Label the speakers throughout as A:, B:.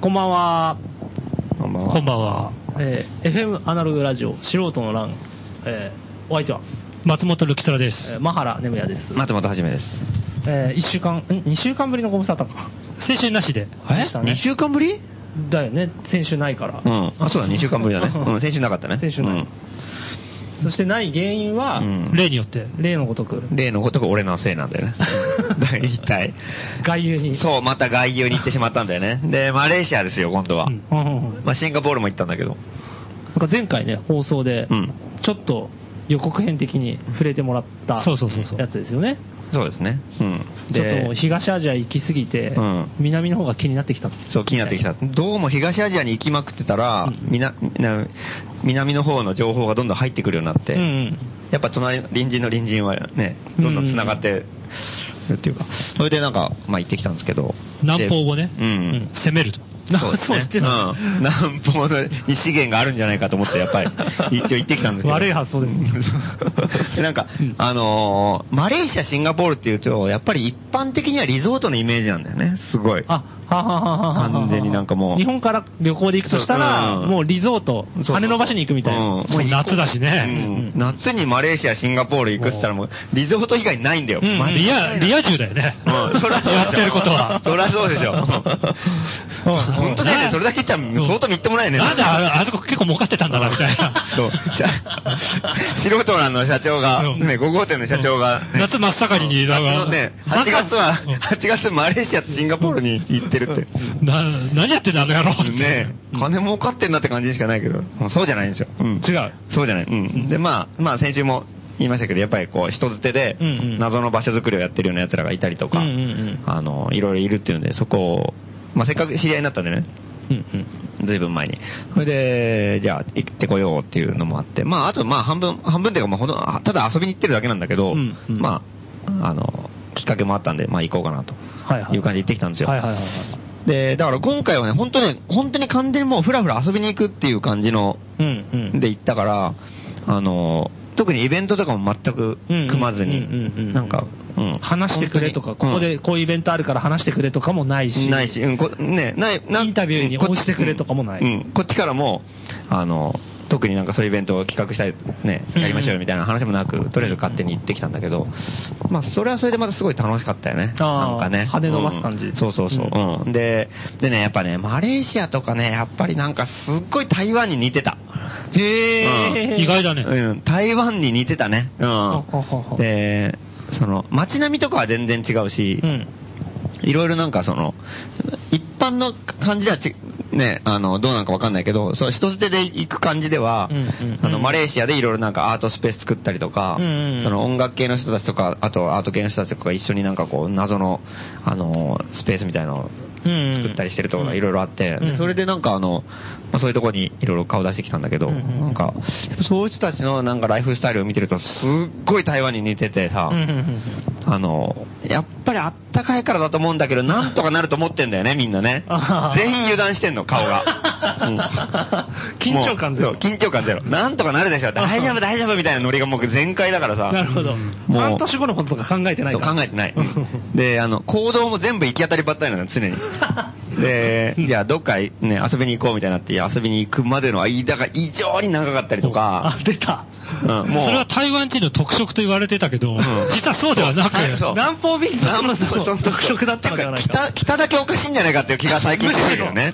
A: こんばんは。
B: こんばんは。
C: こんばんは。
A: えー FM アナログラジオ、素人の欄、えーお相手は、
C: 松本るきそらです。
A: えー、マハラネムヤです。
B: 松本はじめです。
A: えー、1週間、ん ?2 週間ぶりのご無沙汰か。
C: 先週なしで。
A: でしたね
B: 2週間ぶり
A: だよね、先週ないから。
B: うん。あ、そうだ、2週間ぶり だね。うん、先週なかったね。
A: 先週ないそしてない原因は、
B: うん
C: 例によって。
A: 例のごとく
B: う、ん例のごとく俺のせいなんだよね。大体。
A: 外遊に。
B: そう、また外遊に行ってしまったんだよね。で、マレーシアですよ、今度は。
C: うん
A: うんうんうん
B: まあ、シンガポールも行ったんだけど。
A: なんか前回ね、放送で、
B: うん
A: ちょっと予告編的に触れてもらった
C: そうそうそうそう
A: やつですよね。
B: そうですね。うん。
A: ちょっともう
B: で、
A: 東アジア行き過ぎて、
B: うん
A: 南の方が気になってきた。
B: そう、気になってきた。どうも東アジアに行きまくってたら、みな、な南の方の情報がどんどん入ってくるようになって、
A: うんうん。
B: やっぱ隣の隣人の隣人はね、どんどん繋がってるっていうか、それでなんか、まあ行ってきたんですけど。
C: 南方をね、
B: でうん。
C: うん攻めると。
A: な そうしてた
B: うん 南方のに資源があるんじゃないかと思って、やっぱり、一応行ってきたんですけど。
A: 悪い発想ですね
B: で なんか
C: うん、
B: あのーマレーシア、シンガポールっていうと、やっぱり一般的にはリゾートのイメージなんだよね、すごい。
A: あ、ははははは
B: 完全になんかもう
A: 日本から旅行で行くとしたら、
B: そううん
A: もうリゾート、
B: そうそう
A: 羽伸ばしに行くみたいな。
B: うん
C: もう夏だし
B: う
C: ね。
B: ん夏にマレーシア、シンガポール行くって言ったらもう、リゾート以外ないんだよ。
C: うん
B: マジで
C: リア、リア充だよね。
B: うんそりゃそうでしょ
C: やってることは。
B: そりゃそうで しょ。
C: ん
B: 本当だよね、それだけ言ったら相当みっともないよね。
C: なんでああそこ結構儲かってたんだな、みたいな。
B: そう。素人欄の社長が、
C: うん
B: ね、5号店の社長が、ね
C: 夏真っ盛りに、
B: 夏
C: だ
B: のね、8月は、8月マレーシアとシンガポールに行ってるって。
C: な、何やってんだ、あの野郎。
B: ね金儲かってんなって感じしかないけど、そうじゃないんですよ。うん
C: 違う。
B: そうじゃない。うん。で、まあ、まあ先週も言いましたけど、やっぱりこう、人捨てで
A: うんうん、
B: 謎の場所作りをやってるような奴らがいたりとか、
A: うんうんうん
B: あの、いろいろいるっていうんで、そこを、まあせっかく知り合いになったんでね、
A: うんうん
B: ずいぶん前に。それで、じゃあ、行ってこようっていうのもあって、まあ、あと、まあ、半分、半分っていうか、まあ、ほとんどあただ遊びに行ってるだけなんだけど、
A: うんうん
B: まあ、あの、きっかけもあったんで、まあ、行こうかなと。
A: はいはい
B: いう感じで行ってきたんですよ。
A: はいはいはいはい。
B: で、だから今回はね、本当ね、本当に完全にもう、ふらふら遊びに行くっていう感じの、
A: うんうん。
B: で行ったから、あの、特にイベントとかも全く組まず
A: うんうんうんう
B: に、
A: ん
B: なんか、うん
A: 話してくれとか、ここ、でこういうイベントあるから話してくれとかもない
B: うん
A: し。
B: ないし、うん、こね、ない、な
A: インタビューに応じてくれとかもない
B: うんうんこっちからも、あの、特になんかそういうイベントを企画したい、ね、やりましょうよみたいな話もなく、とりあえず勝手に行ってきたんだけど、まあ、それはそれでまたすごい楽しかったよね。
A: あー
B: なんかね。
A: 跳ね伸ばす感じ
B: うんそうそうそう、うん。で、でね、やっぱね、マレーシアとかね、やっぱりなんかすっごい台湾に似てた。
A: へー。
C: 意外だね。
B: うん、台湾に似てたね。う
A: ほほほほ
B: ん。で、その、街並みとかは全然違うし、
A: うん。
B: いろいろなんかその、一般の感じではち、ね、あの、どうなんかわかんないけど、そう、人捨てで行く感じでは、
A: うんうん
B: あの、マレーシアでいろいろなんかアートスペース作ったりとか、
A: うんうん
B: その音楽系の人たちとか、あとアート系の人たちとかが一緒になんかこう、謎の、あの、スペースみたいなのを
A: うん
B: 作ったりしてるところがいろいろあって、
A: うん
B: でそれでなんかあの、まあ、そういうところにいろいろ顔出してきたんだけど、
A: うんうん
B: なんか、そういう人たちのなんかライフスタイルを見てると、すっごい台湾に似ててさ、
A: うんうんうんうん。
B: あの、やっぱりあったかいからだと思うんだけど、なんとかなると思ってん だよね、みんなね
A: あ。ー
B: 全員油断してんの、顔 が。うん
A: 緊張感ゼロ
B: もうそう緊張感ゼロ。なんとかなるでしょ。大丈夫、大丈夫みたいなノリがもう全開だからさ。
A: なるほど。
B: もう
A: 半年後のこととか考えてない
B: そう
A: から。
B: 考えてない。で、あの、行動も全部行き当たりばったりな の、常に。で、じゃあどっかね、遊びに行こうみたいになって、いや遊びに行くまでの間が異常に長かったりとか
A: あ、、出た。
B: うんもう。
C: それは台湾人の特色と言われてたけど、実はそうではなく、
B: そう
A: 南方便
B: な
A: 座
B: ん
A: の
B: も
A: そう
B: そう
A: 特色だったのではないか。
B: ん北、北だけおかしいんじゃないかっていう気が最近してるけ どね。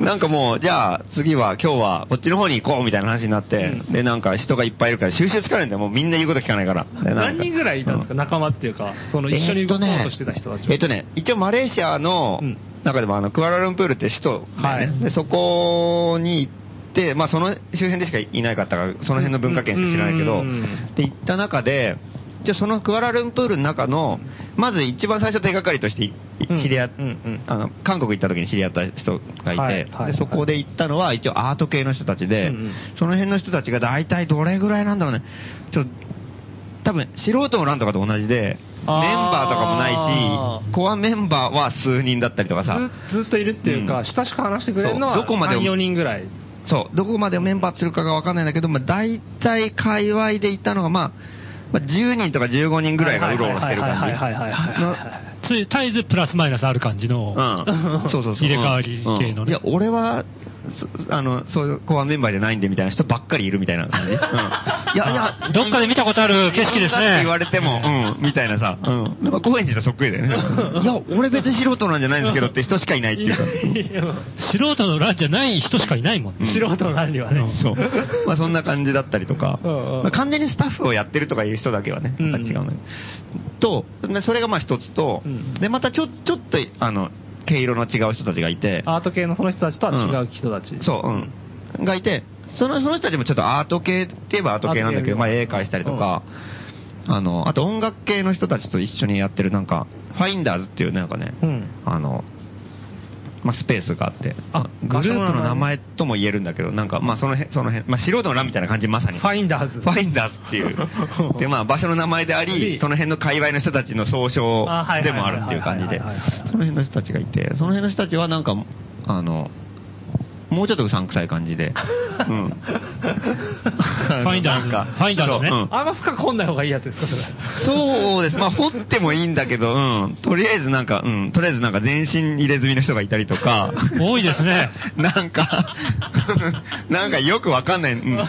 B: うん。なんかもう、じゃあ次は今日はこっちの方に行こうみたいな話になって、でなんか人がいっぱいいるから収集つかないんだよ。もうみんな言うこと聞かないから。でなん
A: 何
B: か
A: 人ぐらいいたんですか、仲間っていうか、その一緒に動こうとしてた人たちは
B: えっとね、一応マレーシアの
A: うん
B: 中でもあの、クアラルンプールって首都だよね、
A: はい
B: で、そこに行って、まあその周辺でしかいないかったから、その辺の文化圏しか知らないけど、
A: うん
B: で、行った中で、じゃあそのクアラルンプールの中の、まず一番最初手がかりとしてい
A: うん
B: 知り合っ
A: うんうん
B: あの、韓国行った時に知り合った人がいて、
A: はいはい
B: でそこで行ったのは一応アート系の人たちで、
A: うんうん
B: その辺の人たちが大体どれぐらいなんだろうね。ちょ多分、素人のランとかと同じで、メン
A: あー
B: バーとかもないし、コアメンバーは数人だったりとかさ、
A: ずずっといるっていう
B: う
A: か、
B: ん
A: 親しく話してくれるのは
B: そうどこまで
A: 3、4人ぐらい。
B: そう、どこまでメンバーするかがわかんないんだけど、まあ、大体界隈で行ったのが、まあ、まあ10人とか15人ぐらいがうろうろしてる
A: はいはいはいはいはいはいはいはい
B: 感
A: はいはいはい
B: じ。
C: つい絶えずプラスマイナスある感じの、
B: うん。そうそうそう。
C: 入れ替わり系
B: う
C: のね
B: んいや、俺は、そあの、そういうコアメンバーじゃないんでみたいな人ばっかりいるみたいな感じ。うん。いやいや、
C: どっかで見たことある景色です
B: そんなって
C: ね
B: 言。われても、うん、みたいなさ。うん。なんか高円寺とそっくりだよね。いや、俺別に素人なんじゃないんですけどって人しかいないって
A: い
B: い
A: や
B: うか。
A: いや
C: 素人の欄じゃない人しかいないもんね。
B: うん
A: 素人の欄にはね、
B: そう。まあそんな感じだったりとか、
A: うんうん
B: まあ完全にスタッフをやってるとかいう人だけはね、
A: うん
B: あ違うのよと、ねそれがまあ一つと、
A: うん
B: で、またちょ、ちょっと、あの、毛色の違う人たちがいて、
A: アート系のその人たちとは違う人たち、
B: そう、うん。がいて、その、その人たちもちょっとアート系って言えばアート系なんだけ
A: アート
B: ど、
A: 系
B: まあ絵描いたりとか、あの、あと音楽系の人たちと一緒にやってるなんか、ファインダーズっていうなんかね、
A: うん
B: あの、まあ、スペースがあって、
A: あ
B: グループの名前とも言えるんだけど、なんか、まあ、その辺、その辺、まあ、素人の欄みたいな感じ、まさに。
A: ファインダーズ
B: ファインダーズっ ていう。で、まあ、場所の名前であり、その辺の界隈の人たちの総称
A: あはいはい
B: で
A: はい
B: もあ
A: はい
B: るっていう感じで
A: はいはいはいはい、
B: その辺の人たちがいて、その辺の人たちはなんか、あの、もうちょっとうさんくさい感 じで、うん。
C: ファインダー
B: な
C: ズ
B: んか
C: ファインダーズね
B: そううん
A: あんま深く掘んない方がいいやつですかそれ
B: そうです。まあ、掘ってもいいんだけど、うん。とりあえずなんか、うん。とりあえずなんか全身入れ墨の人がいたりとか。
C: 多いですね。
B: なんか、 なんかよくわかんない。うん、で、
A: な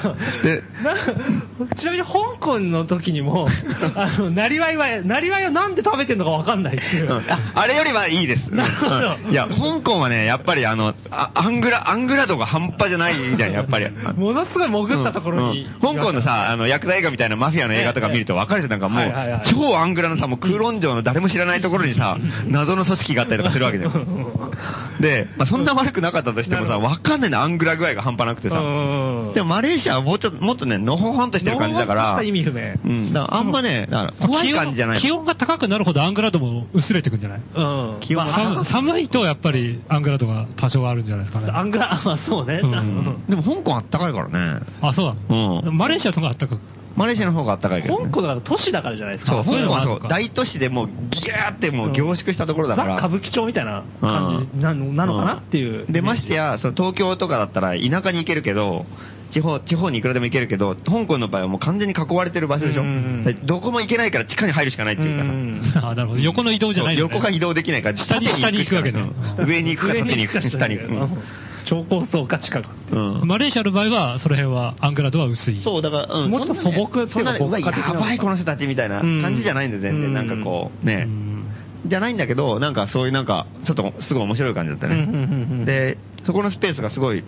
A: ちなみに香港の時に もあのなりわいはなりわいをなんで食べてるのかわかんないっていううん
B: ああれよりはいいです。
A: なるほど
B: うんいや、香港はね、やっぱりあの、あアングラ、アングラ度が半端じゃないみたいな、やっぱり。
A: ものすごい潜ったところに、
B: うん香港 のさ、あの、ヤクザ映画みたいなマフィアの映画とか見ると分かるじゃん、なんかも、
A: はいはいはいう
B: 超アングラのさ、もう空論城の誰も知らないところにさ、謎の組織があったりとかするわけだよ。 で、まあ、そんな悪くなかったとしてもさ、分かんないのアングラ具合が半端なくてさ。
A: うん
B: でもマレーシアはもうちょっと、もっとね、のほほんとしてる感じだ
A: の
B: か
A: ほ
B: ら
A: ほんとした。意味不明
B: うん。だからあんまね、だから怖い感じじゃない。
C: 気温気温が高くなるほどアングラードも薄れてくんじゃない
A: うん
B: 気温が
A: まあ
C: 寒寒いとやっぱりアングラードが多少あるんじゃないですかね。
A: アングラ、まあそうね。
C: うん
B: でも香港あったかいからね。
C: あ、そうなの、
B: うん
C: マレーシアとかあったかく。
B: マレーシアの方があったかいけど、ね。
A: 香港だから都市だからじゃないですか。
B: そう、香
C: そういう
B: 港
C: の
B: は
C: がある
B: そ
C: の
B: う
C: か、
B: 大都市でもうギューってもう凝縮したところだから。
A: ザ・歌舞伎町みたいな感じなのなのかなっていうイメージ。
B: で、ましてや、その東京とかだったら田舎に行けるけど、地方、地方にいくらでも行けるけど、香港の場合はもう完全に囲われてる場所でしょ。
A: うんうんうん
B: だからどこも行けないから地下に入るしかないっていうかさ。
A: ん
C: あなるほど。横の移動じゃない、ね、
B: そう横が移動できないから、
C: 下に
B: 縦しかない
C: 下に行くわけね
B: うん上に行くか
A: 上
B: 縦に
A: に行く
B: 行くか
A: か
B: 下
A: 下
B: に
A: に
B: 行
A: 行
B: く。
A: く
B: う
A: か。
B: ん
A: 超高層か近く。
B: うん
C: マレーシアの場合は、その辺はアングラードは薄い。
B: そう、だから、うん、
A: もうちょっと素朴って
B: そ
A: い
B: ん
A: う
B: な
A: か
B: ね、う
A: 牧
B: わ
A: 歌的な
B: やばい、この人たちみたいな
A: うん
B: 感じじゃないんだよ、全
A: う
B: 然。
A: ん
B: なんかこう、
C: う
B: ね。
C: ん
B: じゃないんだけど、なんかそういうなんか、ちょっとすごい面白い感じだった
A: うんうんうんう
B: ね。
A: ん
B: で、そこのスペースがすごい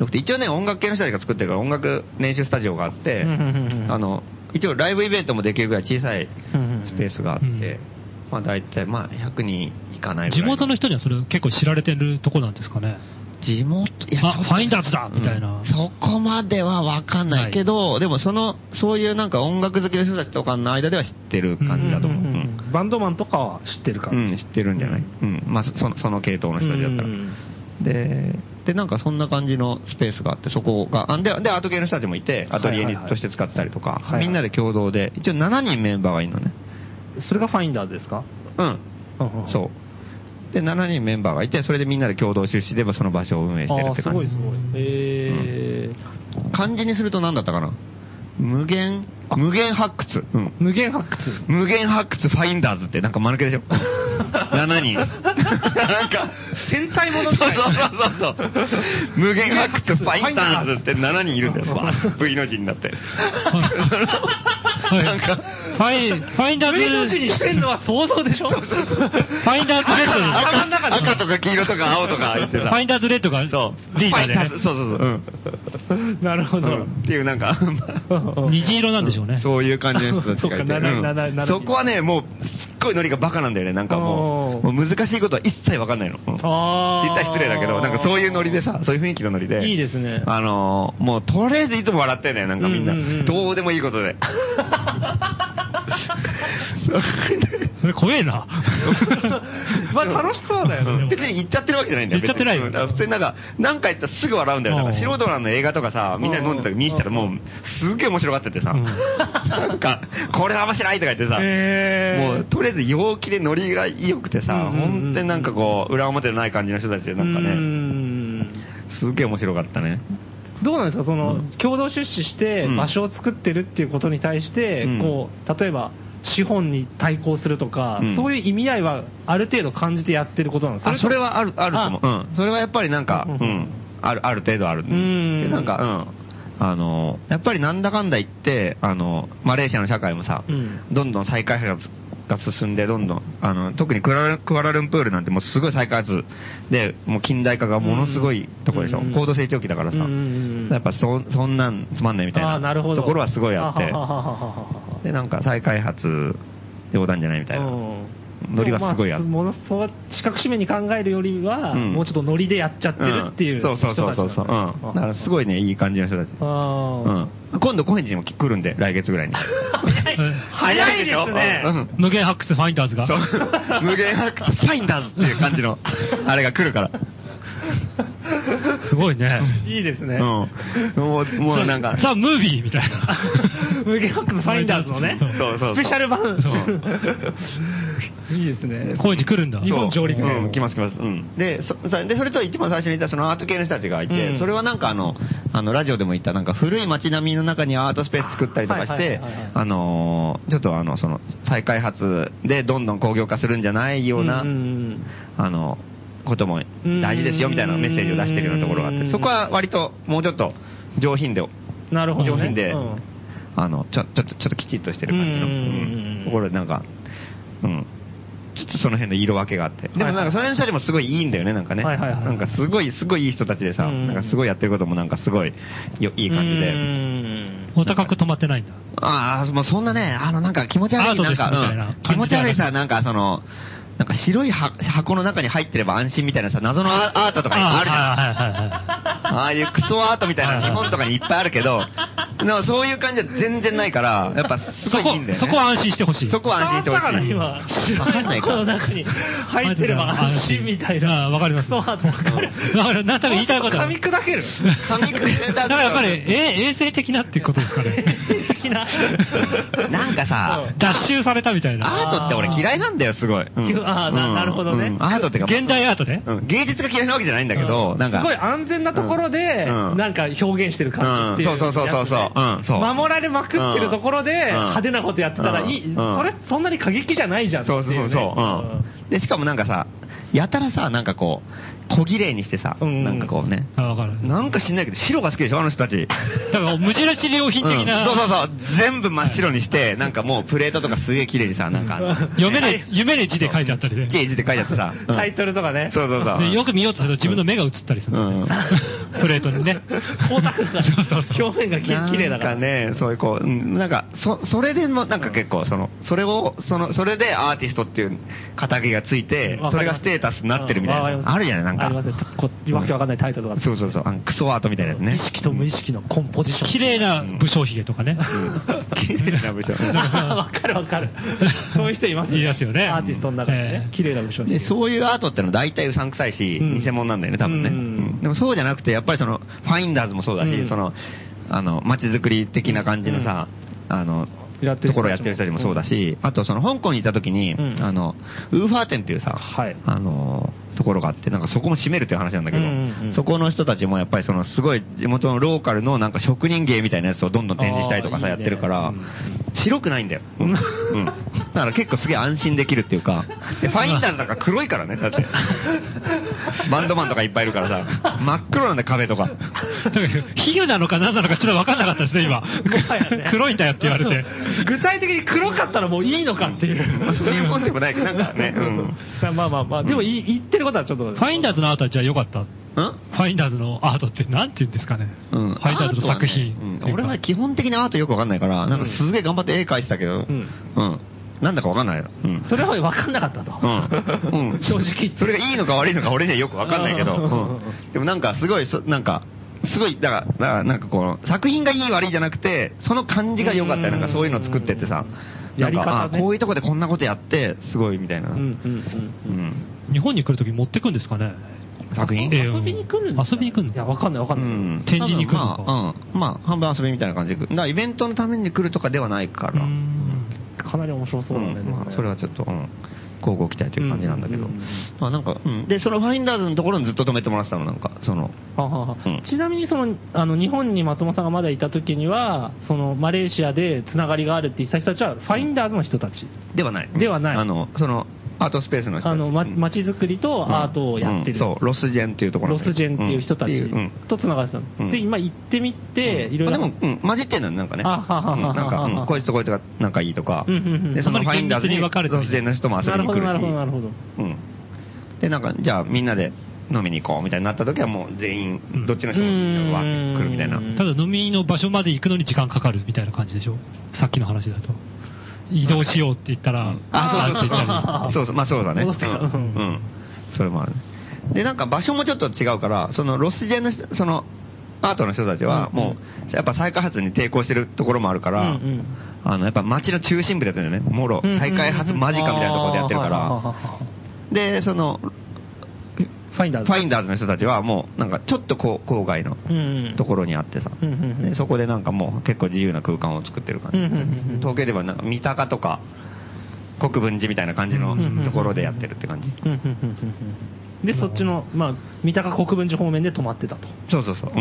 B: 良くて、一応ね、音楽系の人たちが作ってるから音楽練習スタジオがあって
A: うんうんう、ん
B: あの、一応ライブイベントもできるぐらい小さいスペースがあっ
C: うんうん
B: て、まあ大体まあ100人いかないぐらい。
C: 地元の人にはそれ結構知られてるとこなんですかね。
B: 地元、い
C: あ
B: ちょっと
C: ファインダーズだみたいな
B: そこまではわかんないけど、でもその、そういうなんか音楽好きの人たちとかの間では知ってる感じだと思
A: う
B: う。
A: んうんうんバンドマンとかは知ってるか
B: う
A: ら。
B: ん、知ってるんじゃないうん。まあ、そその、その系統の人たちだったら。
A: うん
B: で、で、なんかそんな感じのスペースがあって、そこが、あで、で、アート系の人たちもいて、アトリエ
A: はい
B: に
A: はいはい
B: として使ったりとか
A: い、はい
B: みんなで共同で、一応7人メンバーがいるのね。
A: それがファインダーズですか
B: うん。
A: う。
B: そう。で、7人メンバーがいて、それでみんなで共同出資で、その場所を運営してる
A: あ
B: っ
A: あ、
B: て
A: す
B: 感じ。
A: ごいすごい。えー
B: 漢字にすると何だったかな無限、無限発掘。うん。
A: 無限発掘。
B: 無限発掘ファインダーズってなんか間抜けで しょ ?7 人。なんか、
A: 戦隊もの
B: そう
A: み
B: そ
A: た
B: う
A: いな。
B: そうそう。無限発掘ファインダーズって7人いるんだよ。わー V の字 になって。
C: はい。
B: なんか
C: ファイン、ファインダーズ。
A: 上の字にしてんのは想像でしょ
C: ファインダーズレッドです
A: 頭の中で
B: 赤とか黄色とか青とか言って
C: フ
B: さ。
C: ァインダーズレッドがリー
B: フ
C: ダ
B: ァイ
C: ー
B: ン
C: で
B: ダ
C: ね
B: ーズ、そうそう そう。
A: なるほ
B: うん。
A: ど。
B: うんっていうなんか、
C: 虹色なんでしょうね。
B: そういう感じの人たちが
A: そ
B: いて
A: うかななな
B: うん
A: な
B: そこはね、もう、すっごいノリがバカなんだよね。なんかもう、
A: おー
B: もう難しいことは一切わかんないの。うん
A: あー
B: 言ったら失礼だけど、なんかそういうノリでさ、そういう雰囲気のノリで。
A: いいですね
B: あのー、もうとりあえずいつも笑ってんだよ、なんかみんな。
A: うんうんうん
B: どうでもいいこと で。
C: それ怖えな。
A: まあ楽しそうだよねでも。
B: 別に言っちゃってるわけじゃないんだよ。
C: 言っちゃってないよ
B: 別にうんだから普通になんか、何回言ったらすぐ笑うんだよ。なんか
C: うん
B: 素人らの映画とかさ、みんなで飲んでたら見に来たらもう、すっげえ面白がっててさ、
C: うん
B: なんか、これ面白いとか言ってさ、
A: え
B: もうとりあえず陽気でノリが良くてさ、
A: うんうんうんうん
B: 本当になんかこう、裏表のない感じの人たちで、なんか
A: うー
B: ね、
A: ん
B: すっげえ面白かったね。
A: どうなんですか、その、共同出資して
B: うん
A: 場所を作ってるっていうことに対して、
B: うん
A: こう、例えば、資本に対抗するとか、
B: うん
A: そういう意味合いはある程度感じてやってることなんです
B: あ、それはある、あると思う。う
A: あ
B: ん。それはやっぱりなんか、
A: う
B: うんん。ある、ある程度ある。
A: ん
B: で、なんか、うん。あの、やっぱりなんだかんだ言って、あの、マレーシアの社会もさ、
A: うん
B: どんどん再開発が進んで、どんどん、あの、特にクアラクアラルンプールなんてもうすごい再開発で、もう近代化がものすごいとこでしょ。
A: うん
B: 高度成長期だからさ。
A: うんうんうん
B: やっぱそ、そんなんつまんないみたい
A: あーなるほど
B: ところはすごいあって
A: はははははは
B: で、なんか再開発冗談じゃないみたいな。
A: うん
B: ノリはすごいあって
A: でもまあものそう四角締めに考えるよりは、
B: うん
A: もうちょっとノリでやっちゃってるっていう人
B: ん
A: たち
B: そ
A: な
B: う
A: だ
B: んそ
A: ね、
B: うそうそうそう、うん、だからすごいねいい感じの人たち、う
A: あ
B: ん、今度高円寺にも来るんで来月ぐらいに
A: あ、早い早いです
B: う
A: ね。
B: ん
C: 無限発掘ファインダーズが
B: そう無限発掘ファインダーズっていう感じのあれが来るから
C: すごいね。
A: いいですね。
B: うんもうもうなんか
C: ザ・ムービーみたいな。
A: 無限ハックスファインダーズのね、
C: そう
B: そうそう
A: スペシャル版
B: う。
A: いいですね。
C: 高円寺来るんだ。
A: 日本上陸
B: そううん、来ます来ます。うん。で、そ、そで、それと一番最初に言ったそのアート系の人たちがいて、
A: うん
B: それはなんかあの、あの、ラジオでも言ったなんか古い街並みの中にアートスペース作ったりとかし
A: はい
B: て
A: はいはいはい、
B: あのー、ちょっとあの、その、再開発でどんどん工業化するんじゃないような、
A: んん
B: あの、ことも大事ですよみたいなメッセージを出してるようなところがあっ
A: うん
B: て、そこは割ともうちょっと上品で、
A: うんなるほど、ね。
B: 上品で
A: うん、
B: あの、ちょ、ちょっと、ちょっときちっとしてる感じの
A: うん
B: うんところでなんか、うん。ちょっとその辺の色分けがあって。でもなんかその辺の人たちもすごいいいんだよね、なんかね。
A: はいはいはい
B: なんかすごい、すごいいい人たちでさ、
A: うん
B: なんかすごいやってることもなんかすごいよいい感じ
A: う
B: で。
A: ん
C: お高く止まってないんだ。
B: ああ、もうそんなね、あのなんか気持ち悪い、
C: アート
B: な
C: で
B: ん
C: す
B: か、
C: みたいな感
B: 気持
C: じ
B: ち
C: ではな
B: 悪
C: く
B: いさ、なんかその、なんか白いは箱の中に入ってれば安心みたいなさ、謎のアアートとかいっぱいあるじゃん。
C: あ
B: ああいうクソアートみたい
C: はい
B: な
C: はい
B: 日本とかにいっぱいあるけど、でもそういう感じは全然ないから、やっぱすごいいいんだよね。
C: そこそこは安心してほしい
B: そこは安心してほしい。
A: だから今、
B: わかんな
A: 白い
B: いか
A: 箱の中に入ってれば安心みたい
C: あ
A: な。
C: ーわかります
A: そう、あとわかる。
C: うんわかるなんとなく言いたいことは
A: 噛み砕ける。
B: 噛み砕け
C: だからやっぱり、え衛生的なっていうことですかね。
A: 的な。
B: なんかさ、
C: 脱臭されたみたいな。
B: アートって俺嫌いなんだよ、すごい。うん
A: あーな
B: うん
A: なるほどね
B: うんアートってか、
C: 現代アートね。
B: うん芸術が嫌いなわけじゃないんだけど、なんか。
A: すごい安全なところで、
B: うんうん
A: なんか表現してる感じっていう、
B: うんそうそうそうそうそううんそう
A: 守られまくってるところで、
B: うん
A: 派手なことやってたらいい、
B: うん
A: それそんなに過激じゃないじゃんってい、
B: そうう
A: ね。
B: そうそうそう、うん。で、しかもなんかさ、やたらさ、なんかこう、小綺麗にしてさ、
A: うん
B: なんかこうね、
C: あわかる。
B: なんか知んないけど、白が好きでしょ、あの人たち。
C: だから無印良品的な。
B: うんそうそうそう。全部真っ白にして、なんかもうプレートとかすげえ綺麗にさ、なんかあの、
C: 読めね、読めね字で書いてあったりね。
B: ゲージで書いてあってさ。うん
A: タイトルとかね。
B: そうそうそう。
C: でよく見ようとすると自分の目が映ったりする
B: うん
C: んだよね。プレートにね。
A: 光沢が
C: そうそうそう
A: 表面が き綺麗だから。
B: なんかね、そういうこう、うんなんか、そ、それでも、なんか結構、その、それを、その、それでアーティストっていう肩書きがついて、
A: わ
B: そ
A: かり
B: れが
A: ます
B: ステータスになってるみたい
A: うんわかりま
B: な。
A: す
B: あるじゃない、なんか。
A: ありますね。こわけわかんないタイトルとか。
B: そうそうそう。あのクソアートみたいなやつね。
A: 意識と無意識のコンポジション。
C: 綺麗な武将髭とかね。
B: 綺麗な部 署。
A: わかるわかる。そういう人います
C: いますよね
A: アーティストの中でね
C: え。え
A: 綺麗な武将
B: で、そういうアートってのは大体うさんくさいし、
A: うん
B: 偽物なんだよね、多分ね。
A: う
B: うんんでもそうじゃなくて、やっぱりその、ファインダーズもそうだし、
A: うん
B: その、あの、街づくり的な感じのさ、あの、
A: やってる人たちも
B: ところをやってる人たちもそうだし、あとその、香港にいた時に、
A: うん
B: あの、ウーファー店っていうさ、
A: はい
B: あの、ところがあって、なんかそこも閉めるっていう話なんだけど、
A: うんうんうん
B: そこの人たちもやっぱりその、すごい地元のローカルのなんか職人芸みたいなやつをどんどん展示したりとかさ、
A: あーい
B: や
A: い
B: っ
A: ね
B: てるから、
A: うん
B: 白くないんだよ。うん。だから結構すげえ安心できるっていうか。 で、ファインダーズなんか黒いからね、だって。バンドマンとかいっぱいいるからさ。真っ黒なんだよ、壁とか。
C: だから 比喩なのか何なのかちょっと分かんなかったですね、今
A: はやね。
C: 黒いんだよって言わ れて。
A: 具体的に黒かったらもういいのかっていう。
B: そういうもんでもないけど、なんかね。 うん。
A: まあまあまあ、でもい言ってることはちょっと。
C: ファインダーズのアートはじゃあ良かった。フ
B: うん
C: ァインダーズのアートってなんて言うんですかね。
B: うん、
C: ファインダーズの作品
B: アートはねうん俺は基本的にアートよくわかんないから、なんかすげえ頑張って絵描いてたけど、うんん。なんだかわかんないよ。うん。
A: それは分かんなかったと。
B: うん。うん。
A: 正直言って
B: それがいいのか悪いのか俺にはよくわかんないけど。
A: うん
B: うんでもなんかすごい、そなんか、すごい、だから、だからなんかこの、作品がいい悪いじゃなくて、その感じが良かったよ。なんかそういうの作ってってさ。
A: うんやり方ね
B: なんかあこういうとこでこんなことやって、すごいみたいな。
A: うんうん
B: うん
C: 日本に来るとき持ってくんですかね。
B: 作品
A: うん。
C: ええ
A: 遊びに来るんだ
C: 遊びに来るの
A: いや、分かんない分か
B: うんん
A: ない。
C: 展示に来るのか
B: 多分まあ、うん。まあ、半分遊びみたいな感じで来るだからイベントのために来るとかではないか
C: う
B: ら。
C: ん
A: かなり面白そうだね。
B: うんまあそれはちょっと、うん交互期待という感じなんだけど
A: うんうんうんうん。
B: まあなんか、うんで、そのファインダーズのところにずっと止めてもらってたの、なんか、その、
A: ははは
B: うん
A: ちなみにそのあの日本に松本さんがまだいた時にはそのマレーシアでつながりがあるって言った人たちはファインダーズの人たち、
B: ではない。
A: ではない
B: あの、その、アートスペースの人
A: あ
B: たち
A: のま
B: うん
A: 街づくりとアートをやって
B: うん
A: る、
B: そう、ロスジェンっていうところ
A: ロ
B: なんだ
A: ス
B: け
A: ジェン
B: ど
A: っていう人た
B: ん
A: ち
B: っていううん
A: とつながってたの、
B: うん
A: で今行ってみて、いろい
B: まあ
A: ろ
B: でも、うん混じってんのよ、なんかね。
A: あはははは
B: うんなんか、うんこいつとこいつが仲いいとか、
A: うんうんうん
B: で、そのファインダーズに、
C: あんまり厳密に分かれてな
B: ロ
C: い
B: スジェンの人も遊
A: な
B: び
A: る
B: に
A: ほ
B: 来
A: ど
B: るし。
A: なるほどなるほど
B: うん。で、なんか、じゃあみんなで飲みに行こうみたいになった時はもう全
C: う
B: 員、
C: ん
B: どっちの人もわーって来るみたいな
A: う。ん
C: ただ飲みの場所まで行くのに時間かかるみたいな感じでしょさっきの話だと。移動しようって言ったら、
B: あ、
C: っ
B: そう
C: て
B: そう
C: 言っ
B: そ
C: た
B: う。そうそう、まあそうだね。うん。
A: 戻ってきた
B: うんそれもある。で、なんか場所もちょっと違うから、そのロスジェンの人、その、アートの人たちは、もう、やっぱ再開発に抵抗してるところもあるから、
A: うんうん
B: あの、やっぱ街の中心部だったんだよね。もろ、再開発間近みたいなところでやってるか
A: あーはは
B: ら。
A: はは
B: で、その、
A: ファインダーズ
B: ファインダーズの人たちはもう、なんかちょっとこう郊外の
A: うん
B: ところにあってさ、
A: うんうんうん
B: でそこでなんかもう結構自由な空間を作ってる感じ、
A: うんうんうん
B: 東京ではなんか三鷹とか国分寺みたいな感じの
A: うんうんうん
B: ところでやってるって感じ、
A: うんうんうんうんうんでそっちの、まあ、三鷹国分寺方面で止まってたと
B: そうそうそう、うんう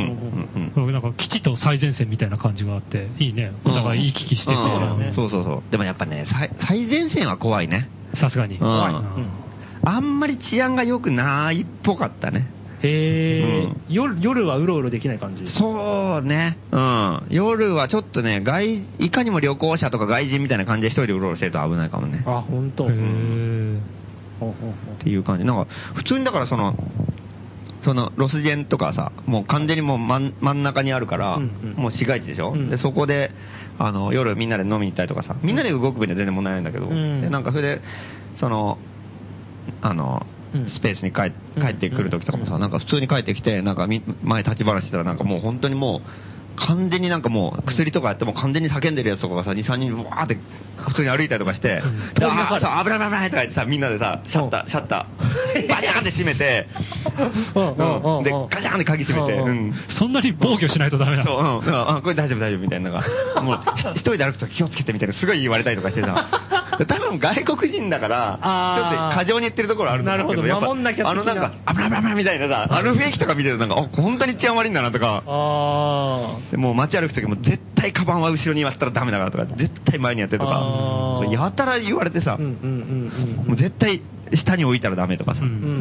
B: んうん
C: なんか基地と最前線みたいな感じがあって、いいね。お互いいい聞きしてて、
B: うん
A: だよね
B: そうそうそうでもやっぱね最最前線は怖いね
C: さすがに。
B: うん
C: 怖い
A: うん
B: あんまり治安が良くないっぽかったね
A: へえ、
B: うん
A: 夜夜はうろうろできない感じ
B: そうね、うん、夜はちょっとね外いかにも旅行者とか外人みたいな感じで一人でうろうろしてると危ないかもね
A: あ本当。
C: へー
A: ほうほうほう
B: っていう感じ。なんか、普通にだからその、そのロスジェンとかさ、もう完全にもう真ん真ん中にあるから、
A: うんうん
B: もう市街地でしょ、
A: うん
B: で、そこで、あの、夜みんなで飲みに行ったりとかさ、みんなで動く分には全然問題ないんだけど、
A: うん
B: で、なんかそれで、その、あの
A: うん、
B: スペースに帰帰ってくるときとかも
A: う
B: さ、
A: ん
B: なんか普通に帰ってきて、なんかみ前立ち話したらなんかもう本当にもう、完全になんかもう薬とかやっても完全に叫んでるやつとかがさ、2、3人わーって普通に歩いたりとかして、
A: ん
B: であーそう危ない危ない危ないってさ、みんなでさ、シャッター、シャッター、バリャーンって閉めて、
A: うんうんう
B: うんんで、ガチャーンって鍵閉めて、
A: うんう
B: うんん。
C: そんなに防御しないとダメな
B: そう、
C: の
B: うん、うんあ、これ大丈夫大丈夫みたいなのが、もう、一人で歩くと気をつけてみたいな、すごい言われたりとかして さ、多分外国人だから、ちょ
A: あー
B: っと過剰に言ってるところあるんだけ
A: なるほど
B: やっぱ
A: 守んなきゃ的な
B: あのなんか、危ない危ない危ないみたいなさ、あの雰囲気とか見てるとなんか、あ本当に治安悪いんだなとか、
A: あ
B: でもう街歩くときも絶対カバンは後ろにやったらダメだからとか、絶対前にやってと
A: あ
B: か、
A: ー
B: やたら言われて
A: あ
B: さ、
A: うんうんうんうん
B: もう絶対下に置いたらダメとかさ、
C: うん
A: うんうんうん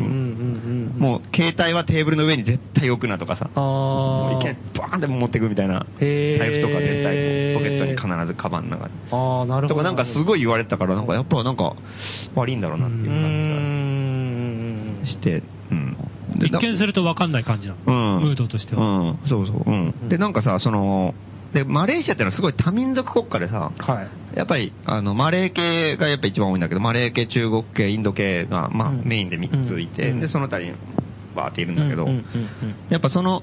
A: うん
B: もう携帯はテーブルの上に絶対置くなとかさ、
A: あ
B: もう
A: あ
B: いきなりバーンって持ってくみたいな、
A: へー
B: 財布とか絶対ポケットに必ずカバンの中に。
A: ああなるほ
B: と
A: ど
B: かなんかす
A: い
B: ごい言われてたから、なんかやっぱなんか悪いんだろうなっていう
A: うー
B: 感
A: ん
B: じがして、うん。で
C: 一見すると分かんない感じなの。
B: うん
C: ムードとして
B: う
C: は。
B: ん、そうそう、うん。で、なんかさ、その、で、マレーシアってのはすごい多民族国家でさ、
A: はい
B: やっぱり、あの、マレー系がやっぱ一番多いんだけど、マレー系、中国系、インド系が、まあ、
A: うん
B: メインで3ついて、
A: うん
B: で、その他にバーっているんだけど、
A: うんうんうん
B: やっぱその、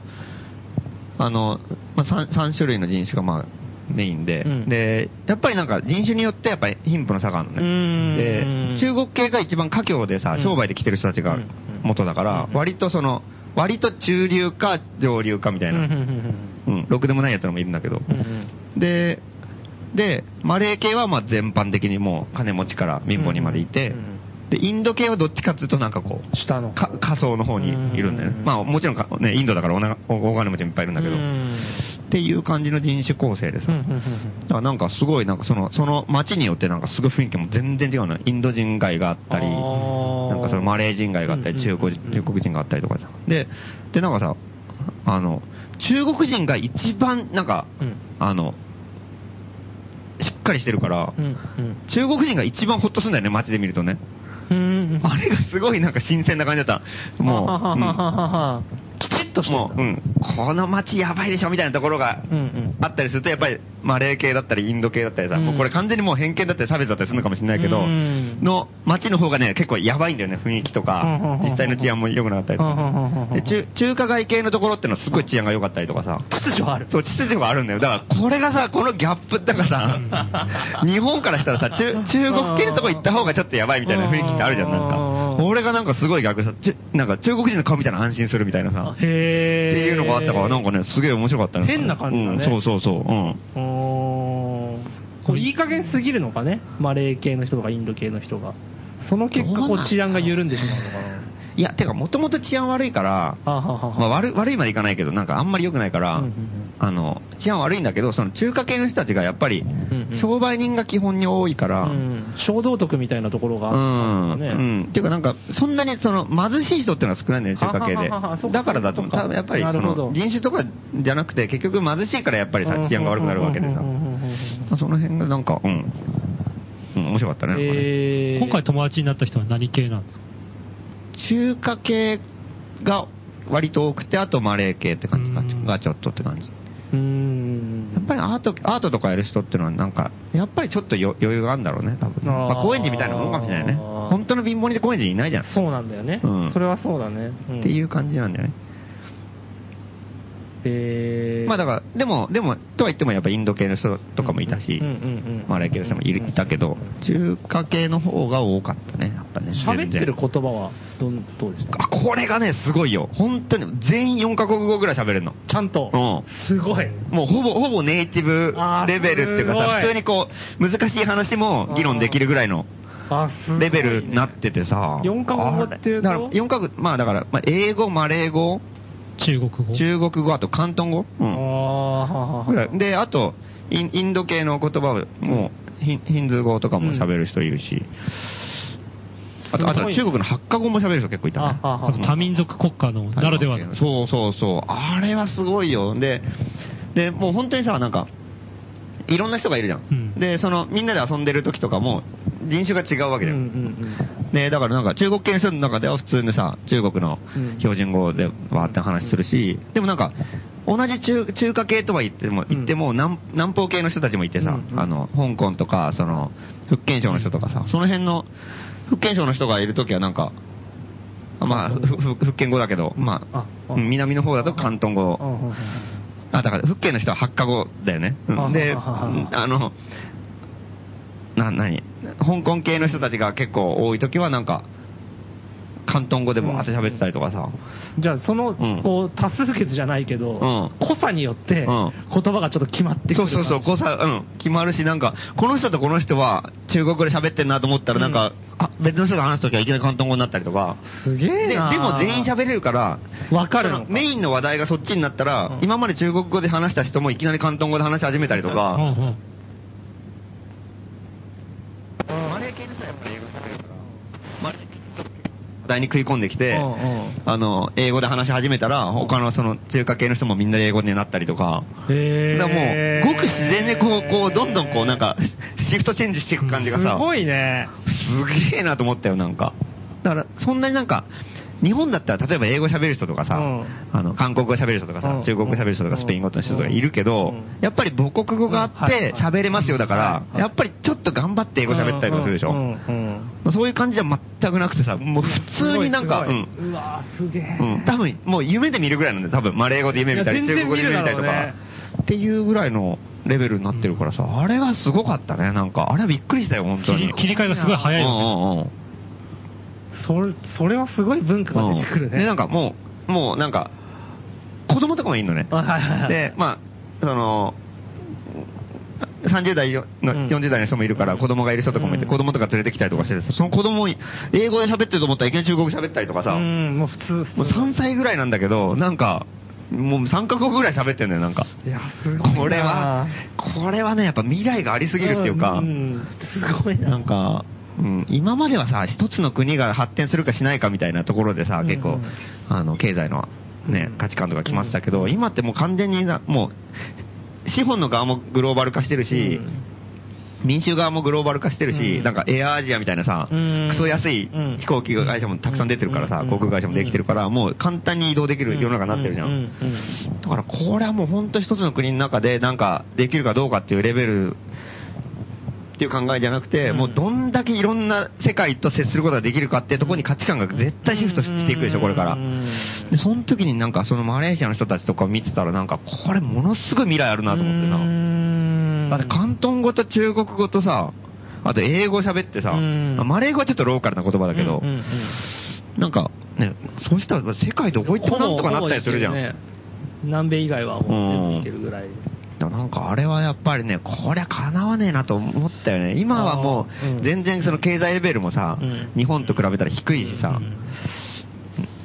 B: あの、まあ、3, 三種類の人種がまあメインで、
A: うん
B: で、やっぱりなんか人種によってやっぱり貧富の差があるの
A: う
B: ね
A: ん。
B: で、中国系が一番華僑でさ
A: うん、
B: 商売で来てる人たちが
A: うん
B: 元だから
A: う、ん
B: 割とその、割と中流か上流かみたい
A: うんうん
B: な、うん、ろくでもないやつのもいるんだけど、
A: うんうんうん
B: で、で、マレー系はまあ全般的にもう金持ちから貧乏にまでいて、
A: うんうん
B: で、インド系はどっちかっていうとなんかこう、
A: 下の
B: か仮想の方にいるんだよ
A: う
B: ね。
A: ん
B: まあもちろんか、ね、インドだからおなお大金持ちもいっぱいいるんだけ
A: う
B: ど、
A: ん
B: っていう感じの人種構成でさ。
A: うんうん
B: だからなんかすごい、なんかその、その街によってなんかすごい雰囲気も全然違うのよインド人街があったり、
A: あー
B: なんかそのマレー人街があったり、
A: うんうん
B: 中
A: うん
B: 国人中国人があったりとかさ。で、でなんかさ、あの、中国人が一番なんか、
A: うん
B: あの、しっかりしてるから、
A: うん
B: 中国人が一番ホッとするんだよね、街で見るとね。
A: うんうん
B: あれがすごいなんか新鮮な感じだった。もう、
A: ははは
B: うん
A: はははきちっとしてんだ
B: もう、うん、この街やばいでしょみたいなところが
A: うんうん
B: あったりすると、やっぱりマレー系だったりインド系だったりさ、
A: うん
B: もうこれ完全にもう偏見だったり差別だったりするのかもしれないけど、
A: うん
B: の街の方がね、結構やばいんだよね、雰囲気と
A: うんうんうん
B: か
A: う、ん
B: 実際の治安も良くなかったりと
A: うんうんうんうんうん。
B: かで中中華街系のところってのはすごい治安が良かったりとかさ。
A: 秩序ある
B: そう、秩序があるんだよ。だから、これがさ、このギャップ、だからさ、日本からしたらさ、中、中国系のとこ行った方がちょっとやばいみたいな雰囲気ってあるじゃん、なん
A: う
B: か。
A: ん
B: 俺がなんかすごい逆でさ、ちゅなんか中国人の顔見たら安心するみたいなさ、
A: へえ
B: っていうのがあったから、なん
A: か
B: かね、すげえ面白かったね。
A: 変な感じだね
B: うん、そうそうそう。うん。
A: おーこれいい加減すぎるのかねマレー系の人とかインド系の人がその結果、
B: ど
A: こ
B: うなん
A: う治安が緩んでしまうのかな。
B: いや、てか、もともと治安悪いから、
A: あはは
B: まあ、悪い悪いまでいかないけど、なんかあんまり良くないから、
A: うんうんうん
B: あの治安悪いんだけど、その中華系の人たちがやっぱり
A: んうん、
B: 商売人が基本に多いから、
A: う
B: うん、
A: ん、小道徳みたいなところが
B: う
A: あ
B: ん
A: ったんですかね。
B: っていうか、なんか、そんなにその貧しい人っていうのは少ないんだよ、中華系
A: はははははそっ
B: で。
A: か
B: だからだと思う、
A: そっか
B: 多分やっぱりそ
A: なるほど
B: の人種とかじゃなくて、結局貧しいからやっぱりさ治安が悪くなるわけでさ
A: う、んうんうんうんうん
B: まあその辺がなんか、うん、うん、面白かったね、なんかね
A: えー
C: 今回友達になった人は何系なんですか
B: 中華系が割と多くて、あとマレー系って感じか
C: うん
B: がちょっとって感じ。
A: うー
B: やっ
A: ん。
B: ぱりアート、アートとかやる人ってのはなんか、やっぱりちょっと余余裕があるんだろうね、多分。
A: あー
B: まあ、高円寺みたいなもんかもしれないね。本当の貧乏人で高円寺にいないじゃん。
A: そうなんだよね。
B: うん
A: それはそうだね。うん
B: っていう感じなんだよね。
A: えー
B: まあだから、でも、でも、とは言ってもやっぱインド系の人とかもいたし
A: うんうんうんうん、
B: マレー系の人もいるいたけど、中華系の方が多かったね、やっぱね。
A: 喋ってる
B: 全然
A: 言葉はどんどうでした
B: あ、これがね、すごいよ。本当に、全員4カ国語ぐらい喋れるの。
A: ちゃんと。
B: う
A: すごい。
B: もうほぼ、ほぼネイティブ
A: あー
B: レベルっていうか
A: すご
B: さ、
A: い
B: 普通にこう、難しい話も議論できるぐらいの
A: あ、すごいね
B: レベルになっててさ。
A: 四カ国語っていうと
B: あれだから四カ国、まあだから、まあ、英語、マレー語、
C: 中国語。
B: 中国語、あと広東語う
A: あー
B: ん。
A: はは
B: ぐ
A: は
B: らい。で、あと、インインド系の言葉を、もう、ヒンヒンズー語とかも喋る人いるし、あと、あと
A: すごい
B: 中国の八カ語も喋る人結構いたね
A: あ。は
C: あ
A: は
C: と多民族国家のならではの。
B: そうそうそう。あれはすごいよ。で、で、もう本当にさ、なんか、いろんな人がいるじゃん。
C: うん
B: で、その、みんなで遊んでる時とかも、人種が違うわけ
A: うんう
B: だよ。
A: ん
B: ね、だからなんか中国系の人の中では普通のさ、中国の
A: うん
B: 標準語でわーって話するし、でもなんか、同じ中中華系とは言っても、
A: ん
B: 言っても南、南方系の人たちもいてさ、
A: うんうん
B: あの、香港とか、その、福建省の人とかさ、その辺の、福建省の人がいるときはなんか、まあ、ふふ福建語だけど、まあ、
A: ああ
B: うん南の方だと広東語、
A: うん。うんうんうん
B: あ、だから、福建の人は八カ語だよね。うん
A: あ
B: で、
A: ははは
B: あの、な、なに、香港系の人たちが結構多い時は、なんか、広東語でもあって喋ってたりとかさ、
A: じゃあ、その、
B: うん
A: こう、多数決じゃないけど、
B: ん
A: 濃さによって、言
B: うん
A: 葉がちょっと決まってくる
B: そ
A: 感
B: う
A: じ。
B: そうそう、誤差、うん、決まるし、なんか、この人とこの人は中国語で喋ってんなと思ったら、なんか、あ、別の人と話す時はいきなり広東語になったりとか、
A: すげ
B: で
A: え
B: で
A: な
B: も全員喋れるから、
A: わかるの
B: そのメインの話題がそっちになったら、
A: うん
B: 今まで中国語で話した人もいきなり広東語で話し始めたりとか、
C: うんうん
B: マレー系の人はやっぱり英語喋るから、マレー系の人が話題に食い込んできて、
A: うんうん
B: あの、英語で話し始めたら、他のその中華系の人もみんな英語になったりとか、
A: へー
B: だからもう、ごく自然でこう、こう、どんどんこうな んか、シフトチェンジしていく感じが
A: す
B: さ、
A: ごいね。
B: すげえなと思ったよ、なんか。だから、そんなになんか、日本だったら、例えば英語喋る人とかさ、
A: うん
B: あの、韓国語喋る人とかさ、
A: うん
B: 中国語喋る人とか、
A: うん
B: スペイン語の人とかいるけど、
A: うん
B: やっぱり母国語があっ
A: うんはい
B: て喋れますよだから、
A: はい
B: やっぱりちょっと頑張って英語喋ったりとかするでしょ。
A: うんうんうん
B: そういう感じじゃ全くなくてさ、もう普通になんか、
A: すご
B: う
A: い
B: ん。
A: すごいうわーすげえ。
B: うん、多分、もう夢で見るぐらいなんで、多分、マレー語で夢見たり、
A: いや
B: 中
A: 全
B: 国
A: 然
B: 語で夢見たりと
A: 見るだろ
B: か
A: うね、
B: っていうぐらいのレベルになってるからさ、あれがすごかったね、なんか。あれはびっくりしたよ、本当
C: 切
B: に
C: り。切り替えがすごい早いよね。
B: うんうんうん。
A: それ、それはすごい文化が出てくる
B: で、
A: ね
B: な。んかもう、もうなんか、子供とかもいんのね。
A: あはいはいはい
B: で、まあ、その、30代
A: う
B: の、
A: ん
B: 40代の人もいるから、子供がいる人とかもい
A: う
B: て、
A: ん
B: 子供とか連れてきたりとかして、その子供、英語で喋ってると思ったらいきなり中国語喋ったりとかさ、
A: う
B: も
A: ん、もう普通。
B: う3歳ぐらいなんだけど、なんか、もう3カ国ぐらい喋ってんだよ、なんか。
A: いや、すごいな。
B: これは、これはね、やっぱ未来がありすぎるっていうか、
A: んんすごいな。
B: なんか、うん、今まではさ、一つの国が発展するかしないかみたいなところでさ、結
A: う
B: 構
A: んうん、
B: あの、経済のね
A: うん、
B: 価値観とか決まってたけど、今ってもう完全にな、もう、資本の側もグローバル化してるし、民衆側もグローバル化してる
A: う
B: し、
A: ん
B: なんかエアアジアみたいなさ、
A: うん
B: クソ安い
A: うん
B: 飛行機会社もたくさん出てるから
A: う
B: さ
A: ん、
B: 航空会社もできてるから、もう簡単に移動できる世の中になってるじゃ。
A: うんうん
B: だからこれはもう本当一つの国の中でなんかできるかどうかっていうレベルっていう考えじゃなくて、
A: うん
B: もうどんだけいろんな世界と接することができるかっていうところに価値観が絶対シフトしていくでしょ、これから
A: うん。
B: で、その時になんかそのマレーシアの人たちとかを見てたらなんかこれものすごい未来あるなと思って
A: う
B: さ。
A: ん
B: だって広東語と中国語とさ、あと英語喋ってさ、
A: うん
B: マレー語はちょっとローカルな言葉だけど
A: うん、うんうん
B: なんかね、そうしたら世界どこ行ってもなんとかなったりするじゃん。
A: ほぼほぼいけるね南米以外はもう全部いけるぐらい。
B: でもなんかあれはやっぱりね、こりゃかなわねえなと思ったよね。今はも
A: あーう
B: うん全然その経済レベルもさ、
A: うん
B: 日本と比べたら低いしさ、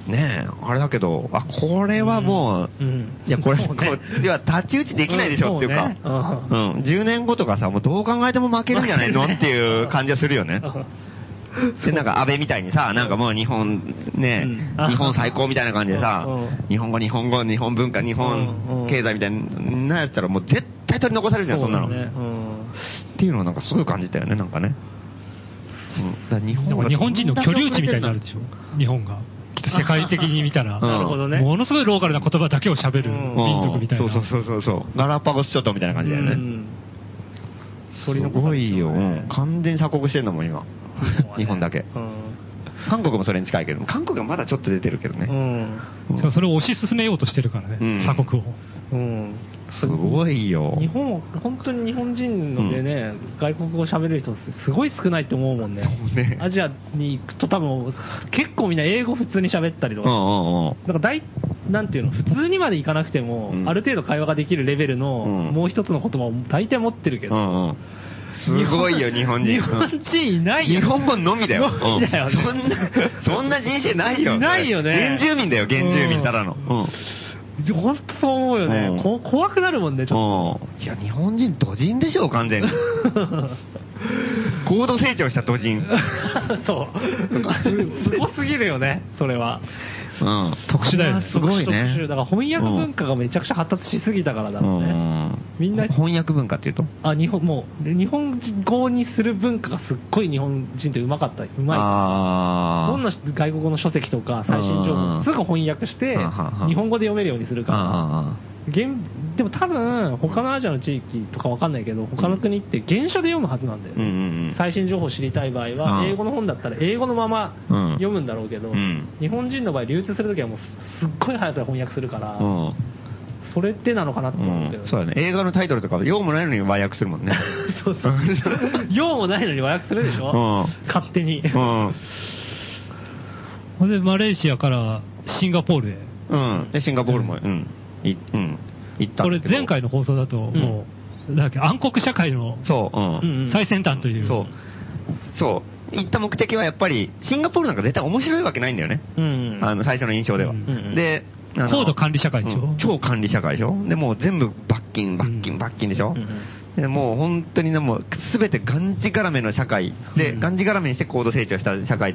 B: ねえ、あれだけど、あ、これはもう、
A: うんうん
B: いや、これ、
A: そうね
B: こういや、立ち打ちできないでしょっていうか、
A: うんそう
B: うん、10年後とかさ、もうどう考えても負けるんじゃないのっていう感じはする よね。で、なんか安倍みたいにさ、なんかもう日本、ね
A: う、ん
B: 日本最高みたいな感じでさ
A: うんうん、
B: 日本語、日本語、日本文化、日
A: うんう
B: 本
A: ん
B: 経済みたいなやったらもう絶対取り残されるじゃん、そんなの。
A: だね
B: っ
A: うん
B: ていうのはなんかすごい感じたよね、なんかね。うんだから日
C: で
B: 本
C: も
B: が
C: 日本人の居留地みたいになるでしょ、日本が。きっと世界的に見たら、
B: うん
A: なるほどね。
C: ものすごいローカルな言葉だけを喋る
A: うん
C: 民族みたいな。
B: うんそうそうそうそうそう。ガラパゴス諸島みたいな感じだよ
A: う
B: ね。
A: ん
B: す
A: 鳥の子たち
B: ごいよ。
A: のね
B: うん完全に鎖国してんだもん、今。 日本だけ。
A: うん
B: 韓国もそれに近いけど、韓国はまだちょっと出てるけど
A: う
B: ね。
A: ん。
B: うん
C: そうそれを推し進めようとしてるからね、
B: うん
C: 鎖国を。
A: うん。
B: すごいよ。
A: 日本、本当に日本人のでね、外国語喋れる人すごい少ないって思うもんね。
B: そうね
A: アジアに行くと多分、結構みんな英語普通に喋ったりと
B: うんう
A: か。
B: んうん。
A: なんか大、なんていうの、普通にまでいかなくても、
B: うん
A: ある程度会話ができるレベルの、
B: うん
A: もう一つの言葉を大体持ってるけ
B: う
A: ど。
B: んうん。すごいよ、日本人。
A: 日本人いない
B: 日
A: よ。
B: 本語の みだよ。
A: のみだよね
B: うんそんな、そんな人生ないよ。
A: ないよね
B: 原住民だよ、原住民ただの。うん。
A: 本当そう思うよね。
B: うん
A: こ怖くなるもんね、ちょっ
B: うんいや、日本人、土人でしょ、完全に。高度成長した土人。
A: と。そう。すごすぎるよね、それは。
B: うん。
C: 特殊だよね
B: すごいね
A: 特殊。だから翻訳文化がめちゃくちゃ発達しすぎたからだ
B: う
A: ろうん
B: う
A: ね。
B: ん。
A: みんな
B: 翻訳文化っていうと
A: あ、日本、もう、日本語にする文化がすっごい日本人ってうまかった。うまい。
B: ああ。
A: どんな外国語の書籍とか最新情報
B: うん
A: をすぐ翻訳して
B: うんうんうん、
A: 日本語で読めるようにするか
B: あ
A: ら。現でも多分、他のアジアの地域とかわかんないけど、他の国って原書で読むはずなんだよ
B: あ。うんう
A: ね。
B: ん
A: 最新情報を知りたい場合
B: う
A: は、
B: ん
A: 英語の本だったら英語のまま
B: うん
A: 読むんだろうけど
B: うん、
A: 日本人の場合流通するときはもうすすっごい速さで翻訳するから
B: う、ん。
A: それってなのかなって
B: うん。
A: 思
B: う
A: うんけど。
B: そうだね。映画のタイトルとか、用もないのに和訳するもん ね。
A: そうそう。 用もないのに和訳するでしょ
B: う
A: 勝手に。
B: うん。
C: ほんで、マレーシアからシンガポールへ。
B: うん。 で、シンガポールも、うん。い、うん。行った
C: こ
B: んだ
C: れ
B: けど
C: 前回の放送だと、もう、なんだっけ、暗黒社会の
B: そう、うん。
A: うんうん
C: 最先端という。
B: そう。そう。行った目的はやっぱり、シンガポールなんか絶対面白いわけないんだよね。
A: うん
B: あの、最初の印象では。
C: うん
A: うん
B: で、あの
C: 高度管理社会でしょ
B: うん超管理社会でしょで、もう全部罰金、罰
C: う
B: 金、
C: ん
B: 罰金でしょ、
A: うんうん
B: でもう本当にね、もうすべてがんじがらめの社会で、
C: うん
B: がんじがらめにして高度成長した社会っ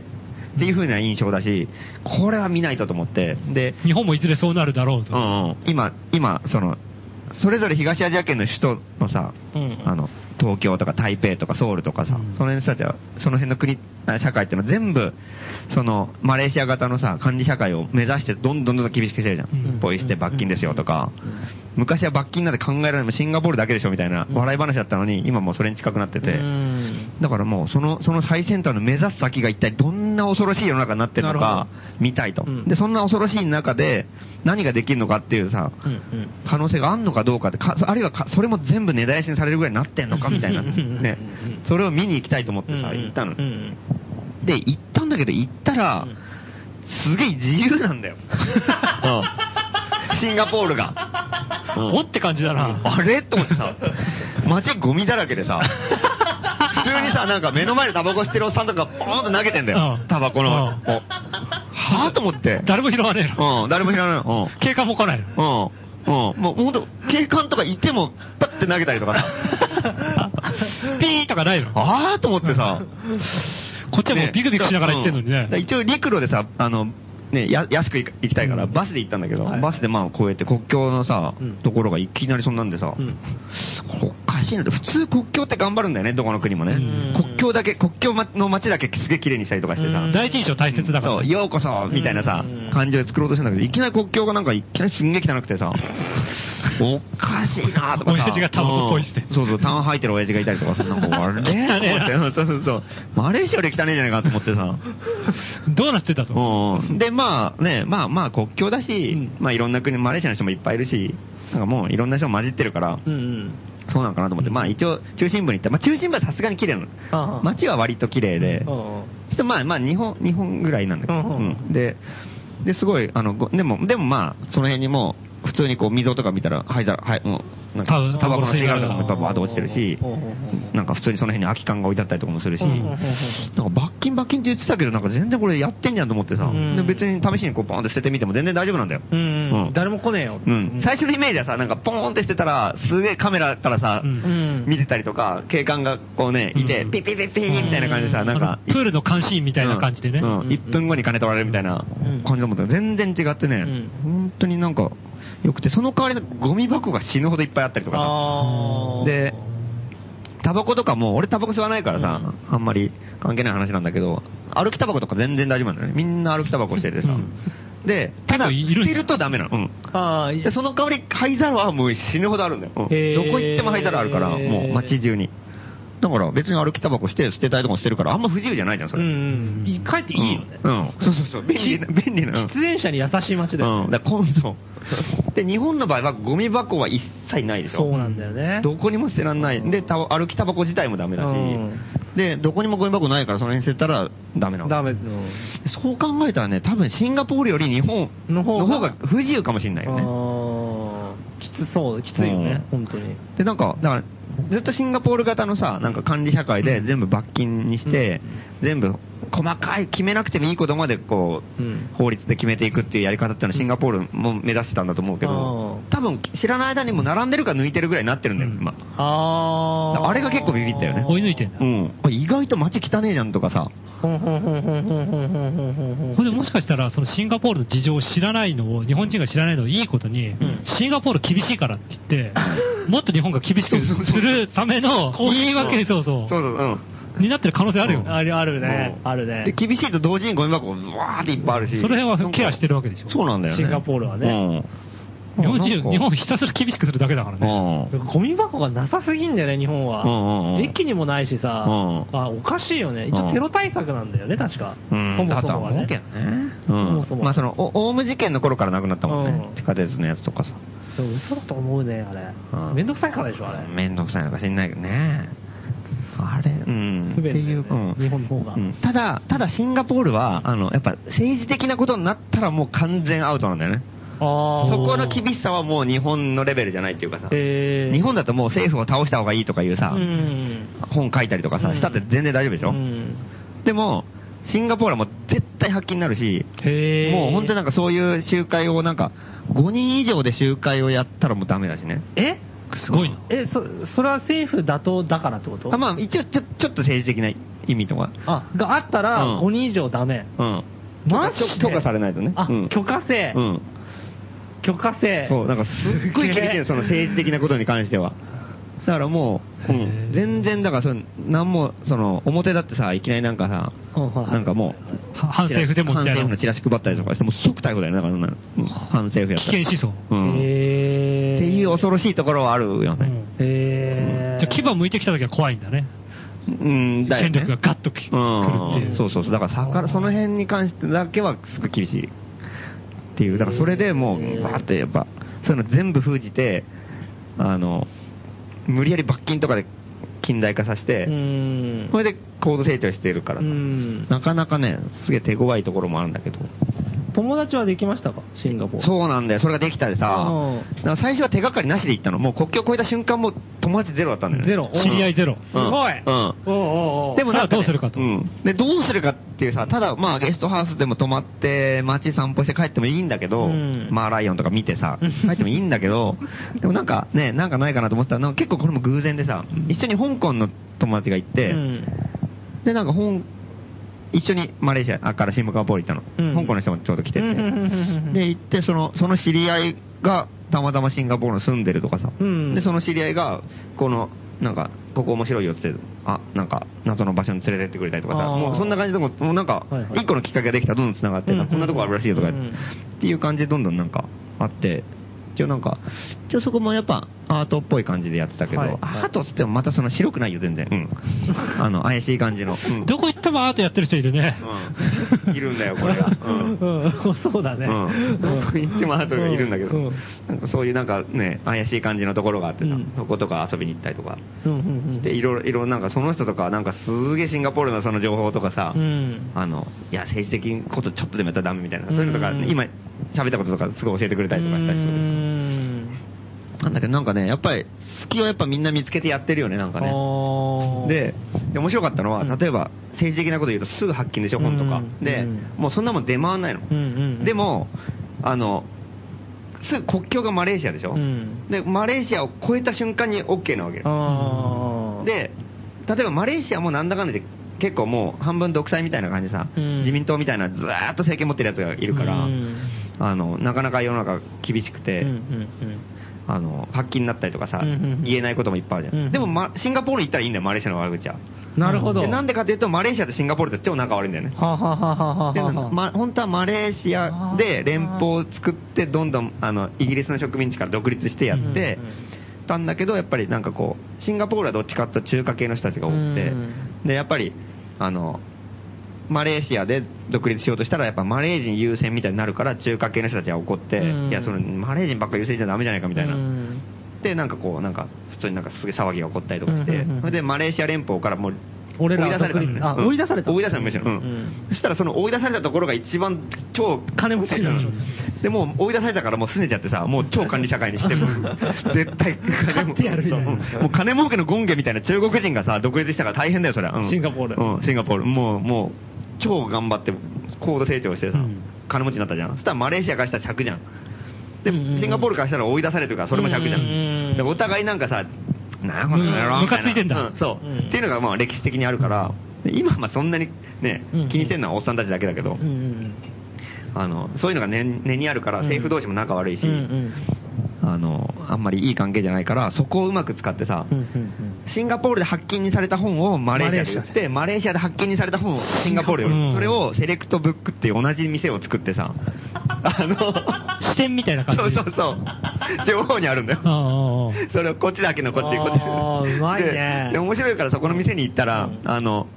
B: ていう風な印象だし、これは見ないとと思って、で、
C: 日本もいずれそうなるだろうと。
B: うんうん今、今、その、それぞれ東アジア圏の首都のさ、
A: うん
B: あの、東京とか台北とかソウルとかさ、
C: うん
B: その辺の人たちは、その辺の国、あ社会っていうのは全部、その、マレーシア型のさ、管理社会を目指してどんどんどんどん厳しくしてるじゃん。
C: うん
B: ポイ捨て罰金ですよとか、
A: うん
B: 昔は罰金なんて考えられない、シンガポールだけでしょみたいな、
A: うん
B: 笑い話だったのに、今もうそれに近くなってて、
A: うん
B: だからもう、その、その最先端の目指す先が一体どんな恐ろしい世の中になってるの
A: な
B: か
A: る、
B: 見たいと、
A: うん
B: で、そんな恐ろしい中で、何ができるのかっていうさ、
A: うんうん
B: 可能性があるのかどうかって、かあるいはかそれも全部根絶やしにされるぐらいになってんのかみたいな、
A: うんうんうんうん
B: ね、それを見に行きたいと思ってさ、
A: うん
B: 行ったの。
A: うんうん
B: で、行ったんだけど、行ったら、
A: うん
B: すげえ自由なん だよ。うんシンガポールが。うん
C: おって感じだな。
B: あれと思ってさ、街ゴミだらけでさ、普通にさ、なんか目の前でタバコ吸ってるおっさんとかポーンと投げてんだよ
C: うん。
B: タバコの。
C: うん
B: こうはぁと思って。
C: 誰も拾わねえの。
B: うん、誰も知らない。うん。
C: 警官も 来ないの。
B: うん。うん。もう、ほんと、警官とかいても、パッて投げたりとかさ。
C: ピーとかないの。こ
B: あーと思ってさ。
C: っちはもうビクビクしながら行ってんのに
B: うんだから
C: ね。
B: 一応陸路でさ、あの、ね、や安く行行きたいから、バスで行ったんだけど、
A: はい
B: バスでまあ越えて国境のさ、
A: うん
B: ところがいきなりそんなんでさ、
A: うん
B: これおかしいなって、普通国境って頑張るんだよね、どこの国もね
C: ん。
B: 国境だけ、国境まの街だけすげえ綺麗にしたりとかしてさ
A: う。ん
C: 第一印象大切だから。
B: そう、ようこそみたいなさ
A: うん、
B: 感じで作ろうとしてんだけど、いきなり国境がなんかいきなりすんげえ汚くて さ、おかしいなとかさ。
C: 親父がタバコポイ捨て
B: うんそうそう、タン吐いてる親父がいたりとかさ、なん かあれと思ってそうそうそう。マレーシアより汚いんじゃないかと思ってさ。
C: どうなってたと。
B: うん。で、まあね、まあまあ国境だし、まあいろんな国、マレーシアの人もいっぱいいるし、なんかもういろんな人混じってるから、
A: うんうん
B: そうなんかなと思って、まあ一応中心部に行った。まあ中心部はさすがに綺麗な
A: あ
B: の。
A: あ
B: 街は割と綺麗で、
A: うん
B: ちょっとまあまあ日本、日本ぐらいなんだけど、
A: うんうん
B: うんで、で、すごい、あの、ごでも、でもまあ、その辺にもう、普通にこう溝とか見たら、灰皿、はい、もう、なん
C: タバ
B: か、
C: コ
B: タバコの吸い殻とか
C: 吸
B: も
C: い殻
B: ババーッと落ちてるし
A: うんうんうん、
B: なんか普通にその辺に空き缶が置いてあったりとかもするし、
A: うん
C: うんうん
B: なんか罰金罰金って言ってたけど、なんか全然これやってんじゃんと思ってさ、
A: うん
B: で別に試しにこうポーンって捨ててみても全然大丈夫なんだよ。
A: うん
B: う
A: うんん。誰も来ねえよ。
B: うん。最初のイメージはさ、なんかポーンって捨てたら、すげえカメラからさ、
C: うん
A: うん。
B: 見てたりとか、警官がこうね、いて、
C: うん
B: ピッピッピッピーみたいな感じでさ、
A: うん
B: なんか
C: あ、のプールの監視員みたいな感じでね。
B: うん、1分後に金取られるみたいな
A: うん
B: 感じだもんね全然違ってね、
A: う
B: 本当になんか、良くて、その代わりゴミ箱が死ぬほどいっぱいあったりとかさ、
A: あー
B: で、タバコとかも、俺タバコ吸わないからさ、あんまり関係ない話なんだけど、歩きタバコとか全然大丈夫なんだよね。みんな歩きタバコしててさ。で、ただ、
C: 結構いる
B: 捨てるとダメなの。うん
A: ああ、い
B: で、その代わり灰皿はもう死ぬほどあるんだよ。うん
A: へー
B: どこ行っても灰皿あるから、もう街中に。だから別に歩きタバコして捨てたいとこもしてるから、あんま不自由じゃないじゃん、それ。
A: うんうん。かえっていいよね。
B: うん。うんそ うそうそう。便利な、便利な。うん
A: 喫煙者に優しい街だよ。
B: うん。だから今度。で、日本の場合はゴミ箱は一切ないでしょ。
A: そうなんだよね。
B: どこにも捨てらんない。で、た歩きタバコ自体もダメだし、
A: うん
B: で、どこにもゴミ箱ないからその辺捨てたらダメなの。
A: ダメ。
B: そう考えたらね、多分シンガポールより日本の
A: の方
B: 方
A: が
B: が不自由かもしれないよね。
A: ああ、きつそう、きついよね、
B: う
A: 本当に。
B: で、なんか、だから、ずっとシンガポール型のさ、なんか管理社会で全部罰金にして、全部細かい、決めなくてもいいことまでこう、
A: うん
B: 法律で決めていくっていうやり方っていうのはシンガポールも目指してたんだと思うけど
A: う、ん
B: 多分知らない間にもう並んでるか抜いてるぐらいになってるんだよ、
C: うん
B: 今。
A: ああ。
B: あれが結構ビビったよね
C: 追い抜いてんだ
B: う。ん。あ意外と街汚ねえじゃんとかさ。
A: ほんほんほんほんほんほんほんほんほんほん
C: これでもしかしたら、そのシンガポールの事情を知らないのを、日本人が知らないのをいいことに、
A: ん
C: シンガポール厳しいからって 言って、もっと日本が厳しくするための言い訳、そうそ
B: そうそう、うん。
C: う、になってる可能性あるよ。
A: あるあるね
B: う。ん
A: あるね
B: で、。厳しいと同時にゴミ箱がわーっていっぱいあるし。
C: その辺はケアしてるわけでしょ
B: そうなんだよね。
A: シンガポールはね
B: うん。
C: 日本
B: なんか
C: 人、日本ひたすら厳しくするだけだからね。
B: うん。
A: ゴミ箱がなさすぎんだよね、日本
B: うんうんう
A: は
B: ん。
A: 駅にもないしさ、
B: うん
A: あおかしいよね。一応テロ対策なんだよね、確か。そもそもは
B: だと
A: ね。
B: は思うけどね。うん。
A: そもそも
B: まあその、おオウム事件の頃からなくなったもんね
A: う。ん
B: 地下鉄のやつとかさ。
A: でも嘘だと思うね、あれ
B: う。ん
A: めんどくさいからでしょ、あれ。
B: めんどくさいのか知んないけどね。あれ、うん。
A: 不便だよね
B: っていう、うん
A: 日本の方が
B: うんただ、ただシンガポールは、あの、やっぱ政治的なことになったらもう完全アウトなんだよね。
A: あ
B: そこの厳しさはもう日本のレベルじゃないっていうかさ。
A: えー、
B: 日本だともう政府を倒した方がいいとかいうさ、
A: うん。
B: 本書いたりとか
A: う
B: さ、
A: ん
B: したって全然大丈夫でしょ、
A: うん
B: でも、シンガポールはもう絶対発禁になるし、
A: へー
B: もう本当になんかそういう集会をなんか、5人以上で集会をやったらもうダメだしね。
A: え
C: すごいな。
A: え、そ、それは政府打倒だからってこと
B: あまあ一応ちょちょっと政治的な意味とか、
A: あ、があったら
B: うん
A: 5人以上ダメ。
B: うん。
A: マジ
B: 許
A: で
B: 可許可されないとね。
A: あ、
B: うん、
A: 許可制、
B: うん。
A: 許可制。
B: そう、なんかすっごい厳しいのその政治的なことに関しては。だからもう、うん
C: へー
B: 全然、だからその、なんも、その、表だってさ、いきなりなんかさ、
A: うんはい
B: なんかもう、
C: は反政府デモみ
B: 反
C: たい
B: 政
C: な
B: 府の。チラシ配ったりとかして、もう即逮捕だよね、だからそんなのうん反政府やったら。
C: 危険思
B: う
A: へ
B: ん。
A: え
B: っていう恐ろしいところはあるよね。
A: へえ
C: じゃあ牙向いてきた時は怖いんだね。
B: うん、だよ
C: 権
B: ね。
C: 力がガッとき来るっていうう。
B: ん、そうそうそう。だからさから、その辺に関してだけはすごい厳しい。っていう。だからそれでもう、バーってやっぱ、そういうの全部封じて、あの、無理やり罰金とかで近代化させて、
A: うん
B: そ。れで高度成長してるから
A: う
B: さ、
A: ん。
B: なかなかね、すげえ手強いところもあるんだけど。
A: 友達はできましたかシンガポール。
B: そうなんだよ。それができたでさ
A: うん、
B: だから最初は手がかりなしで行ったの。もう国境越えた瞬間もう友達ゼロだったんだよね。
A: ゼロ。
C: 知り合いゼロ。
A: すごい。
B: うんうん
A: おうおうおう
B: でもなんか、
C: さあどうするかと
B: うん。で、どうするかっていうさ、ただまあゲストハウスでも泊まって街散歩して帰ってもいいんだけ
A: う
B: ど、
A: ん
B: マーライオンとか見てさ、
A: うん
B: 帰ってもいいんだけど、でもなんかね、なんかないかなと思ったら、なんか結構これも偶然でさ、一緒に香港の友達が行って、
A: うん。
B: で、なんか本、一緒にマレーシアあからシンガポール行ったの、
A: うん
B: 香港の人もちょうど来てて。
A: うんうんうんうん
B: で、行って、その、その知り合いが、たまたまシンガポールに住んでるとかさ。
A: うん
B: で、その知り合いが、この、なんか、ここ面白いよって言って、あ、なんか、謎の場所に連れてってくれたりとかさ、
A: あー
B: もうそんな感じでも、もうなんか
A: はいは、い
B: 一個のきっかけができたらどんどん繋がって、
A: うんうんうん
B: あこんなとこあるらしいよとか、
A: うん
B: っていう感じでどんどんなんか、あって、一応なんか、一応そこもやっぱ、アートっぽい感じでやってたけど、
A: はいはい
B: アートっつってもまたその白くないよ、全然。うん。あの、怪しい感じの。うん
C: どこ行ってもアートやってる人いるね。
B: うん いるんだよ、これが。うん
A: うんそうだね。
B: うん。行ってもアートがいるんだけど、
A: うん
B: なんかそういうなんかね、怪しい感じのところがあってさ、
A: うん
B: そことか遊びに行ったりとか。
A: うんうん
B: で、いろいろ、いろいろなんかその人とか、なんかすげえシンガポールのその情報とかさ、
A: うん。うん。
B: あの、いや、政治的なことちょっとでもやったらダメみたいな、そういうのとか、
A: うん
B: 今喋ったこととかすごい教えてくれたりとかしたりする。
A: う
B: なんだけど、なんかね、やっぱり、隙をやっぱみんな見つけてやってるよね、なんかね。
A: あー
B: で、で面白かったの
A: う
B: は、
A: ん
B: 例えば、政治的なこと言うとすぐ発禁でしょ、本とか。
A: うん
B: で
A: うん、
B: もうそんなもん出回んないの。
A: うんうんうん
B: でも、あの、すぐ国境がマレーシアでしょ、
A: うん
B: で、マレーシアを越えた瞬間に OK なわけよ。
A: あー
B: で、例えばマレーシアもなんだかんだで結構もう半分独裁みたいな感じさ、
A: うん
B: 自民党みたいなずーっと政権持ってるやつがいるから、
A: うん
B: あの、なかなか世の中厳しくて、
A: うんうん
B: あの、発禁になったりとかさ、
A: うんうんうん
B: 言えないこともいっぱいあるじゃん。
A: うんうん
B: でも、ま、シンガポール行ったらいいんだよ、マレーシアの悪口は。
A: うんなるほど。
B: で、なんでかっていうと、マレーシアとシンガポールって超仲悪いんだよね。
A: はあはあはあはあはあ
B: で、ま、本当はマレーシアで連邦を作って、どんどん、あの、イギリスの植民地から独立してやって、
A: うんうん
B: たんだけど、やっぱりなんかこう、シンガポールはどっちかっていうと中華系の人たちが多くて、
A: うん
B: で、やっぱり、あの、マレーシアで独立しようとしたら、やっぱマレー人優先みたいになるから、中華系の人たちは怒って、
A: うん
B: いや、その、マレー人ばっか優先じゃダメじゃないかみたいな。
A: うん
B: で、なんかこう、なんか、普通になんかすげえ騒ぎが起こったりとかして、
A: うんうんうん
B: それでマレーシア連邦からもう、
A: 俺ら
B: 追い出されたのね
A: は独立あ追い出された
B: うん追い出されたむしろ。うん
A: うん
B: そしたらその追い出されたところが一番超
A: 金持ちになる
B: うんで、もう追い出されたからもう拗ねちゃってさ、もう超管理社会に して、もう絶対金
A: 買
B: も
A: ってやるみたいな
B: うんもう金儲けのゴンゲみたいな中国人がさ、独立したから大変だよ、それは。うん
A: シンガポール
B: うん、シンガポール。もう、もう、超頑張って、高度成長してさ
C: うん、
B: 金持ちになったじゃん。そしたらマレーシアからしたら尺じゃん。で、
A: うんうんうん
B: シンガポールからしたら追い出されてるから、それも尺じゃ
A: うんうんうん
B: ん。でお互いなんかさ、なあ、この野郎
C: む
B: みたな
C: むかついてんだ
B: うそう、
A: うん
B: っていうのがまあ歴史的にあるから、で今はまあそんなにね
A: うん、
B: 気にしてるのはおっさんたちだけだけど、
A: うんうん
B: あの、そういうのが根根にあるから、
A: うん
B: 政府同士も仲悪いし、
A: うんうん
B: あの、あんまりいい関係じゃないから、そこをうまく使ってさ、
A: うんうん
B: シンガポールで発禁にされた本をマレーシアで売って、マレーシアで発禁にされた本をシンガポールで売る。
C: うん
B: それをセレクトブックっていう同じ店を作ってさ、あ
C: 支店みたいな
B: の、
C: 感じ
B: そうそうそう、両方にあるんだよ。
C: ああああ
B: それをこっちだけのこっち、こっち。
A: あーうまいね
B: でで、面白いからそこの店に行ったら、
A: うん
B: あの、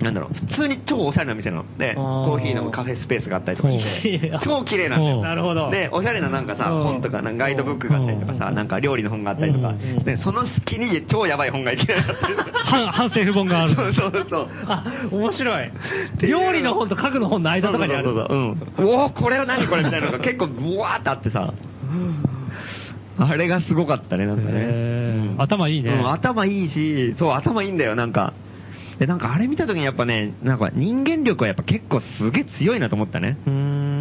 B: なんだろう、普通に超おしゃれな店なの。で、
A: ー
B: コーヒー飲むカフェスペースがあったりとかして
A: ほう、
B: 超綺麗なんだ
C: ほう
B: よ。
A: なるほど。
B: で、おしゃれななんかさ、
A: うん
B: 本とか、なんかガイドブックがあったりとかさ、
A: うん
B: なんか料理の本があったりとか
C: うん
A: うん、
B: で、その隙に超やばい本がいきなりあったりとか。
C: 反反政府本があ る。
B: そうそうそう。
A: あ、面白い
B: っ。ていう
A: 料理の本と家具の本の間とかにある。
B: そうそうそうそううん。おお、これは何これみたいなのが結構、ブワーってあってさ、あれがすごかったね、なんかね。
C: へー
B: うん
C: 頭いいね
B: うん、頭いいし、そう、頭いいんだよ、なんか。で、なんかあれ見た時にやっぱね、なんか人間力はやっぱ結構すげえ強いなと思ったね。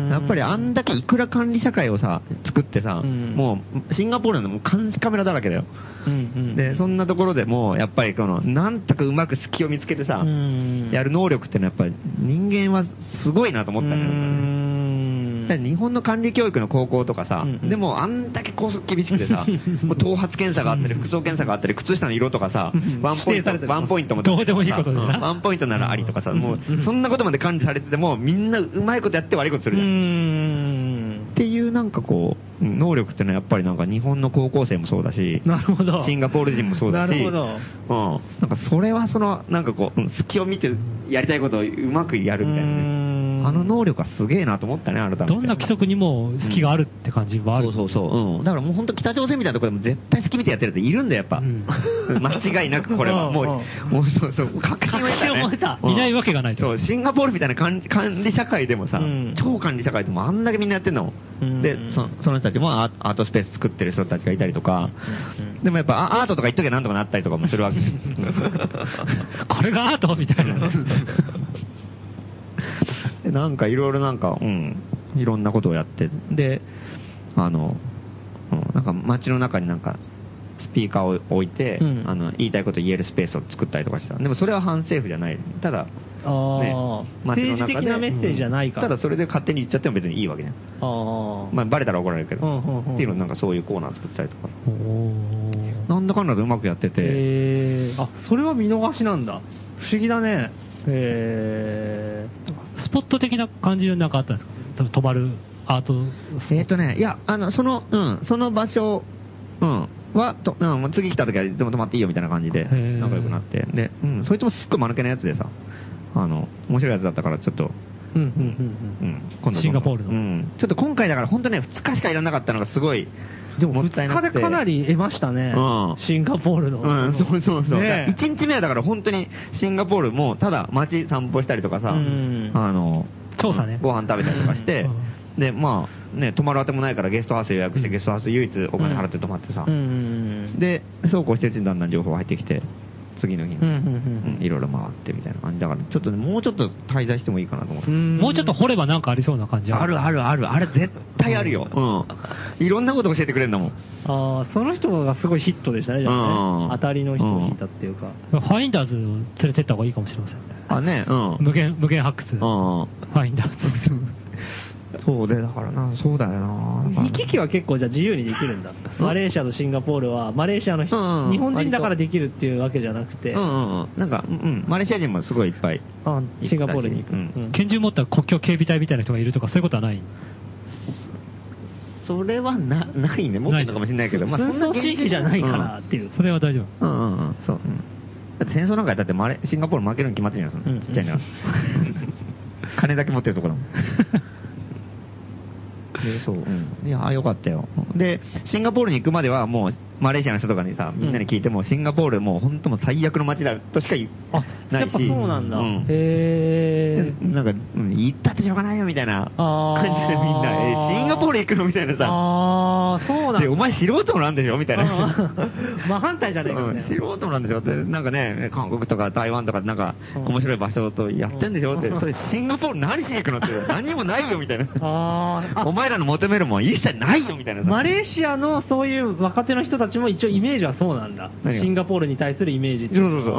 B: や
A: や
B: っぱりあんだけいくら管理社会をさ、作ってさ、
A: うん
B: もうシンガポールなんてもう監視カメラだらけだよ。で、そんなところでもうやっぱりこの、なんとかうまく隙を見つけてさ、やる能力ってのはやっぱり人間はすごいなと思ったね。だから日本の管理教育の高校とかさ、
A: うんうん
B: でもあんだけ校則厳しくてさ、もう頭髪検査があったり、服装検査があったり、靴下の色とかさ
A: うん、
B: ワンポイン
A: 指定されて
B: ト、
A: る
B: ワンポイントも
C: どうでもいいことだな
B: うんワンポイントならありとかさ、もう
A: うん
B: そんなことまで管理されてても、みんなうまいことやって悪いことするじゃん。っていうなんかこう、うん能力ってのはやっぱりなんか日本の高校生もそうだし、
A: なるほど。
B: シンガポール人もそうだし、
A: なるほど
B: うん。なんかそれはその、なんかこう、うん隙を見てやりたいことをうまくやるみたいなね。あの能力はすげえなと思ったね、改めて。
C: どんな規則にも隙があるって感じはあ
B: そ
C: る。
B: うそうそう。うん。だからもう本当北朝鮮みたいなところでも絶対好き見てやってるやついるんだよ、やっぱ。
C: うん
B: 間違いなくこれは。もう、
A: うん
B: もうそうそう、確信を得た、ね。
A: 確信を得た
B: うん
C: いないわけがないと
B: そう、シンガポールみたいな管理管理社会でもさ、
A: うん
B: 超管理社会でもあんだけみんなやってんの。
A: うん
B: でそ、その人たちもアアートスペース作ってる人たちがいたりとか、でもやっぱあアートとか言っときゃなんとかなったりとかもするわけ。
C: これがアートみたいな。
B: でなんかいろいろなんか、うん、いろんなことをやって、で、あの、うんなんか街の中になんか、スピーカーを置いて、
A: うん
B: あの、言いたいこと言えるスペースを作ったりとかした。でもそれは反政府じゃない。ただ、
A: あー政治的なメッセージじゃないか
B: うんただそれで勝手に言っちゃっても別にいいわけじゃん。
A: ああ。
B: まあ、バレたら怒られるけど、
A: うんうんうん
B: っていうのなんかそういうコーナー作ったりとか。
C: おー
B: なんだかんだでうまくやってて、
A: へーあ、それは見逃しなんだ。不思議だね。へ
C: スポット的な感じのなんかあったんですか止まるアート。
B: えっ、とね、いや、あの、その、うん、その場所、うん、は、と、うん、もう次来た時はいつでも泊まっていいよみたいな感じで、
C: へー
B: 仲良くなって。で、うん、そいつもすっごい間抜けなやつでさ、あの、面白いやつだったからちょっと、
A: うんうんうん
B: うん、今度
C: シンガポールの
B: うん。ちょっと今回だから本当ね、2日しかいらなかったのがすごい、
A: でも、
B: も
A: 2
B: ったいな
A: 日
B: く
A: で
B: て。
A: かなり得ましたね。
B: うん
A: シンガポールの。
B: うん、そうそうそう。
A: ねえ
B: 1日目はだから本当にシンガポールもただ街散歩したりとかさ、
A: うん
B: あの、
C: 調査ね
B: ご飯食べたりとかして、で、まあ、ね、泊まるあてもないからゲストハウス予約して、
C: うん
B: ゲストハウス唯一お金払って泊まってさ、
A: うんうん
B: で、そうこうしてるうちにだんだん情報入ってきて、次の日に、
A: うんうん
B: うんいろいろ回ってみたいな感じだから、ちょっとね、もうちょっと滞在してもいいかなと思って。
A: ん
C: もうちょっと掘ればなんかありそうな感じ
B: あるあるある、あれ絶対あるよ。うん。いろんなこと教えてくれるんだもん。
A: ああ、その人がすごいヒットでしたね、じゃあ
B: うん
A: ね。当たりの人を引いたっていうか。
C: ファインダーズを連れてった方がいいかもしれませんね。
B: あ、ね、うん。
C: 無限、無限発掘。
B: う
C: フ
B: ん。
C: ァインダーズ。
B: そうで、だからな、そうだよな。だから
A: 行き来は結構じゃあ自由にできるんだ。
B: うん
A: マレーシアとシンガポールは、マレーシアの人
B: うんうん
A: 日本人だからできるっていうわけじゃなくて
B: う、んうんうん。なんか、うんうん。マレーシア人もすごいいっぱい。
A: あシンガポールに行く。
B: うん
A: うん
C: 拳銃持った国境警備隊みたいな人がいるとか、そういうことはない。
B: それはな、ないね。持ってるのかもしれないけど、
A: 紛争地域じゃないから。っていう。
C: それは大丈夫。
B: うんうんうんうん。そう。うんだって戦争なんかやったってマレ、シンガポール負けるに決まってるじゃん。そ
A: うん
B: のちっちゃ いな。金だけ持ってるところだもん。でそう、うん。いや、よかったよ。で、シンガポールに行くまではもう、マレーシアの人とかにさ、みんなに聞いても、シンガポールもう本当もう最悪の街だとしか言
A: あ、
B: ないし。
A: やっぱそうなんだ。
B: うん
A: へー。
B: なんか、うん行ったってしょうがないよみたいな
A: あ
B: 感
A: ー
B: じでみんな、えシンガポール行くのみたいなさ。
A: ああ、そうなん
B: で、
A: だ
B: お。前素人なんでしょみたいな。
A: うん 真反対じゃねえか
B: う
A: み
B: ん
A: たいな
B: 素人なんでしょって、なんかね、韓国とか台湾とかなんか
A: うん
B: 面白い場所とやってんでしょって
A: う、ん
B: それシンガポール何しに行くのって、 何もないよみたいな。
A: あーあ
B: お前らの求めるもん一切ないよみたいなさ。
A: マレーシアのそういう若手の人たちも一応イメージはそうなんだ。
B: 何が
A: シンガポールに対するイメージって
B: そ
A: いうう
B: そうそう。うん。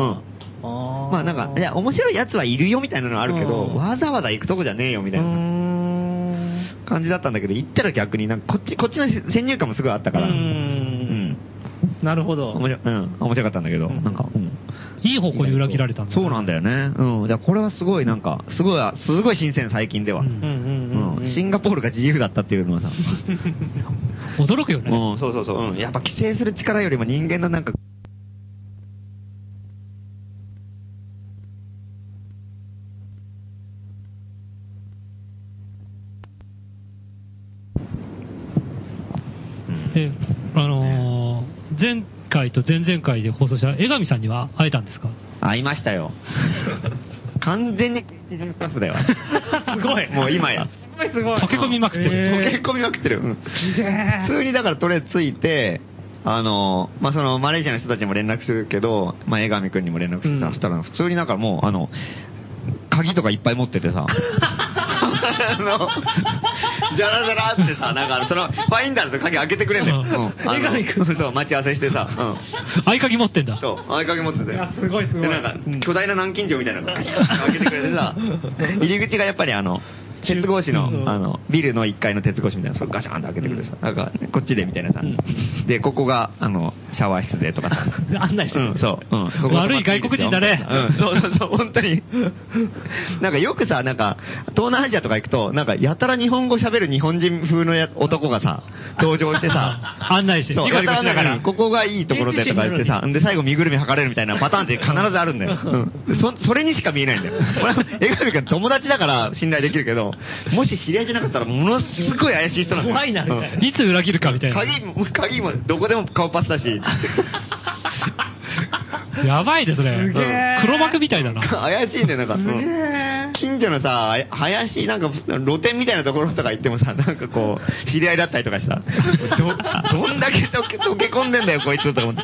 A: あー
B: まあなんか、いや、面白い奴はいるよみたいなのはあるけ
A: う
B: ど、
A: ん
B: わざわざ行くとこじゃねえよみたいう
A: ー
B: なん感じだったんだけど、行ったら逆になんかこっち、こっちの先入観もすごいあったから。
A: うーん
B: うん
A: なるほど。
B: 面白うん、面白かったんだけど、なんか、うん。
C: いい方向に裏切られたんだ。
B: そうなんだよね。うん。だからこれはすごいなんか、すごい、すごい新鮮、最近では。
C: う
A: うんんうんうん
B: う
A: うんん。
B: シンガポールが自由だったっていうの はさ、
C: 驚くよ
B: う
C: ね。
B: ん、そうそうそう、うん。やっぱ規制する力よりも人間のなんか、うん
C: で、あのー、前回と前々回で放送した江上さんには会えたんですか
B: あ、いまし たよ。完全に現地人スタッフだよ。
A: すごい
B: もう今や。
A: すごいすごい。
C: 溶け込みまくってる
A: えー
B: 溶け込みまくってる。うん普通にだからとりあえずついて、あの、まあ、その、マレーシアの人たちにも連絡するけど、まあ、江上くんにも連絡して
A: う
B: さ、
A: ん
B: したら、普通になんかもう、あの、鍵とかいっぱい持ってて さ、あの、じゃらじゃらってさ、なんかあの、その、ファインダーズの鍵開けてくれんだよ。
C: うん
B: うんあの
A: 江上くん
B: そう、待ち合わせしてさ、うん。
C: 合鍵持ってんだ。
B: そう、合鍵持ってた
A: い
B: よ
A: や。すごいすごい
B: で、なんか、巨大な南京錠みたいなのが開けてくれてさ、入り口がやっぱりあの、鉄格子
A: う
B: の、
A: ん
B: あの、ビルの1階の鉄格子みたいなのガシャンと開けてくれてさ、なんか、こっちでみたいなさ、で、ここが、あの、シャワー室でとかさ、
A: 案内して
B: う
A: る
B: ん、そう、うん。ここ
C: 悪い外国人だね
B: うん、そうそうそう、本当に。 なんかよくさ、なんか、東南アジアとか行くと、なんか、やたら日本語喋る日本人風のや男がさ、登場してさ、
C: 案内して、
B: そう、
C: ニコニコしなが
B: う
C: ら
B: ん。ここがいいところでとか言ってさ、で、最後身ぐるみ剥がれるみたいなパターンって必ずあるんだよ。うん。そ、それにしか見えないんだよ。俺は、江上君友達だから信頼できるけど、もし知り合いじゃなかったらものすごい怪しい人なんだよ。
A: 怖いなみたいな
B: うん
C: いつ裏切るかみたいな。
B: 鍵も、鍵もどこでも顔パスだし、
C: やばいです
A: す
C: ね
A: げえ。
C: 黒幕みたいだな。
B: 怪しいんだよ、なんか。うん近所のさ、あや林、なんか、露店みたいなところとか行ってもさ、なんかこう、知り合いだったりとかしてさ、ど、どんだけ溶け溶け込んでんだよ、こいつとか思って。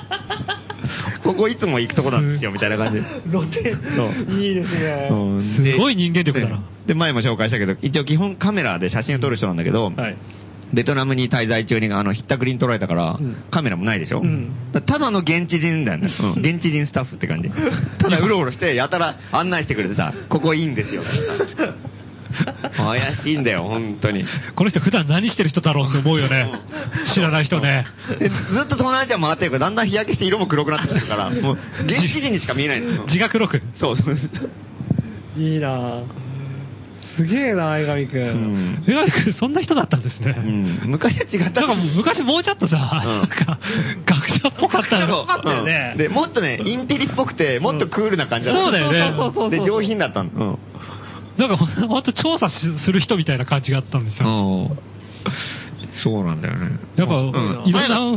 B: ここいつも行くとこなんですよ、みたいな感じで。
A: 露天
B: そ う
A: いいですね。
B: うんです
C: ごい人間力だな
B: でで、前も紹介したけど、一応基本カメラで写真を撮る人なんだけど、
A: はい。
B: ベトナムに滞在中にあの、ひったくりに撮られたから、
A: うん
B: カメラもないでしょ、
A: うん
B: だただの現地人だ よね、うん現地人スタッフって感じ。ただうろうろして、やたら案内してくれてさ、ここいいんですよ。怪しいんだよ、本当に。
C: この人普段何してる人だろうって思うよね。知らない人ね。
B: でずっと東南アジア回ってるから、だんだん日焼けして色も黒くなってきてるから、もう、現地人にしか見えないんだよ。
C: 字が黒く。
B: そうそう。
A: いいなぁすげえな、江上く。
B: うんん
C: 江上君、そんな人だったんです
B: う
C: ね。
B: ん昔は違った。
C: なんかもう昔もうちょっとさ、なんか、学者っぽかったの。
A: 学者っぽかったよね
B: うんで、もっとね、インテリっぽくて、もっとクールな感じだった。
C: そうだよね
A: そうそうそうそう
B: で、上品だったの。
C: なんかほんと調査しする人みたいな感じがあったんです
B: う
C: よ。
B: ん。そうなんだよね。
C: やっぱ、
B: うん
C: いろんな、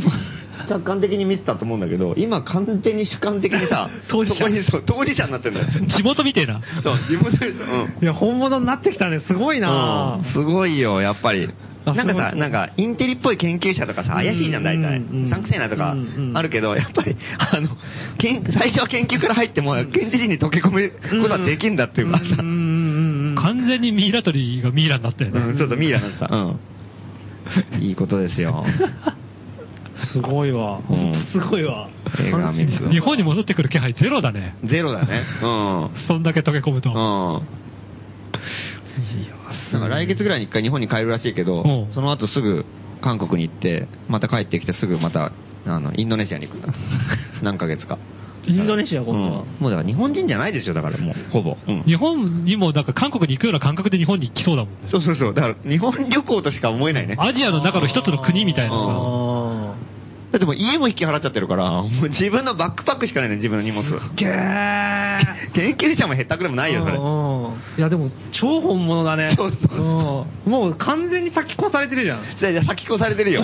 B: 客観的に見てたと思うんだけど、今完全に主観的にさ、
A: 当事者
B: そこにそう当事者になってんだよ。
C: 地元みてえな。
B: そう、自分で、うん。
A: いや、本物になってきたね。すごいなぁ
B: うんすごいよ、やっぱり。
A: あ
B: なんかさ、
A: それは
B: なんか、インテリっぽい研究者とかさ、怪しいじゃん、大体
A: うんうんう。ん
B: さんくせえなとか
A: うんう、ん
B: あるけど、やっぱり、あの、けん最初は研究から入っても、現地人に溶け込むことはできんだっていうかさ、
A: うんうんうんうん
C: 完全にミイラ取りがミイラになったよね。
B: うんちょっとミイラになってた。うん。いいことですよ。
A: すごいわ
B: うん。
A: すごいわ。
B: 映画見る
A: 楽しみ
C: 日本に戻ってくる気配ゼロだね。
B: ゼロだね。うん。
C: そんだけ溶け込むと。
B: うん。なんか来月ぐらいに一回日本に帰るらしいけど
C: うん、
B: その後すぐ韓国に行って、また帰ってきてすぐまた、あの、インドネシアに行くんだ。何ヶ月か。
A: インドネシア、
B: うん
A: 今度は。
B: もうだから日本人じゃないですよ、だからもう、ほぼ。うん
C: 日本にもなんか韓国に行くような感覚で日本に来そうだもんね
B: そ。うそうそう。だから日本旅行としか思えないね。
C: アジアの中の一つの国みたいな
A: あ
B: だってもう家も引き払っちゃってるから、もう自分のバックパックしかないね、自分の荷物。
A: ー。げー。
B: 研究者もへったくれもないよ、それ。
A: うんうんいや、でも、超本物だね。
B: そうそうそ
A: うんもう完全に先越されてるじゃん。
B: じゃあじゃあ先越されてるよ。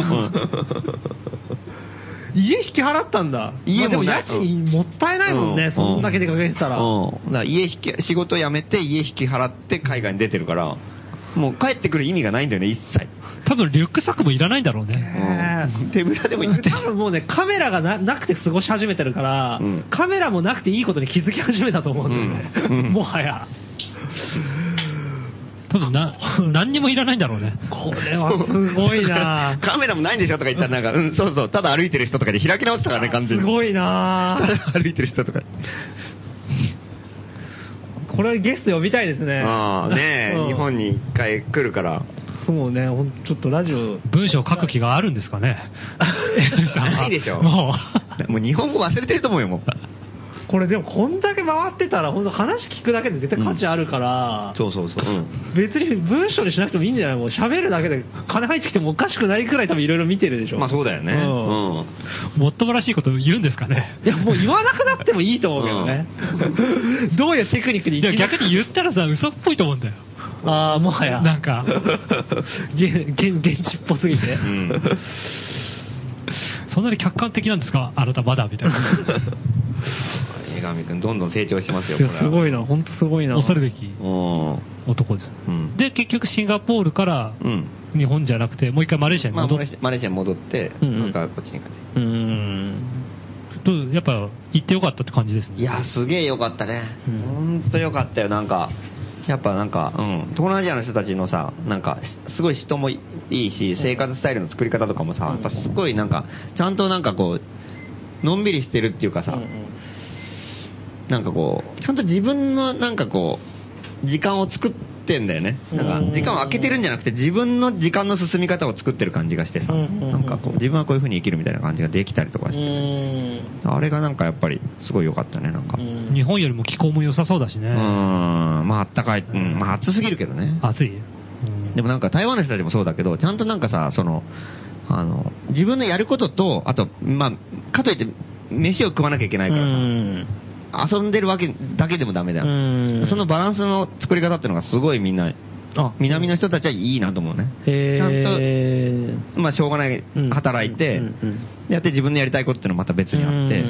A: 家引き払ったんだ。
B: 家も
A: ま
B: な
A: あ
B: い
A: でも家賃もったいないもんね、
B: う
A: そんだけ出かけてたら。
B: うんだから家引き、仕事辞めて家引き払って海外に出てるから、もう帰ってくる意味がないんだよね、一切。
C: 多分リュックサックもいらないんだろうね。
A: へー
B: うん手ぶらでも行って
A: 多分もうね、カメラがななくて過ごし始めてるから、
B: うん
A: カメラもなくていいことに気づき始めたと思うんだよね。
B: うんうん
A: もはや。
C: 多分な、何にもいらないんだろうね。
A: これはすごいな
B: カメラもないんでしょとか言ったらなんか、うん、そうそう、ただ歩いてる人とかで開き直ってたからね、完全
A: す
B: に。
A: ごいな
B: ただ歩いてる人とか。
A: これゲスト呼びたいですね。
B: ああ、ね
A: う
B: え、
A: ん
B: 日本に一回来るから。
A: そうね、ほんちょっとラジ オ。
C: 文章を書く気があるんですかね。
B: ないでしょ
C: も
B: もう日本語忘れてると思うよ、もう。
A: これでもこんだけ回ってたら、本当話聞くだけで絶対価値あるから、
B: そうそうそう。うん。
A: 別に文章にしなくてもいいんじゃないもう喋るだけで金入ってきてもおかしくないくらい多分いろいろ見てるでしょ。
B: まあそうだよね。
A: う
B: うんん。
C: う、もっともらしいこと言うんですかね。
A: いや、もう言わなくなってもいいと思うけどね。どういうテクニックに
C: いや、
A: 生き抜く
C: 逆に言ったらさ、嘘っぽいと思うんだよ。
A: ああ、もはや。
C: なんか、
A: げ現、現地っぽすぎて。
B: うん。
C: そんなに客観的なんですかあなたまだみたい な。
B: 江上くん、どんどん成長しますよ、
A: い
B: こ
A: や
B: れは。
A: すごいな、ほんとすごいな。
C: 恐るべき
B: うん。
C: 男です。
B: うん
C: で、結局シンガポールから
B: うん。
C: 日本じゃなくて、もう一回マレーシアに
B: まあ、
C: 戻
B: マ
C: っ
B: レーシアマレーシアに戻って、
A: うんうん
B: なんかこっちに帰って。
A: うーん。
C: どうやっぱ行ってよかったって感じですね。
B: いや、すげえよかったね。
A: うん
B: ほんとよかったよ、なんか。やっぱなんか、うん。東南アジアの人たちのさ、なんか、しすごい人もいいし、生活スタイルの作り方とかもさ、やっぱすごいなんか、ちゃんとなんかこう、のんびりしてるっていうかさ、
A: うんうん
B: なんかこう、ちゃんと自分のなんかこう、時間を作ってんだよね。なん
A: うん
B: か、時間を空けてるんじゃなくて、自分の時間の進み方を作ってる感じがしてさ、
A: うんうんうん
B: なんかこう、自分はこういう風に生きるみたいな感じができたりとか
A: う
B: して、
A: ーん
B: あれがなんかやっぱり、すごい良かったね、なんか。うん、
C: 日本よりも気候も良さそうだしね。
B: まああったかい、うん、まあ暑すぎるけどね。
C: 暑い。うん
B: でもなんか台湾の人たちもそうだけど、ちゃんとなんかさ、その、あの、自分のやることと、あと、まあ、かといって、飯を食わなきゃいけないからさ、遊んでるわけだけでもダメだよ。
A: うん
B: そのバランスの作り方っていうのがすごいみんな、
A: あ、
B: 南の人たちはいいなと思うね。
A: えー、
B: ちゃんと、まあしょうがない
A: うん、
B: 働いて、
A: うんうん
B: やって自分のやりたいことっていうのまた別にあって、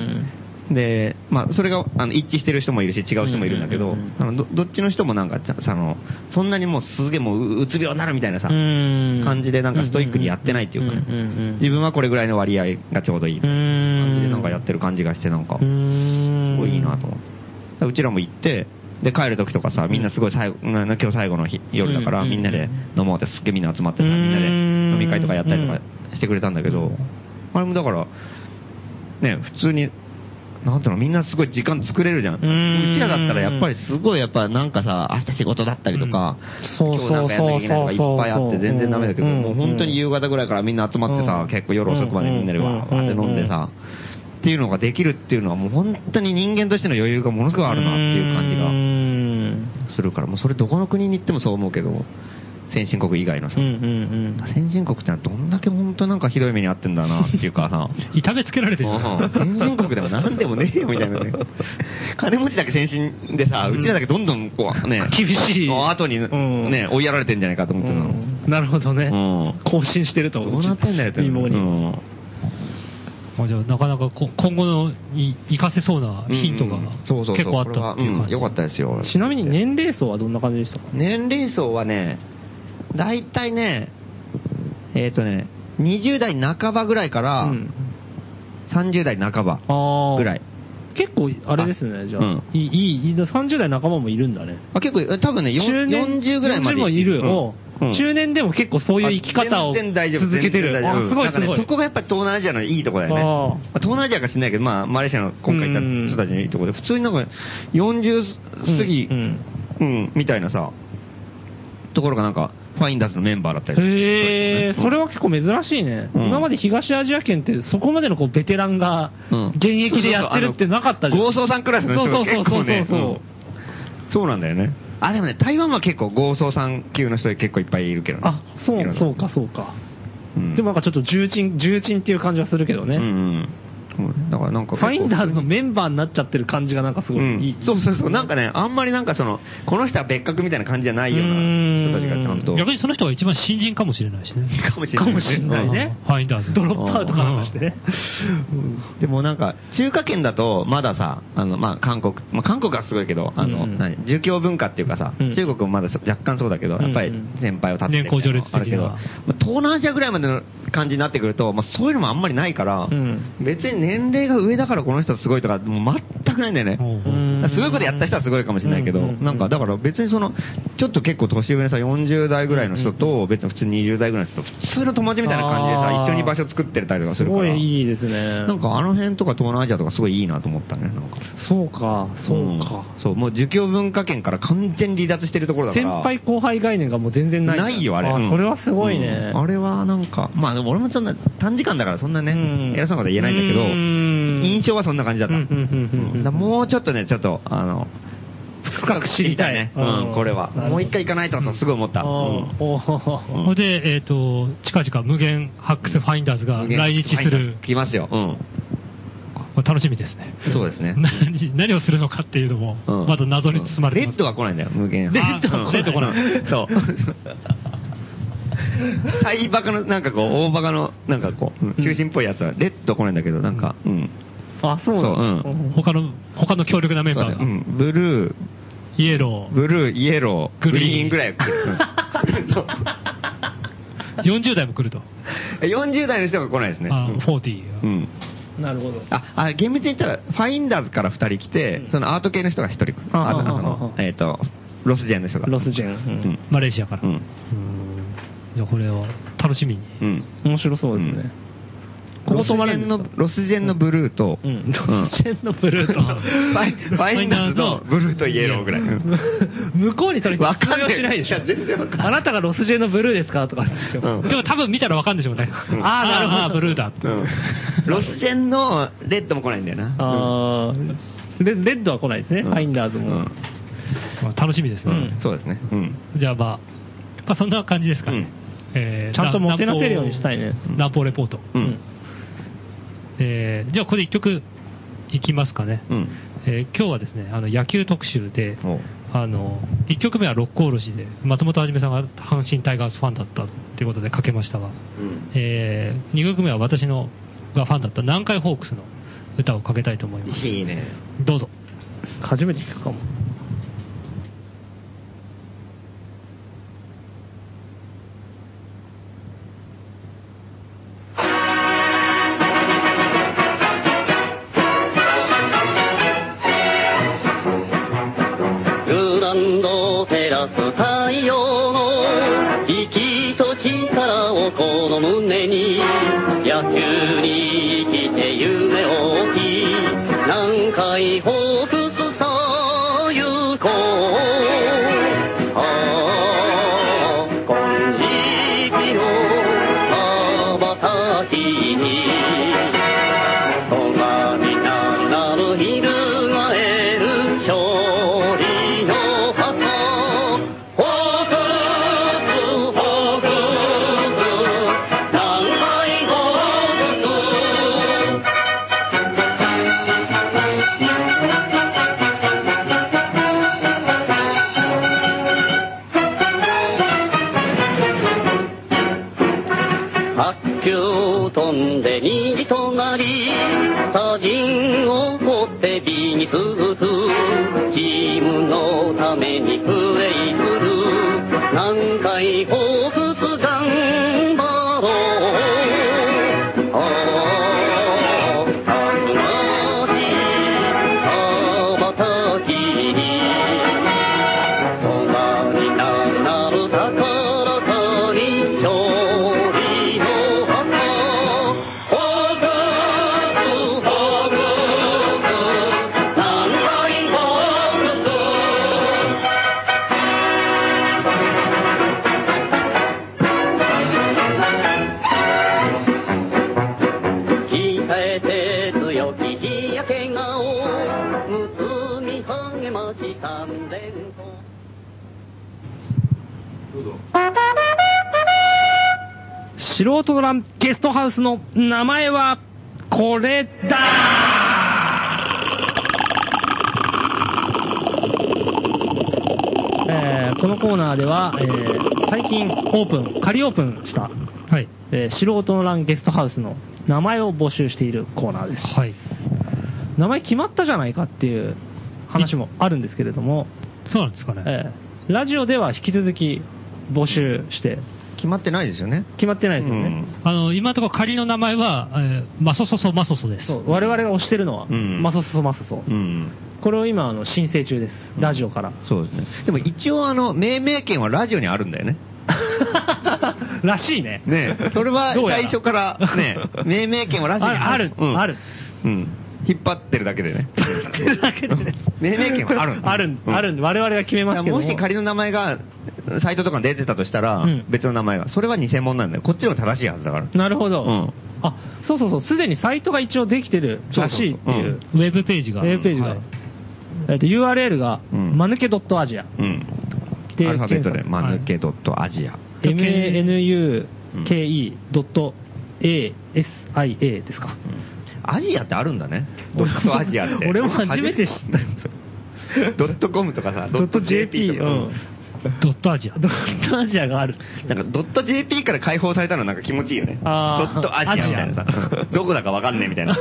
B: で、まあそれがあの一致してる人もいるし違う人もいるんだけど、
A: うんうん
B: あのどどっちの人もなんかちゃ、その、そんなにもうすげえもうううつ病になるみたいなさ、感
A: 感
B: じでなんかストイックにやってないっていうかね自分はこれぐらいの割合がちょうどいい感じでなんかやってる感じがしてなんか、す
A: す
B: ごいいいなと思って。だからうちらも行って、で、帰る時とかさ、みんなすごい最後、な今日最後の日夜だから、
A: うん
B: みんなで飲もうってすっげえみんな集まってさ、
A: う
B: み
A: ん
B: んなで飲み会とかやったりとかしてくれたんだけど、あれもだから、ね、普通に、なんていうの、みんなすごい時間作れるじゃん。
A: ん
B: うちらだったらやっぱりすごいやっぱなんかさ、明日仕事だったりとか、
A: そう
B: 今
A: そう
B: 日なんかやんなきゃいけないのがいっぱいあっ
A: そ
B: て
A: うそうそう
B: 全然ダメだけど、
A: うん
B: もう本当に夕方ぐらいからみんな集まって
A: う
B: さ
A: ん、
B: 結構夜遅くまでみんなでわーって飲んでさ、っていうのができるっていうのはもう本当に人間としての余裕がものすごいあるなっていう感
A: 感
B: じがするから、もうそれどこの国に行ってもそう思うけど、先進国以外のさ
A: う、んうん
B: 先進国ってのはどんだけ本当なんかひどい目に遭ってんだなっていうか さ、
C: 痛めつけられてる。
B: うん先進国でも何でもねえよみたいなね。金持ちだけ先進でさ、うちらだけどんどんこうね、
A: 厳しい
B: 後に
A: うん
B: ね、追いやられてんじゃないかと思ってたの。
A: うん。なるほどね。
B: うん
A: 更新してると思
B: ど
A: う。
B: うなってんだよって。
A: 微妙
B: う
A: に。
B: ん
C: まあじゃあなかなかこ今後のに生かせそうなヒントが
B: うんそうそうそう
C: 結構あったってい
B: これ
C: う
B: は
C: 感
B: うん
C: じ。
B: よかったですよ。
A: ちなみに年齢層はどんな感じでしたか
B: 年齢層はね、大体ね、えっ、とね、20代半ばぐらいから、
A: うん
B: 30代半ば
A: ああ。
B: ぐらい。
A: 結構、あれですね、じゃ
B: うん
A: あ。いい、いい、いい30代仲間もいるんだね。
B: あ結構、え多分ね、よん
A: 中年
B: 40ぐらいまで。
A: 40もいる。
B: うん
A: おう
B: うん
A: 中年でも結構そういう生き方を
B: あ
A: 続
B: 全然大丈夫
A: けて
B: 全然
A: る。
B: 大丈
A: あ
B: 夫
A: すごい
B: な
A: す
B: んかね
A: ごい
B: そ。こがやっぱ東南アジアのいいとこだよね。
A: あ
B: ま
A: ー
B: あ東南アジアかしれないけど、まあ、マレーシアの今回行った人たちのいいとこで、普通になんか40過ぎ、
A: う
B: うんん、みたいなさ、ところがなんか、ファインダーズのメンバーだったり
A: へえ、
B: うん
A: それは結構珍しいね。
B: うん
A: 今まで東アジア圏ってそこまでのこうベテランが
B: うん
A: 現役でやってるってなかったじゃん。
B: そうそうあの豪壮さんクラスの人が結
A: そうそ
B: 構ね。
A: うそうそうそう
B: うんそうなんだよね。あ、でもね、台湾は結構豪壮さん級の人結構いっぱいいるけどね
A: あ、そ
B: いろ
A: う、
B: んな
A: そうか、そうか。
B: うん
A: でもなんかちょっと重鎮、重鎮っていう感じはするけどね。
B: うんうんうん。だからなんか
A: フ
B: 結
A: ァ
B: 構。
A: インダーズのメンバーになっちゃってる感じがなんかすご
B: う
A: いいい
B: ん。そうそうそう。なんかね、あんまりなんかその、この人は別格みたいな感じじゃないような人たちがちゃんと。
C: 逆にその人が一番新人かもしれないしね。
B: かもしれない。
A: かもしれないね
C: うんファインダーズ。
A: ドロップアウトかなんかしてね。
B: でもなんか、中華圏だと、まださ、あの、まあ、韓国、まあ、韓国はすごいけど、あの、
A: うん
B: 何、儒教文化っていうかさ、
A: うん
B: 中国もまだそ若干そうだけど、やっぱり先輩を立って
C: 年功序列的な
B: あるけど、まあ東南アジアぐらいまでの感じになってくると、まあ、そういうのもあんまりないから、
A: うん
B: 別に年齢が上だからこの人すごいとか、もう全くないんだよね。
C: うん
A: うん
B: だからすごいことやった人はすごいかもしれないけど、
A: うん
B: なんかだから別にその、ちょっと結構年上のさ、40代ぐらいの人と、別に普通に20代ぐらいの人と、普通の友達みたいな感じで
A: あ
B: さ、
A: ー
B: 一緒に場所作ってたりとかす
A: す
B: るから。
A: ごいいいですね。
B: なんかあの辺とか東南アジアとかすごいいいなと思ったね、なんか。
A: そうか、そうか。
B: んそう、もう儒教文化圏から完全離脱してるところだか
A: 先
B: ら。
A: 輩後輩概念がもう全然ない。
B: ないよ、あれ。うん
A: それはすごいね。
B: うんあれはなんか、まあでも俺もそんな短時間だからそんなね、
A: うん
B: 偉そうなことは言えないんだけ
A: う
B: ど、
A: ん
B: 印象はそんな感じだった。
A: うんうんうんうんうん
B: うんだからもうちょっとね、ちょっと、あの、
A: 深く知りたい
B: ね。うん、これ
A: な
B: は。
A: るほど
B: もう一回行かないととすごい思った。
A: あー
B: うん
A: おー
C: ほんで、えっ、と、近々無限ハックスファインダーズが来日する、
B: 来ますよ。うん。
C: まあ楽しみですね。
B: そうですね。
C: 何、何をするのかっていうのも、
B: うん
C: まだ謎に包まれて
B: レ
C: ま
B: ッ
C: す。
B: ドは来ないんだよ、無限。
C: レッドは来ない
B: うんレッド来ない。そう。最バカの、なんかこう、大バカの、なんかこう、うん中心っぽいやつは、レッド来ないんだけど、なんか、うん。
A: あ、そう
B: そう
A: な
B: う
A: の
C: 他の、他の強力なメン
B: そう
C: バ
B: だよ
C: ーが、
B: うんブル
C: イエロ
B: ー、ブルー、イエロー、グ
C: グリ
B: リ
C: ーン
B: ーンぐらい来る。うん
C: ー、40代も来ると。
B: 40代の人が来ないですね。
C: あ
B: うん
C: 40
B: う
C: が。
B: ん。
A: なるほど。
B: あ、あ厳密に言ったら、ファインダーズから2人来て、そのアート系の人が1人来る。
A: ああ
B: あ
A: あ
B: の、そ
A: あ
B: の
A: あ
B: えっ、と、ロスジェンの人が。
A: ロスジェン。う
B: うんん。
C: マレーシアから。
B: うん
C: んじゃあこれは楽しみに。
B: うん。
A: 面白そうですね。こ
B: ロ
A: こ
B: ス
A: 泊
B: ジ
A: ま
B: ェ
A: れ
B: ン
A: るの
B: の、ロスジェンのブルーと、
A: うん。ロ
B: うん
A: スジェンのブルーと。
B: ファイファインダーズのブルーとイエローぐらい。うん
A: 向こうにそれ通
B: わかんない
A: 用しないでしょ
B: いや全然わかん。ない
A: あなたがロスジェンのブルーですかとか言って
B: う
A: も。
B: ん
C: でも多分見たらわかんでしょうね。
B: うん
C: ああ、なるほど。あーブルーだ。
B: うんロスジェンのレッドも来ないんだよな。
A: あーレレッドは来ないですね、
B: うん
A: ファインダーズ
B: う
A: も
B: ん。
C: まあ楽しみです
B: う
C: ね。
B: んそうですね。うん
C: じゃあまあ、まあそんな感じですかね。
B: うん
C: えー
A: ちゃんと
C: な
A: もてなせるようにしたいね
C: 南方レポート。
B: う
A: うんん。
C: えーじゃあここで一曲いきますかね。
B: うん
C: えー今日はですね、あの野球特集で
B: おう、
C: あの、一曲目は六甲おろしで、松本はじめさんが阪神タイガースファンだったっていうことでかけましたが、
B: うん
C: えー二曲目は私のがファンだった南海ホークスの歌をかけたいと思います。
B: いいね。
C: どうぞ。
A: 初めて聞くかも。
D: グランドを照らす太陽の生きと力をこの胸に野球に生きて夢を置き南海ホークスそう行こうああ金色の羽ばたきに空になる昼がえる勝利のパトホークスホークス南海ホークス白球飛んで虹となり砂塵を掘って美に続くチームのためにプレイする南海ホークス頑張ろうげましたんでんと
A: 素人のランゲストハウスの名前は、これだえーこのコーナーでは、えー最近オープン、仮オープンした、
C: はい。
A: えー素人のランゲストハウスの名前を募集しているコーナーです。
C: はい。
A: 名前決まったじゃないかっていう話もあるんですけれども、
C: そうなんですかね。
A: えーラジオでは引き続き募集して、
B: 決まってないですよね。
A: 決まってな
B: う
A: いですよね。
B: ん。
C: あの、今のところ仮の名前は、えーマソソソマソソです。
A: そう、我々が推してるのは、
B: うん
A: マソソソマソソ。
B: うん。
A: これを今、あの、申請中です。ラジオ から。
B: そうですね。でも一応あの、命名権はラジオにあるんだよね。
A: らしいね。
B: ねえそれは
A: どうやら
B: 最初からね、命名権はラジオに
A: あるある
B: うん
A: ある
B: うん。引っ張ってるだけでね。
A: だけ でね
B: 命名権はあるん だ
A: あるん、
B: うん
A: あるんで、我々が決めますけども。
B: もし仮の名前が、サイトとかに出てたとしたら、
A: うん
B: 別の名前が。それは偽物なんだよ。こっちの正しいはずだから。
A: なるほど。
B: うん
A: あ、そうそうそう、すでにサイトが一応できてるらしいっていう
B: そうそう、
C: ウェブページ
A: ウ
C: が。
A: ェブページが。
C: はい
A: えっと、URL が、
B: うん
A: マヌケ .asia。
B: うん。
A: で
B: アルファベット
A: 検
B: で、
A: 索
B: マヌケドットアジア。
A: manuke.asia ですか。
B: アジアってあるんだね。ドットアジアって。
A: 俺も初めて知ったよ
B: ドットコムとかさ、ドット JP とか。
A: うん。
C: ドットアジア。
A: ドットアジアがある。
B: なんかドット JP から解放されたのなんか気持ちいいよね。ド
A: あー
B: ットアジアみたいなさ。どこだかわかんねえみたいな。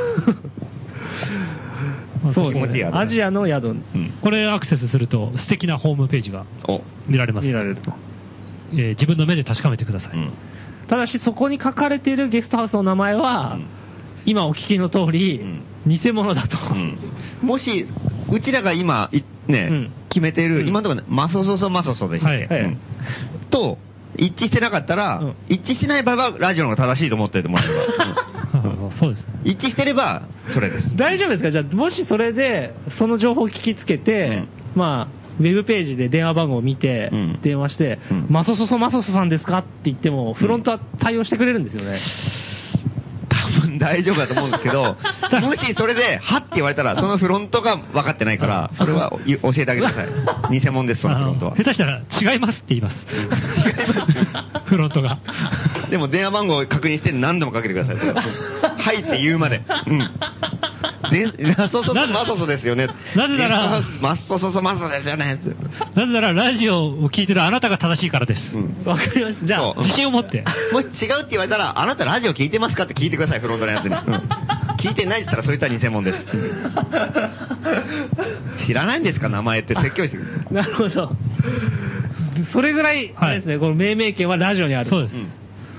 A: そう
B: 気持ちいい
A: ね。
B: やつ
A: アジアの宿
B: うん。
C: これアクセスすると素敵なホームページが
B: お。
C: 見られます。
A: 見られると。
C: えー自分の目で確かめてください。
B: うん。
A: ただし、そこに書かれているゲストハウスの名前は、
B: うん
A: 今お聞きの通り、
B: うん
A: 偽物だと。
B: うんもし、うちらが今、いね、
A: うん
B: 決めてる、
A: うん
B: 今のところ、ね、マソソソマソソでしたっ
A: は
B: け
A: いはい
B: うんと、一致してなかったら、
A: うん
B: 一致してない場合はラジオの方が正しいと思っててもらえれば、
C: そうですね。
B: うん一致してれば、それです。
A: 大丈夫ですかじゃあ、もしそれで、その情報を聞きつけて、まあ、ウェブページで電話番号を見て、
B: うん
A: 電話して、
B: うん
A: マソソソマソソさんですかって言っても、フロントは対応してくれるんですよね。
B: 多分大丈夫だと思うんですけ ど、もしそれで、はって言われたら、そのフロントが分かってないから、それはい教えてあげてください。偽物です、そのフ
C: あ
B: ロ
C: の
B: ントは
C: 下。手したら違いますって言います。 フロントが。
B: でも電話番号を確認して何度もかけてください。はいって言うまで。うん。で、マソソソ
C: なぜ
B: マソソですよね。
C: なぜなら
B: でマソソソマソソですよね。
C: なぜならラジオを聞いてるあなたが正しいからです。
B: うん。
A: わかりました。じゃ
B: そう
A: あ、
C: 自信を持って。
B: もし違うって言われたら、あなたラジオ聞いてますかって聞いてください、フロントのやつに。うん聞いてないって言ったら、それいったら偽物です。うん知らないんですか、名前って説教してくる。
A: なるほど。それぐらい、あれですね、この命名権はラジオにある。
C: そうで
B: う
C: す。
B: ん。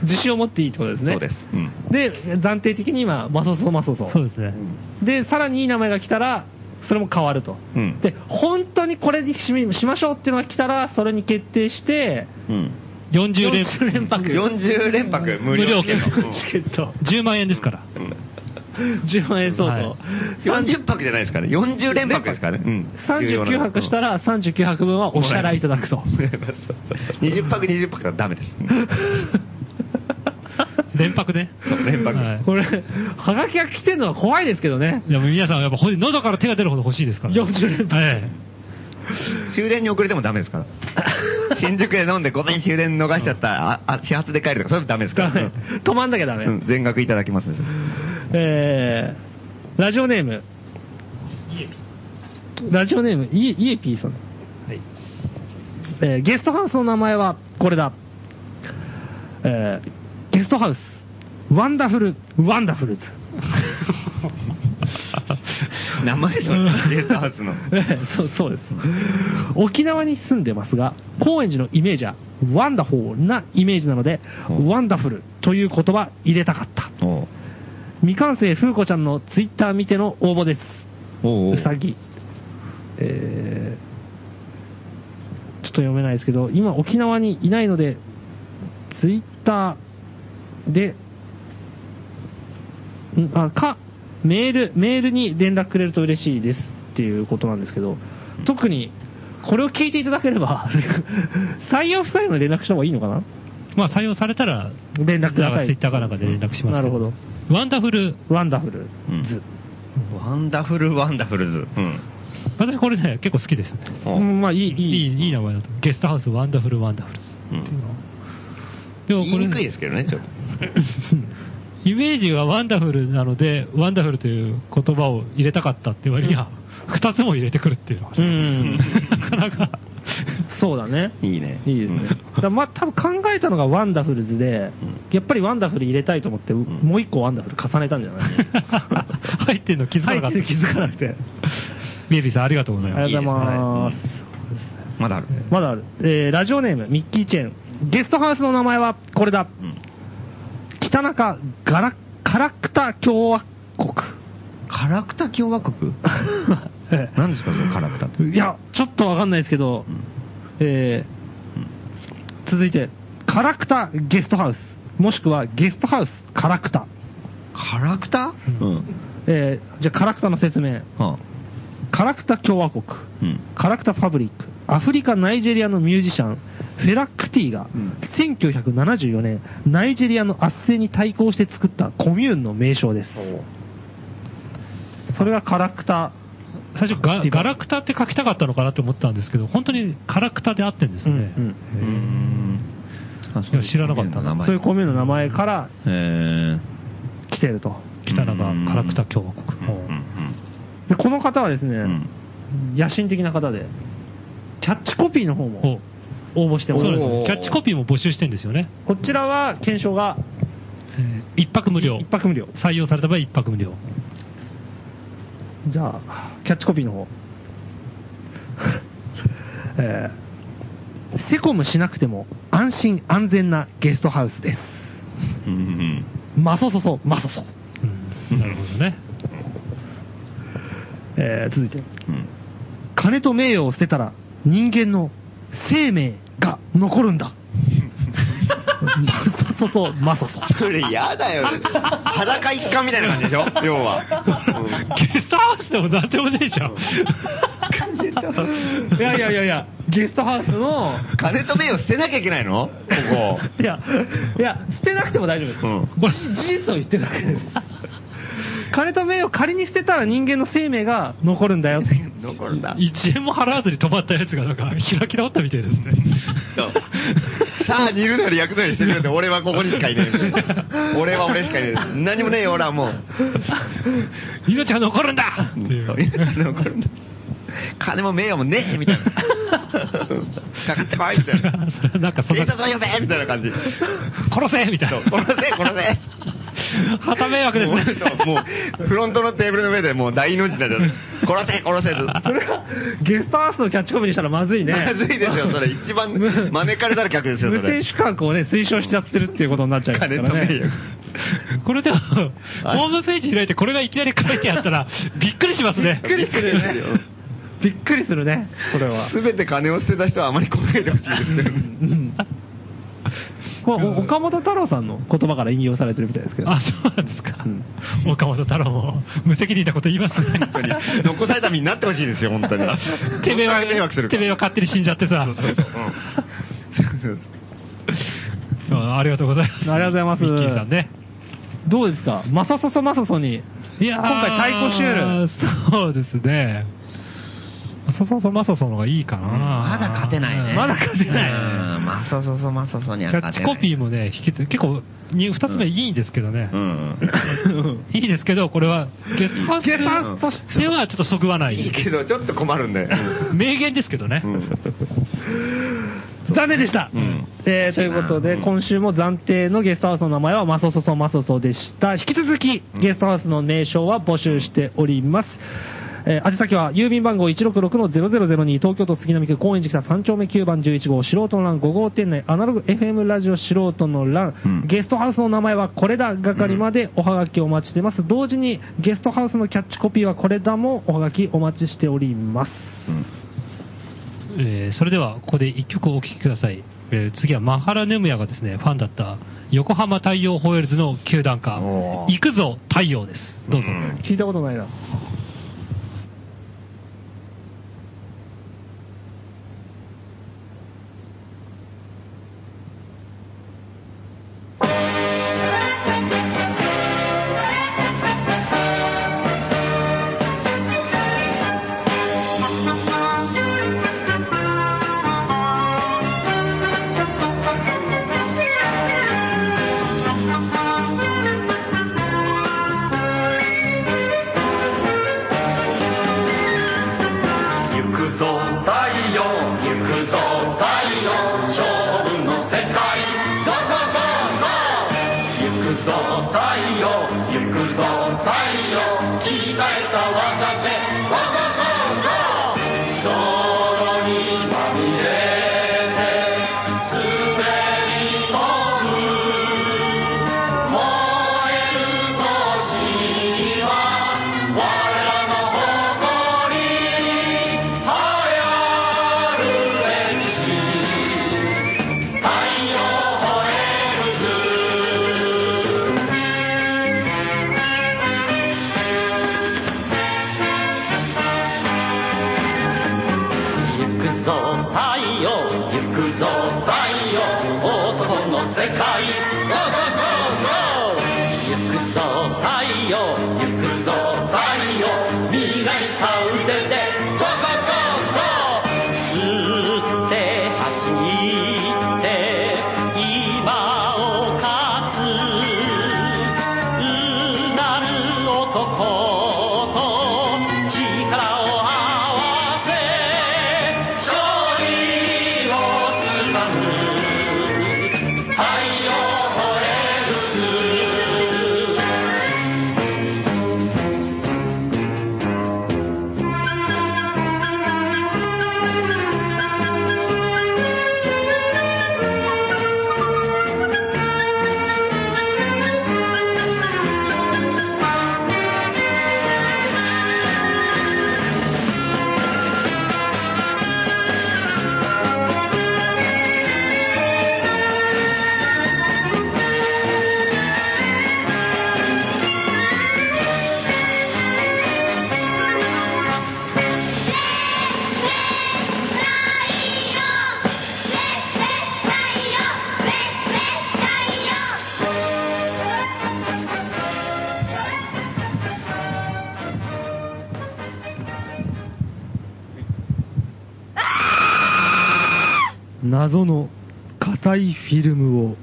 A: 自信を持っていいってことですね。
B: そうです。うん。
A: で、暫定的に今、マソソマソソ。
C: そうですね。
A: で、さらにいい名前が来たら、それも変わると。
B: うん
A: で、本当にこれにししましょうっていうのが来たら、それに決定して、
B: うん。
C: 40連、
A: 40連泊。
B: 40連泊無料
C: 無料
B: うん
A: チケット。
C: 10万円ですから。
B: うん
A: 10万円相当。
C: はい
B: 40泊じゃないですからね。40連泊ですからね。うん
A: 39泊したら、39泊分はお支払いいただ くと。
B: 20泊20泊だとダメです。
C: 連泊ね。
B: そう連泊
C: はい
A: これ、 はがきが来てるのは怖いですけどね。
C: いやもう皆さん、やっぱほん喉から手が出るほど欲しいですから。
A: 40連泊
C: え
B: 終電に遅れてもダメですから。新宿で飲んでごめん終電逃しちゃった、ああ始発で帰るとかそういうのダメですか
A: ダ
B: ら。
A: メ。 止まんなきゃダメ。
B: うん全額いただきます ね
A: えー、ラジオネーム。ラジオネーム、イエイエピーさんです。
C: はい
A: えーゲストハウスの名前はこれだ。えーゲストハウス、ワンダフル、ワンダフルズ。
B: 名前それ、ゲストハウスの。
A: えーそうそうです。沖縄に住んでますが、高円寺のイメージは、ワンダフォーなイメージなので、
B: うん
A: ワンダフルという言葉入れたかった。
B: おう
A: 未完成風子ちゃんのツイッター見ての応募です。
B: おうおう
A: うさぎ。えーちょっと読めないですけど、今沖縄にいないので、ツイッターで、んあ、か、メール、メールに連絡くれると嬉しいですっていうことなんですけど、特に、これを聞いていただければ、 採用不採用の連絡した方がいいのかな
C: えまあ採用されたら、
A: 連絡くだ
C: なん
A: さ
C: か
A: い。
C: ツイッターかなんかで連絡しますけ
A: なるほど。。
C: ワンダフル、
A: ワンダフルズ。
B: ワンダフルワンダフルズ。うん
C: 私これね、結構好きです。
B: うん
A: うんまあいい、い
C: い
A: い。
C: い、いい名前だと。ゲストハウス、ワンダフル、ワンダフルズっていうの。で
B: 言
C: もこ
B: い
C: れ
B: にくいですけどね、ちょっと。
C: イメージがワンダフルなので、ワンダフルという言葉を入れたかったって割には、二つも入れてくるっていうのが、
A: うん。
C: なかなか、
A: そうだね。
B: いいね。
A: いいですね。だからまあ多分考えたのがワンダフルズで、やっぱりワンダフル入れたいと思って、もう一個ワンダフル重ねたんじゃない
C: 入ってんの気づかなかった。
A: 入ってる気づかなくて。
C: ミエビーさん、ありがとうござい
A: あ
C: ます。
A: りがとうございま
B: いい
A: す
B: で。うんまだある。
A: まだある。えー、ラジオネーム、ミッキーチェーン。ゲストハウスの名前はこれだ。
B: うん
A: 北中ガラ、カラクタ共和国。
B: カラクタ共和国 何ですか、そのカラクタって。
A: いや、ちょっとわかんないですけど、
B: うん
A: えー続いて、カラクタゲストハウス。もしくはゲストハウスカラクタ。
B: カラクタ
C: う
B: うん。
A: えーじゃあカラクタの説明。
B: はあ
A: カラクタ共和国。
B: うん。
A: カラクタファブリック、アフリカ・ナイジェリアのミュージシャン、フェラクティが
B: ん、
A: 1974年、ナイジェリアの圧政に対抗して作ったコミューンの名称です。それがカラクタ。
C: 最初ガ、ガラクタって書きたかったのかなと思ったんですけど、本当にカラクタであってんですね。
A: うん
B: うーんあ
C: いや知らなかった
B: 名前
A: そういうコミューンの名前から
B: えー
A: 来てると。
C: 北中カラクタ共和国。
B: うんうん
A: で、この方はですね、
B: うん
A: 野心的な方で、キャッチコピーの方も応募して
C: そ
A: お
C: うなん
A: り
C: で
A: ますす。
C: よ。キャッチコピーも募集してんですよね。
A: こちらは検証が
C: えー一泊無料
A: 一。泊無料。
C: 採用された場合、一泊無料。
A: じゃあ、キャッチコピーの方。 えー、セコムしなくても安心安全なゲストハウスです。
B: うん
A: マソソソ、マソソ。
C: うんなるほどね。
A: えー、続いて。
B: うん
A: 金と名誉を捨てたら人間の生命が残るん だ。マソソソ、マソソ。
B: それ嫌だよ。裸一貫みたいな感じでしょ要は。
C: ゲストハウスでもなんでもねえじゃん。
A: いやいやいやいや、ゲストハウスの、
B: 金と名誉捨てなきゃいけないのここ。
A: いや、いや、捨てなくても大丈夫です。
B: うん
A: これ事実を言ってるだけです。金と名誉を仮に捨てたら人間の生命が残るんだよ。
B: 残るんだ。
C: 1円も払わずに止まったやつがなんか開き直ったみたいですね。
B: そうさあ、煮るなり焼くなりしてくれって、俺はここにしかいね え。俺は俺しかいねえ。何もねえよ、俺はもう。
C: 命が残るんだってい
B: そういう
C: う。
B: の残るんだ。金も名誉もねえみたいな。かかってこいみたいな。
C: なんかそん
B: 警
C: な、
B: 察を呼べみたいな感じ。
C: 殺せみたい
B: そう
C: な。
B: 殺せ、殺せ。
C: はた迷惑です
B: もう
C: ね。
B: そうもう、フロントのテーブルの上でもう大命になっちゃう。殺せ、殺せと。
A: それはゲストハウスのキャッチコピーにしたらまずいね。
B: まずいですよ、それ。一番招かれたら客ですよ、
A: 無
B: そ
A: 亭
B: れ。
A: 主観をね、推奨しちゃってるっていうことになっちゃいますか
B: 金
A: ら
B: と名
A: ね。
B: 誉。
C: これでも、ホームページ開いてこれがいきなり書いてあったら、びっくりしますね。
B: びっくりするよ。
A: びっくりするね、これは。
B: すべて金を捨てた人はあまり来ないでほしいですね。
A: うんこれお岡本太郎さんの言葉から引用されてるみたいですけど。
C: あ、そうなんですか
A: うん。
C: 岡本太郎も無責任なこと言いますね。
B: 本当に。残された身になってほしいですよ、本当に。
C: てめえは、
B: 本当に迷惑するか
C: てめえは勝手に死んじゃってさ。ありがとうございます。
A: ありがとうございます
C: ミッキーさんね。
A: どうですかマサソソマサソに、
C: いやー
A: 今回対抗してやる。
C: そうですね。そうそうそう、マサソの方がいいかな。
B: まだ勝てないね。
A: まだ勝てない
B: うんまあ、そうそうそう、まあ、そうそうに
C: キ
B: は
C: ャ
B: 勝
C: ッ
B: て
C: チ
B: ない。
C: コピーもね、引きつ結構、に二つ目いいんですけどね。
B: うん。
C: いいですけど、これは、ゲストハウス
A: ゲストハウスとして
C: ではちょっとそぐわない。
B: いいけど、ちょっと困るんで。
C: 名言ですけどね。
B: うん
A: 残念でした、
B: うん
A: えーということで、
B: うん
A: 今週も暫定のゲストハウスの名前はマソソソマソソでした。引き続き、ゲストハウスの名称は募集しております。えー、宛先は郵便番号166-0002東京都杉並区高円寺北3丁目9番11号素人の欄5号店内アナログ FM ラジオ素人の欄、
B: うん
A: ゲストハウスの名前はこれだ係までおはがきお待ちしてます。同時にゲストハウスのキャッチコピーはこれだもおはがきお待ちしております。
B: うん
C: えーそれではここで1曲お聴きください、えー次はマハラネムヤがですねファンだった横浜太陽ホエールズの球団歌
B: お
C: 「
B: ー
C: 行くぞ太陽」ですどうぞ、
B: うん
A: 聞いたことないな。
B: 「行くぞ太陽」
D: くぞ太陽行くぞ太陽勝負の世界ゴーゴーゴーゴー行くぞ太陽行くぞ太陽鍛えた若手ゴーゴーゴーゴー泥にまみれて滑り込む燃える星には我らの星に流ある歴史太陽吠える行くぞ太陽行くぞ太陽男の世界 Go go go go 行くぞ太陽行くぞ太陽未来さ腕で Go go go go 吸って走って今を勝つなる男と力を合わせ勝利をつかむ太陽をれる
A: 謎の硬いフィルムを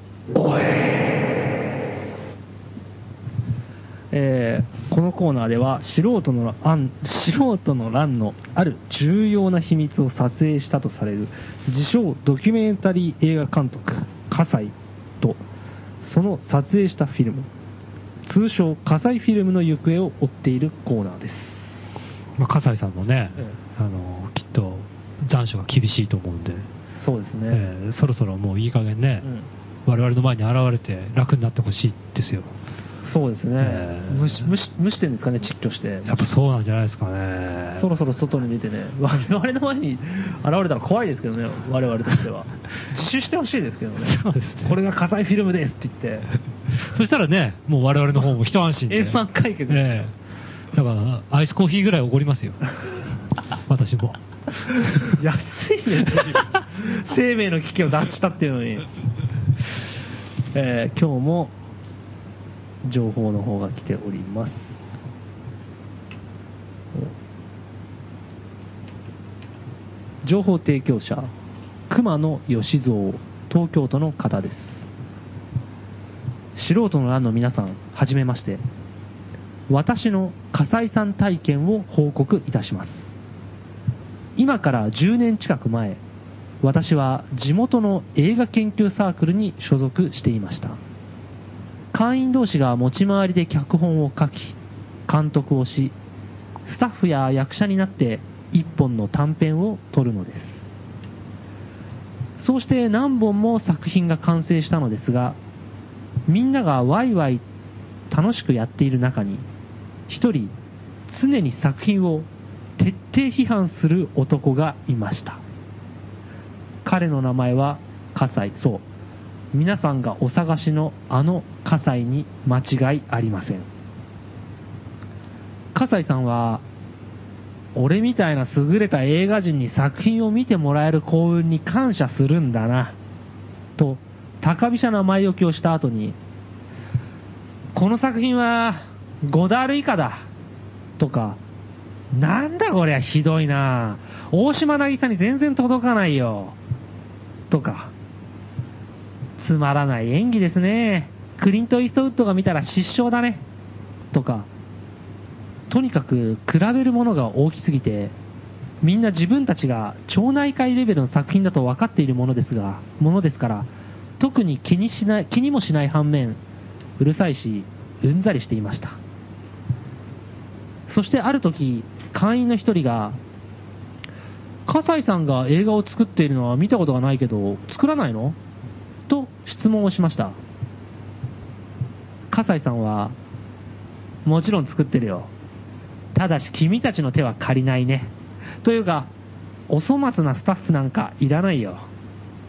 A: えーこのコーナーでは素人の案素人の欄のある重要な秘密を撮影したとされる自称ドキュメンタリー映画監督葛西とその撮影したフィルム通称葛西フィルムの行方を追っているコーナーです
C: まあ、笠井さんもね、
A: え
C: あの、きっと残暑が厳しいと思うんで、
A: そうですね、
C: えーそろそろもういい加減ね、
A: うん
C: 我々の前に現れて楽になってほしいですよ。
A: そうですね、
C: えー
A: 蒸し蒸し蒸してんですかね窒居して
C: やっぱそうなんじゃないですかね。
A: そろそろ外に出てね、 我々の前に現れたら怖いですけどね、我々としては。 自首してほしいですけどね。
C: そうですね
A: これが火災フィルムですって言って。
C: そしたらね、もう我々の方も一安心で。
A: 円満解決
C: ええだから、アイスコーヒーぐらいおごります よ。私も。
A: 安いね。生命の危機を脱したっていうのに。えー今日も情報の方が来ております。情報提供者、熊野義蔵、東京都の方です。素人の欄の皆さん、はじめまして。私の笠井さん体験を報告いたします。今から10年近く前、私は地元の映画研究サークルに所属していました。会員同士が持ち回りで脚本を書き、監督をし、スタッフや役者になって一本の短編を撮るのです。そうして何本も作品が完成したのですが、みんながワイワイ楽しくやっている中に、一人常に作品を徹底批判する男がいました。彼の名前は葛西、そう。皆さんがお探しのあの葛西に間違いありません。葛西さんは、俺みたいな優れた映画人に作品を見てもらえる幸運に感謝するんだな、と、高飛車な前置きをした後に、この作品は5ダール以下だとか、なんだこりゃひどいな大島渚に全然届かないよとか、つまらない演技ですね。クリント・イーストウッドが見たら失笑だね。とか、とにかく比べるものが大きすぎて、みんな自分たちが町内会レベルの作品だと分かっているものですが、ものですから、特に気にしない、気にもしない反面、うるさいし、うんざりしていました。そしてある時、会員の一人が、葛西さんが映画を作っているのは見たことがないけど、作らないのと質問をしました。葛西さんは、もちろん作ってるよ。ただし君たちの手は借りないね。というか、お粗末なスタッフなんかいらないよ。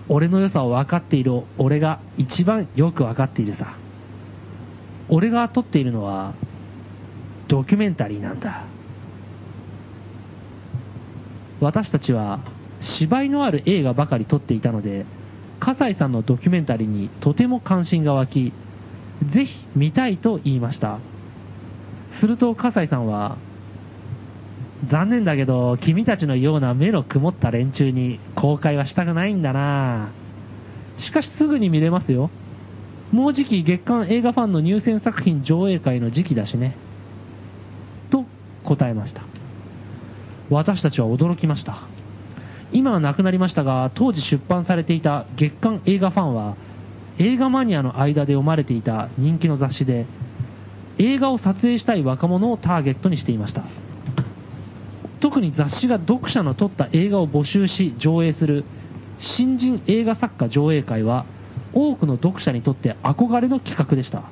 A: 俺の良さを分かっている俺が一番よく分かっているさ。俺が撮っているのは、ドキュメンタリーなんだ。私たちは芝居のある映画ばかり撮っていたので、笠井さんのドキュメンタリーにとても関心が湧き、ぜひ見たいと言いました。すると笠井さんは、残念だけど、君たちのような目の曇った連中に公開はしたくないんだなしかしすぐに見れますよ。もうじき月間映画ファンの入選作品上映会の時期だしね。と答えました。私たちは驚きました。今は亡くなりましたが、当時出版されていた月刊映画ファンは、映画マニアの間で読まれていた人気の雑誌で、映画を撮影したい若者をターゲットにしていました。特に雑誌が読者の撮った映画を募集し上映する新人映画作家上映会は多くの読者にとって憧れの企画でした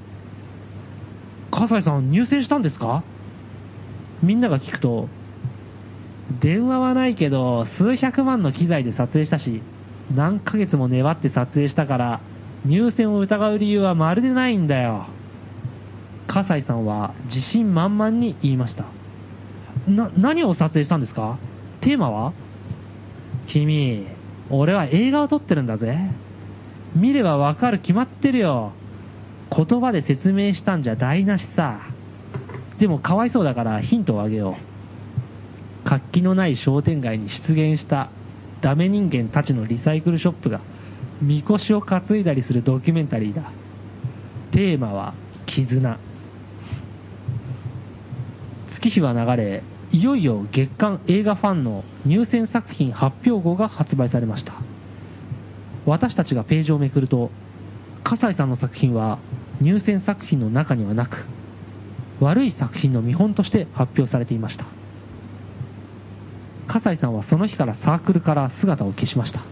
A: 笠井さん入選したんですかみんなが聞くと電話はないけど数百万の機材で撮影したし何ヶ月も粘って撮影したから入選を疑う理由はまるでないんだよ笠井さんは自信満々に言いましたな、何を撮影したんですかテーマは君、俺は映画を撮ってるんだぜ。見ればわかる決まってるよ。言葉で説明したんじゃ台無しさ。でもかわいそうだからヒントをあげよう。活気のない商店街に出現したダメ人間たちのリサイクルショップが、みこしを担いだりするドキュメンタリーだ。テーマは絆。月日は流れ、いよいよ月間映画ファンの入選作品発表号が発売されました。私たちがページをめくると、笠井さんの作品は入選作品の中にはなく、悪い作品の見本として発表されていました。笠井さんはその日からサークルから姿を消しました。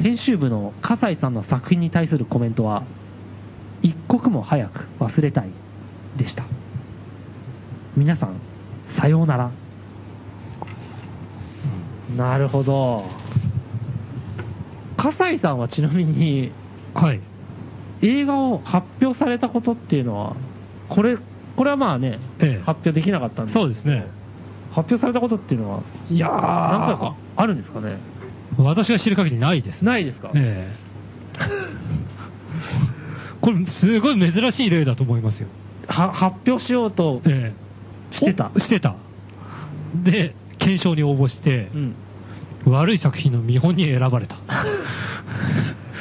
A: 編集部の笠井さんの作品に対するコメントは、一刻も早く忘れたいでした。皆さん、さようなら。なるほど。笠井さんはちなみに、
C: はい。
A: 映画を発表されたことっていうのは、これ、これはまあね、
C: ええ
A: 発表できなかったんで、
C: そうですね。
A: 発表されたことっていうのは、
C: いやー
A: 何回かあるんですかね。
C: 私が知る限りないですね。
A: ないですか、
C: ええ。これ、すごい珍しい例だと思いますよ。
A: は発表しようと
C: ええ。
A: してた
C: おしてた。で、検証に応募して、
A: うん。
C: 悪い作品の見本に選 ばれた。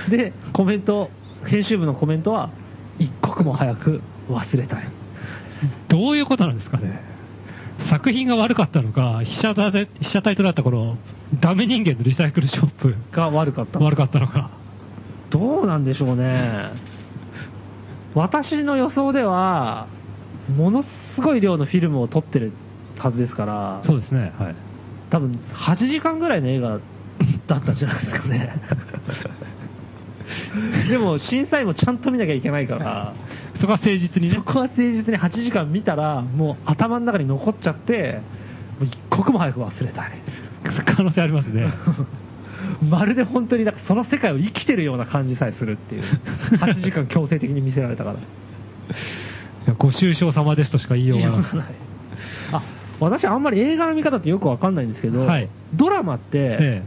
A: で、コメント、編集部のコメントは、一刻も早く忘れたい。
C: どういうことなんですかね。作品が悪かったのか、被写体で被写体となった頃、ダメ人間のリサイクルショップ
A: が悪かった。
C: 悪かったのか。
A: どうなんでしょうね。私の予想では、ものすごい量のフィルムを撮ってるはずですから、
C: そうですね。はい。
A: 多分8時間ぐらいの映画だったんじゃないですかね。 でも審査員もちゃんと見なきゃいけないから、
C: そこは誠実にね
A: そ。こは誠実に8時間見たら、もう頭の中に残っちゃって、もう一刻も早く忘れたい。
C: 可能性ありますね。
A: まるで本当になんかその世界を生きてるような感じさえするっていう8時間強制的に見せられたから
C: いやご愁傷様ですとしか言いようが
A: しょうが
C: ない。
A: ないあ私あんまり映画の見方ってよくわかんないんですけど、
C: はい
A: ドラマ って
C: え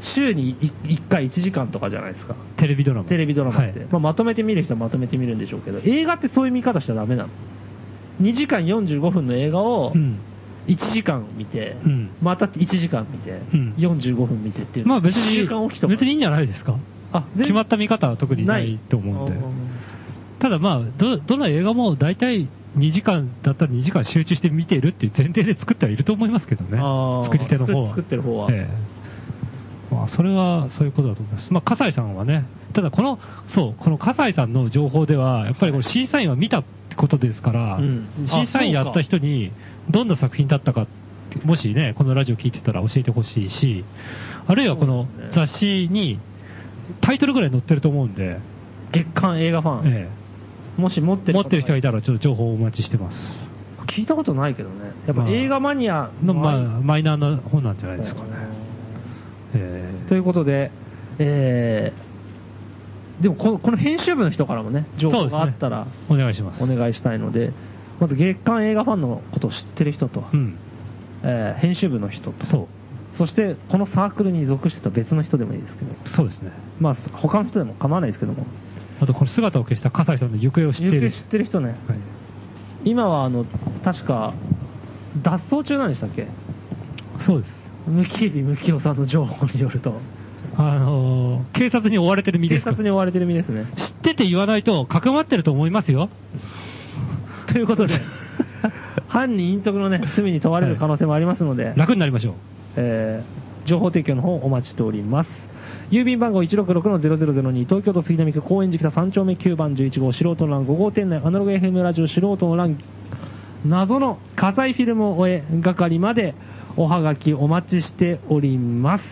A: 週に1回1時間とかじゃないですか
C: え、テレビドラマ。
A: テレビドラマって、
C: はい
A: まあ、まとめて見る人はまとめて見るんでしょうけど映画ってそういう見方しちゃダメなの2時間45分の映画を
C: うん。
A: 1時間見て、
C: うん
A: また1時間見て、
C: ん
A: 45分見てっていうの
C: まあ別
A: 一
C: に
A: 週間おきと、か
C: 別にいいんじゃないですか。
A: あ全
C: 決まった見方は特にないと思うんで
A: な。い
C: ただまあ、ど、どの映画も大体2時間だったら2時間集中して見てるっていう前提で作ってはいると思いますけどね
A: あー、
C: 作り手の方
A: 作
C: は。
A: 作ってる方は
C: ええまあ、それはそういうことだと思います。まあ、葛西さんはね、ただこの、そう、この葛西さんの情報では、やっぱりこの審査員は見たってことですから、
A: うん
C: 審査員やった人にどんな作品だったかって、もしね、このラジオ聞いてたら教えてほしいし、あるいはこの
A: そうですね
C: 雑誌にタイトルぐらい載ってると思うんで、
A: 月刊映画ファン。
C: え
A: もし持っ
C: え
A: て
C: 持
A: る
C: ってる人がい
A: た
C: たら、ちょっと情報をお待ちしてます。
A: 聞いたことないけどね。やっぱ
C: まあ
A: 映画マニア
C: の、
A: の
C: まあ、
A: あ
C: マイナーな本なんじゃな
A: る
C: い
A: ん
C: で
A: です
C: すか
A: か
C: ね
A: ね。。
C: ええ
A: ということで、えーでもこのこの編集部の人からもね、情報があったら
C: そうですねお願いします。
A: お願いしたいので、まず月刊映画ファンのことを知ってる人と、
C: うん。
A: えー編集部の人と、
C: そう。
A: そしてこのサークルに属してた別の人でもいいですけど、
C: そうですね。
A: まあ他の人でも構わないですけども、
C: あと、この姿を消した笠井さんの行方を知ってい
A: 有
C: る。
A: 知ってる人ね、
C: はい
A: 今はあの確か脱走中なんでしたっけ
C: そうです。
A: ムキエビムキオさんの情報によると
C: あのー警察に追われてる身で
A: 警
C: すか
A: 察に追われてる身ですね
C: 知ってて言わないと、かくまってると思いますよ。
A: ということで犯人隠匿のね罪に問われる可能性もありますので、
C: 楽になりましょう。
A: えー情報提供の方お待ちしております。郵便番号166-0002東京都杉並区高円寺北3丁目9番11号素人の欄5号店内アナログ FM ラジオ素人の欄謎の火災フィルムを終え係までおはがきお待ちしております。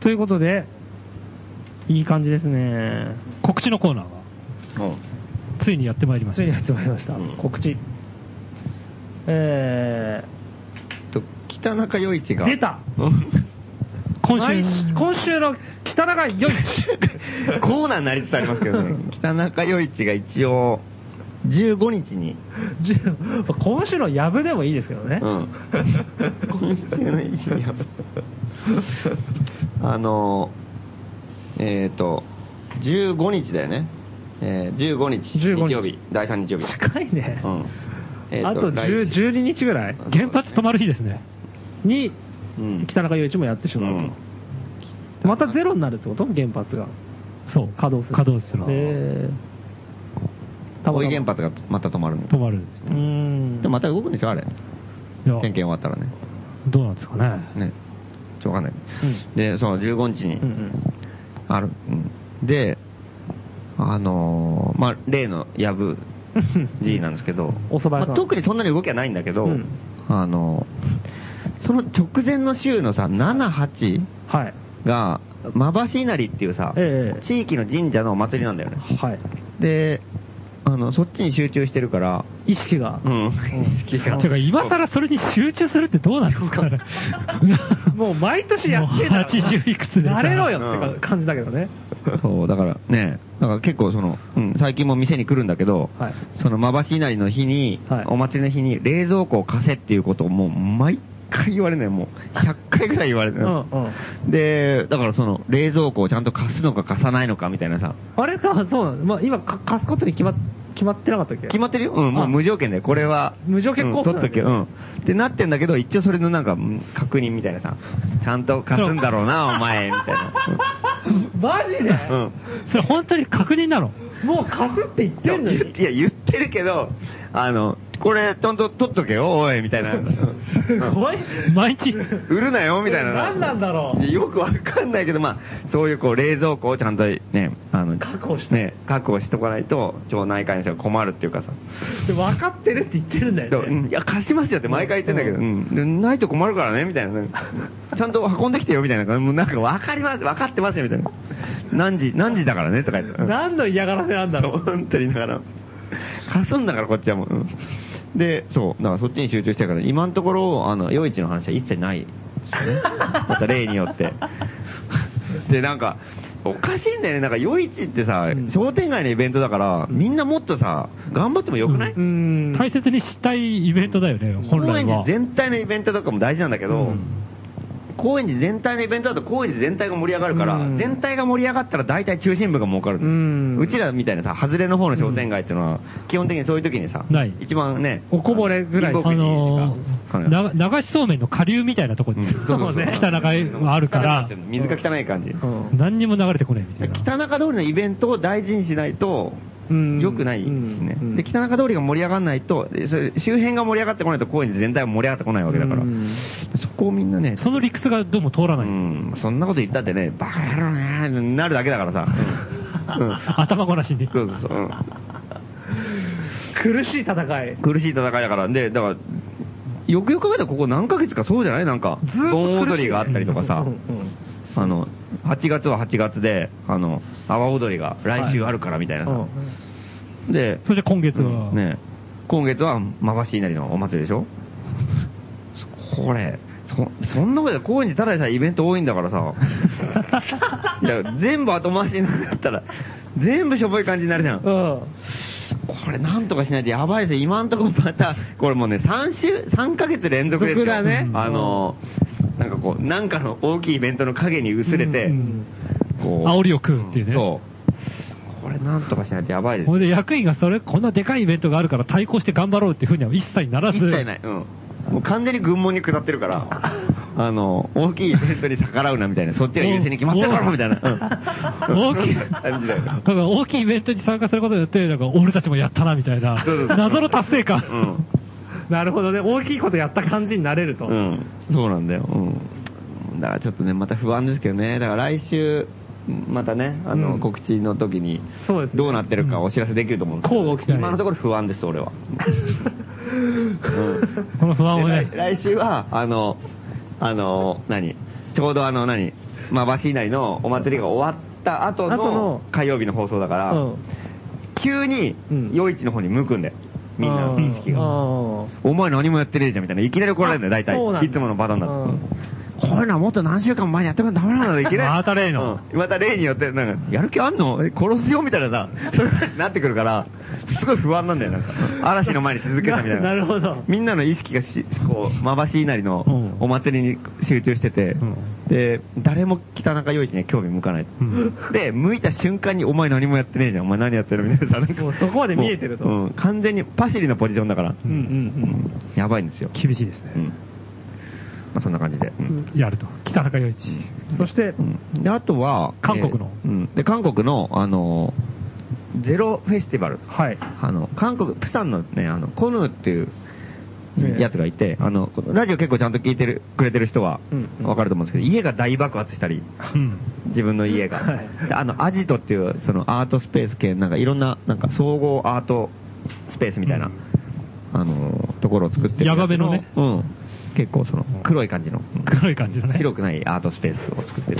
A: ということで、いい感じですね。
C: 告知のコーナーが、
B: うん
C: ついにやってまいりまし
A: つ
C: た。
A: いにやってまいりました。
B: うん
A: 告知。え
B: と北中余市が
A: 出た
B: うん
A: ー、
C: 今週、
A: 毎今週の北中 良い
B: コーナーになりつつありますけどね北中余市が一応15日に、
A: じゅ今週のやぶでもいいですけどね、
B: うん、今週の一応あのえっ、と15日だよね、えー15日
A: 15日
B: 日曜日第3日曜日、
A: 近いね、
B: うんえー
A: あと
B: 来
A: 10
B: 日
A: 12日ぐらい
C: 原発止まる日ですね。
A: に
B: うん
A: 北中陽一もやってしまうと、またゼロになるってこと原発が
C: そう。
A: 稼働する
C: 稼働する。
A: えーたまたま
B: 大井原発がまた止まるの
C: 止まる。
A: うーん
B: でもまた動くんでしょあれ
C: いや
B: 点検終わったらね
C: どうなんですかね。
B: ねしょうがない、
A: ん
B: でそう15日に、
A: うんうん
B: ある、うん、であのーまあ例のやぶ G なんですけど
A: お蕎麦屋さん
B: まあ特にそんなに動きはないんだけど、
A: うん
B: あのーその直前の週のさ78
A: はい
B: が馬橋稲荷っていうさ、
A: ええ
B: 地域の神社のお祭りなんだよね
A: はい
B: であのそっちに集中してるから
A: 意識が、
B: うん意識が
C: てか、今更それに集中するってどうなんですかね。
A: もう毎年やって
C: もう80いくつでさ
A: なれろよってか感じだけどね、
B: そう、だからね、だから結構その、うん、最近も店に来るんだけど、
A: はい
B: そのまばし稲荷の日に、
A: はい
B: お祭りの日に冷蔵庫を貸せっていうことをもう毎回言われるのよ、もう100回ぐらい言われてるの
A: うんうん
B: で、だからその冷蔵庫をちゃんと貸すのか貸さないのかみたいなさ、
A: あれかそうなの、まあ、今か貸すことに決まっ決まってなかったっけ
B: 決まってるよ、うん、も
A: あ
B: う無条件で、これは、
A: 無条件交付
B: うん、取っとけ、うん。ってなってんだけど、一応それのなんか、うん確認みたいなさ、ちゃんと貸すんだろ うな、お前、みたいな。
A: マジで、
B: うんうん
C: それ 本当に確認なの。
A: もう貸すって言っ
B: いや
A: てんのに。
B: 言っいや、言ってるけど、あの、これ、ちゃんと取っとけよ、おい、みたいな。
A: すごい。
C: 毎日。
B: 売るなよ、みたいな。
A: 何なんだろう
B: よくわかんないけど、まあ、そういうこう、冷蔵庫をちゃんとね、あの、
A: 確保して
B: ね、確保しとかないと、町内会の人が困るっていうかさ。
A: で分かってるって言ってるんだ
B: で
A: よ
B: もう
A: ね。
B: んいや、貸しますよって毎回言ってんだけど、
A: う
B: うんでないと困るからね、みたいな。 ちゃんと運んできてよ、みたいな。もうなんか、わかります、わかってますよ、みたいな。何時、何時だからね、とか言って。
A: 何の嫌がらせなんだろう。
B: 本当にだから、貸すんだからこっちはもう。うんで、そう、だからそっちに集中してるから、今のところ、あの、夜市の話は一切ないですよね。また例によって。で、なんか、おかしいんだよね。なんか夜市ってさ、
A: ん
B: 商店街のイベントだから、みんなもっとさ、頑張ってもよくない、
A: ん
C: 大切にしたいイベントだよね、本
B: 高
C: 来
B: 円
C: は
B: 寺。全体のイベントとかも大事なんだけど、
C: うん
B: 高円寺全体のイベントだと高円寺全体が盛り上がるから、
A: うん
B: 全体が盛り上がったら大体中心部が儲かる、
A: うん
B: ちらみたいなさ外れの方の商店街っていうのは、基本的にそういう時にさ
C: ない
B: 一番ね
A: おこぼれぐらい
B: 貧乏
C: あ
B: くじ
C: の
B: しか
C: ーな流しそうめんの下流みたいなとこに、
B: うんそうそうそう
C: 北中へはあるから、
B: 水が汚い感じ、
A: うん
C: 何にも流れてこないみたいな。
B: 北中通りのイベントを大事にしないと
A: うん
B: 良くないですね
A: う。ん
B: で、北中通りが盛り上がらないと、でそれ周辺が盛り上がってこないと公園全体は盛り上がってこないわけだから
A: うん、
B: そこをみんなね、
C: その理屈がどうも通ら
B: う
C: ない。
B: ん、そんなこと言ったってね、バカ野郎ねーなるだけだからさ。うん
C: 頭ごなしに。
B: そうそうそう。うん
A: 苦しい戦い。
B: 苦しい戦いだから、で、だから、よくよく考えたらここ何ヶ月かそうじゃないなんか、
A: ずーっと
B: 盆踊りがあったりとかさ
A: うん、うん
B: あの、8月は8月で、あの、阿波踊りが来週あるからみたいなさ。
A: うん
B: で、
C: それじゃ今月は、
B: ね今月はまばし稲荷のお祭りでしょこれ、そ、そんなことで高円寺ただでさえイベント多いんだからさ。いや、全部後回しになったら、全部しょぼい感じになるじゃん。
A: うん
B: これなんとかしないとやばいですよ。今んとこまた、これもうね、3週、三ヶ月連続ですよ。
A: 僕らね
B: あの、なんかこう、なんかの大きいイベントの影に薄れて、
C: うん
B: こう。
C: 煽りを食うっていうね。
B: そう。これなんとかしないとやばいですよ
C: それで役員がそれ、こんなでかいイベントがあるから対抗して頑張ろうっていうふうには一切ならず、
B: 一切ない。うん。もう完全に軍門に下ってる から、あの、大きいイベントに逆らうなみたいな、そっちが優先に決まってるからみたいな。うん
C: 大きい、
B: そんな感じだよ。
C: だから大きいイベントに参加することによって、なんか俺たちもやったなみたいな
B: そうそうそ、う
C: 謎の達成感。
B: うん。
A: なるほどね。大きいことやった感じになれると。
B: うん。そうなんだよ。うん。だからちょっとね、また不安ですけどね。だから来週、またね、あ
A: う
B: の、
A: ん
B: 告知の時に、
A: そうですね
B: どうなってるかお知らせできると思うんですけど
A: 交互期待
B: 今のところ不安です、俺は。うん
C: この不安をね
B: で、来来週は、あの、あの、何ちょうどあの、何まあ、バシ稲荷のお祭りが終わった後
A: 後
B: の
A: の
B: 火曜日の放送だから、
A: うん
B: 急に
A: うん、
B: 夜市の方に向くんだよ。みんな
A: う
B: の意識が。
A: うん
B: お前何もやってねえじゃんみたいな。いきなり怒られるんだよ、大
A: あそうなんだ
B: 体。いつものパターンだと。
A: うん
B: うんこういうのはもっと何週間も前にやってくれダメなんだよ、いきなり。
C: また例の
B: うんまた例によって、なんか、やる気あんのえ殺すよみたいなさ、そういう話になってくるから、すごい不安なんだよ、なんか。嵐の前に続けたみたいな。
A: なるほど
B: みんなの意識がし、こう、まばしいなりの
C: うん
B: お祭りに集中してて、
C: うん
B: で、誰も北中陽一には興味向かないと。
C: うん
B: で、向いた瞬間に、お前何もやってねえじゃん、お前何やってるみたいなさ、なんか
A: もうそこまで見えてると
B: もううん、完全にパシリのポジションだから。
A: うんうん
B: やばいんですよ。
C: 厳しいです
B: うん
C: ね。
B: まあ、そんな感じで。うん
C: やると。北中陽一。
A: うん。そして、
B: うんで、あとは、
C: 韓国の
B: えーうん。で、韓国の、あのー、ゼロフェスティバル。
A: はい。
B: あの、韓国、プサンのね、あの、コヌーっていう
A: ええ
B: やつがいて、あの、このラジオ結構ちゃんと聞いてる、くれてる人は
A: うん、うん
B: わかると思うんですけど、家が大爆発したり、
C: うん。
B: 自分の家が。
A: はい
B: であの、アジトっていう、そのアートスペース系、なんかいろんな、なんか総合アートスペースみたいな、
C: うん
B: あの、ところを作ってる
C: ヤバめのね
B: うん。結構その、黒い感じの、
C: 黒い感じのね。
B: 白くないアートスペースを作ってる。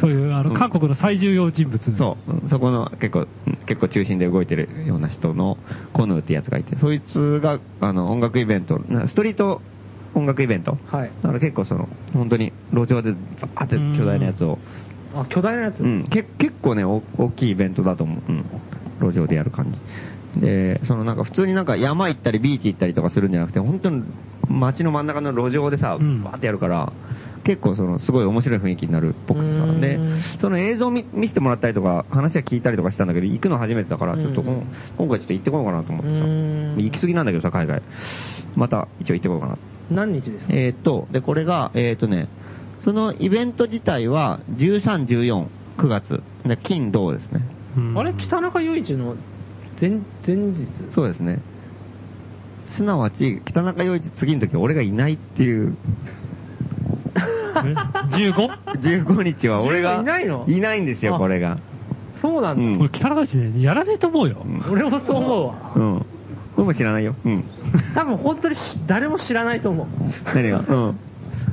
C: そういう、あ
B: う
C: の、
B: ん
C: 韓国の最重要人物。
B: そう、うんそこの結構、うん結構中心で動いてるような人のコヌーってやつがいて、そいつが、あの、音楽イベント、なストリート音楽イベント。
A: はい
B: だから結構その、本当に路上でバーって巨大なやつを、
A: あ、巨大なやつ。
B: うん、け結構ねお大きいイベントだと思う、うん、路上でやる感じでそのなんか普通になんか山行ったりビーチ行ったりとかするんじゃなくて本当に街の真ん中の路上でさ、
C: うん
B: バーってやるから結構そのすごい面白い雰囲気になるっぽくて
A: う
B: さ
A: ん
B: でその映像見見せてもらったりとか話は聞いたりとかしたんだけど行くの初めてだからちょっとこん、
A: うん
B: 今回ちょっと行ってこようかなと思ってさ
A: うん
B: 行き過ぎなんだけどさ海外また一応行ってこようかな
A: 何日ですか
B: えーっと、で、これが、えーっとね、そのイベント自体は13、14、9月。で金、銅ですね。
C: うん。
A: あれ、北中雄一の前、前日
B: そうですね。すなわち、北中陽一次の時俺がいないっていう、
C: え 15?
B: 15日は俺が、
A: いないの
B: いないんですよ、
A: あ
B: これが。
A: そうなんだ。
B: うん
C: これ北中陽一ね、やらねえと思うよ。
B: ん
A: 俺もそう思うわ。
B: うん。俺も知らないよ。うん。
A: 多分本当にし誰も知らないと思う。
B: 何がうん。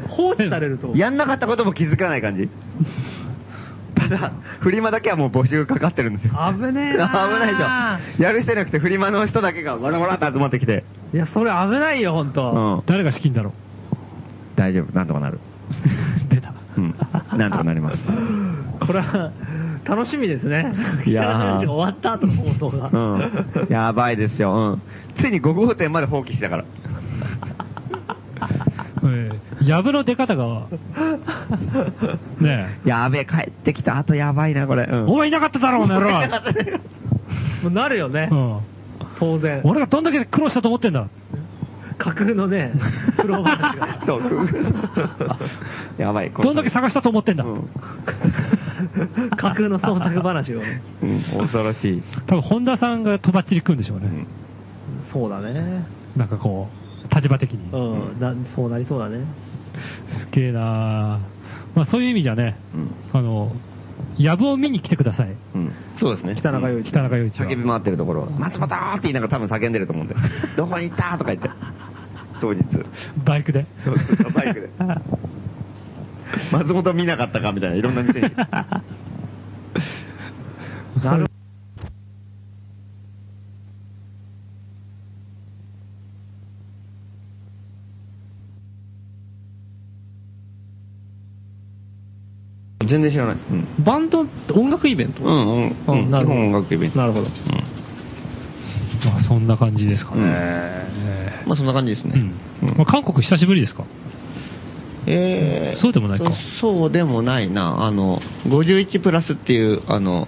A: 放置されると思う。
B: やんなかったことも気づかない感じ。ただ、フリマだけはもう募集かかってるんですよ。
A: 危ねえ
B: 危
A: なー
B: ないでしょ。やる人じゃなくてフリマの人だけがわらわらって集まってきて。
A: いや、それ危ないよ、本
B: う
A: 当。
B: ん。
C: 誰が資金だろ
B: 大丈夫、なんとかなる。
C: う。出た。
B: うん。なんとかなります。
A: これは、楽しみですね。
B: い
A: 北 中雄
B: やー
A: 一が終わった後の放送が。
B: うん。やばいですよ。うん。ついに5号店まで放棄したから。
C: ええやぶの出 方が、ねえ。
B: やべえ、帰ってきた。あとやばいな、これ。うん。
C: お前いなかっただろ、お前ら。
A: もうなるよね
C: う。ん。
A: 当然。
C: 俺がどんだけ苦労したと思ってんだ。
A: 架空のね、プロ話が。
B: そう、やばい、こ
C: どんだけ探したと思ってんだ。
B: うん
A: 架空の創作話をね。
B: うん、恐ろしい。
C: 多分本田さんがとばっちり食うんでしょうね。
B: うん
A: そうだね。
C: なんかこう、立場的に。
A: うん、なそうなりそうだね。
C: すげえなあまあそういう意味じゃね、
B: うん
C: あの、やぶを見に来てください。
B: うんそうですね。
A: 北中陽一
C: 北中陽一は
B: 叫び回ってるところ、松本って言いながら多分叫んでると思うんで、どこに行ったとか言って、当日。
C: バイクで。
B: そうそうそうバイクで松本見なかったかみたいな、いろんな店に。
A: なる
B: 全然知らない。うん。
A: バンドって音楽イベント
B: うんうんうん。
A: なる
B: 日
A: ほど
B: 本音楽イベント。
A: なるほど。
C: まあそんな感じですか
B: うん
C: ね。
B: うんまあそんな感じです
C: うん
B: ね。うん
C: まあ韓国久しぶりですか
B: えー
C: そうでもないか
B: そうでもないな。あの、51プラスっていう、あの、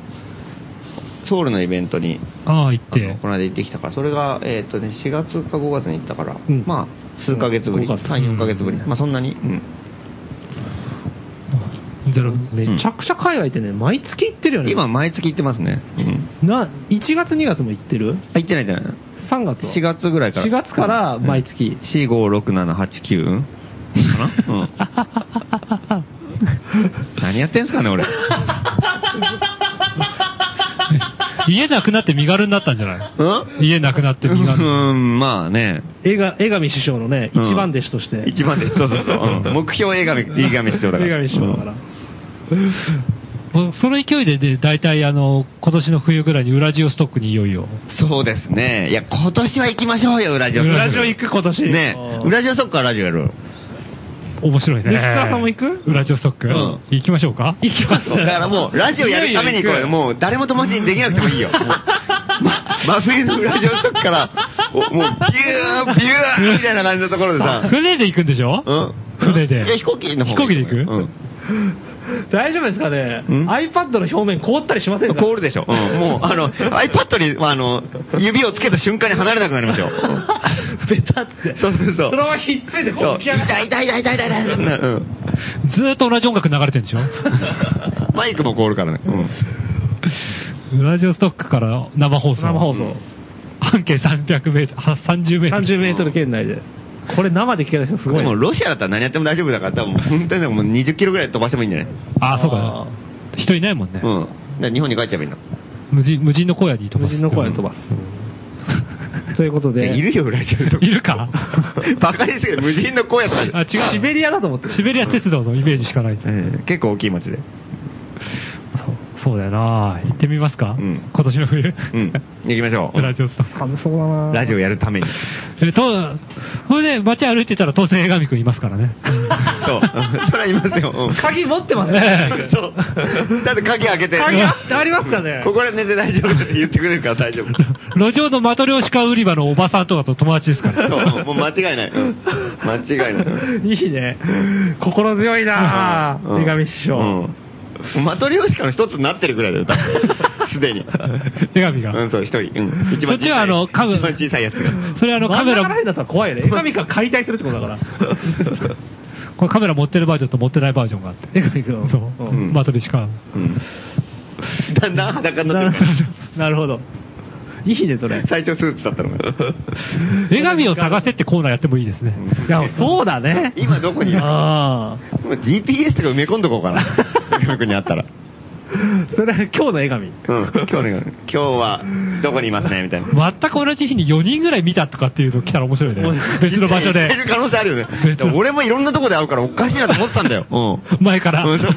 B: ソウルのイベントに、
C: ああ、行っ
B: あの
C: て
B: こ。の間行ってきたから、それが、えっ、とね、4月か5月に行ったから、
A: うん
B: まあ、数ヶ月ぶり、
A: うん五
B: 3、
A: 月
B: 4ヶ月ぶり、
A: うん
B: まあそんなに、うん。
C: ゼロ
A: めちゃくちゃ海外ってね、毎月行ってるよね。
B: 今、毎月行ってますね。うん。
A: な、1月2月も行ってる
B: あ、行ってないじゃない
A: ?3 月は
B: ?4 月ぐらいから。
A: 4月から毎月
B: うん4、5、6、7、8、9? か なうん。何やってんすかね、俺。
C: 家なくなって身軽になったんじゃない
B: うん
C: 家なくなって身軽。
B: うん、まあね。
A: 映画、江上師匠のね、
B: うん
A: 一番弟子として。
B: 一番で、そうそうそう。うん目標映画、映画飯長だから。
A: 江上師匠だから。
C: もうその勢いで、で、大体あの、今年の冬ぐらいにウラジオストックにいよいよ。
B: そうですね。いや、今年は行きましょうよ、ウラジオ。
C: ウラジオ
A: 行く今年
B: ね
A: あー
B: ウラジオそっからラジオやろう。
C: 面白いね。
A: で吉川さんも行く
C: ウラジオストック、
B: うん
C: 行きましょうか
A: 行きます。
B: だからもう、ラジオやるために行こうよ。もう、誰も友達にできなくてもいいよ。もうま、真冬のウラジオのとこから、おもう、ビュー、ビューみたいな感じのところでさ、
C: 船で行くんでしょ
B: うん
C: 船で
B: いや、飛行機の方
C: 飛行機で行く
B: うん。
A: 大丈夫ですかね
B: うん
A: ?iPad の表面凍ったりしませんか
B: 凍るでしょ。うん。もう、あの、iPad に、あの、指をつけた瞬間に離れなくなりますよ。
A: ベタって。
B: そうそうそう
A: そのままひっついて
B: そ
A: こ
B: う
A: う起き上が
B: 痛い痛い痛い痛い痛い痛い。うん。
C: ずーっと同じ音楽流れてる んでしょ
B: マイクも凍るからね。うん。
C: ウラジオストックから生放送。
A: 生放送。
C: 半径300メートル、は30メートル。
A: 30メートル圏内で。これ生で聞けた人すごい
B: で
A: ね。
B: もロシアだったら何やっても大丈夫だから、多分本当にもう20キロぐらい飛ばしてもいいんじゃない
C: ああ、そう
A: あ
C: か。人いないもんね。
B: うん。だから日本に帰っちゃえばいいの。
C: 無人、無人の荒野に飛ば
A: 無
C: す。
A: 人の声飛ばす。 ということで、
B: いるよ、裏切ると
C: いるか
B: バカにすぎる、無人の荒野と
C: あ、
B: か。
C: 違う。
A: シベリアだと思ってる。
C: シベリア鉄道のイメージしかない。
B: えー結構大きい町で。
C: そうそうだよな行ってみますか、
B: うん
C: 今年の冬。
B: うん。 行きましょう。
C: ラジオストッ
A: 寒そうだな
B: オラジオやるために。
C: ク。え、と、それで街歩いてたら当然江上くんいますからね。
B: そう。それはいますよ。うん
A: 鍵持ってます
C: え
A: ね。
C: え
B: そう。だって鍵開けて。
A: 鍵あありますかね
B: ここで寝て大丈夫って言ってくれるから大丈夫。
C: 路上のマトリョーシカ売り場のおばさんとかと友達ですから。
B: そう。もう間違いない。うん間違いない。
A: いいね。心強いな
B: う
A: ぁ。
B: ん
A: 江上師匠。
B: うん。マトリオシカの一つになってるぐらいだよ、多 分すでに。
C: 江上が。
B: うん、そう、一人。うん。一番小さい。
C: こっちはあの家具
B: 一番小さいやつ が。
C: それあのカ
A: 真
C: メ
A: ん中らへん
C: ラ、
A: だったら怖いね。江上が解体するってことだから。
C: これカメラ持ってるバージョンと持ってないバージョンがあって。
A: 江上 君。
C: そうう。
A: ん
B: ん
C: マトリョーシカ。
B: うん。だんだん裸に
A: な
B: なってるから。
A: なるほど。いいね、それ。
B: 最初スーツだったのが。
C: 江上を探せってコーナーやってもいいですね。
A: いや、そうだね。
B: 今どこにいる
A: ああ。
B: もう GPS とか埋め込んどこうか な。江上くんに会ったら。
A: それは今日の江上。
B: うん。今日ね、今日はどこにいますね、みたいな。
C: 全く同じ日に4人ぐらい見たとかっていうの来たら面白いね。別の場所
B: 行ってる
C: で。
B: 可能性あるよね。だから俺もいろんなとこで会うからおかしいなと思ってたんだ よ。うん。
C: 前から。
B: うんそう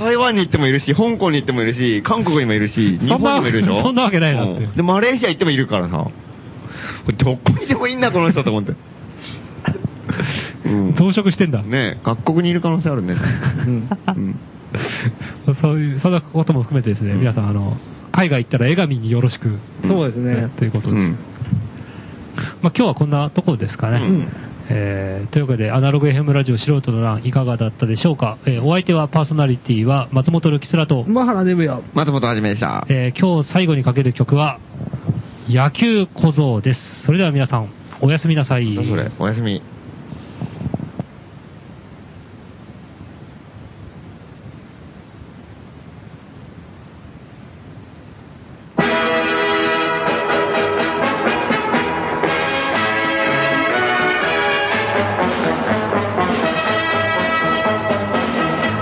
B: 台湾に行ってもいるし、香港に行ってもいるし、韓国にもいるし、日
C: そんな
B: 本にもいるでしょ
C: そんなわけないなって
B: うんで、マレーシア行ってもいるからさ。これどこにでもいいんだ、この人と思って。うん。
C: 増殖してんだ。
B: ねえ各国にいる可能性あるね。
A: うん。
B: うん。
C: そういう、そんなことも含めてですね、
B: うん
C: 皆さん、あの、海外行ったら江上によろしく、
A: そうですね。
C: ということ
B: う
C: です。
B: ん。
C: まあ今日はこんなところですかね。
B: うん
C: えーというわけで、アナログ FM ラジオ素人の欄いかがだったでしょうか、えーお相手はパーソナリティは松本るきつらと、
A: 馬原デブや。
B: 松本はじめでした。
C: えー今日最後にかける曲は、野球小僧です。それでは皆さん、おやすみなさい。
B: 何それおやすみ。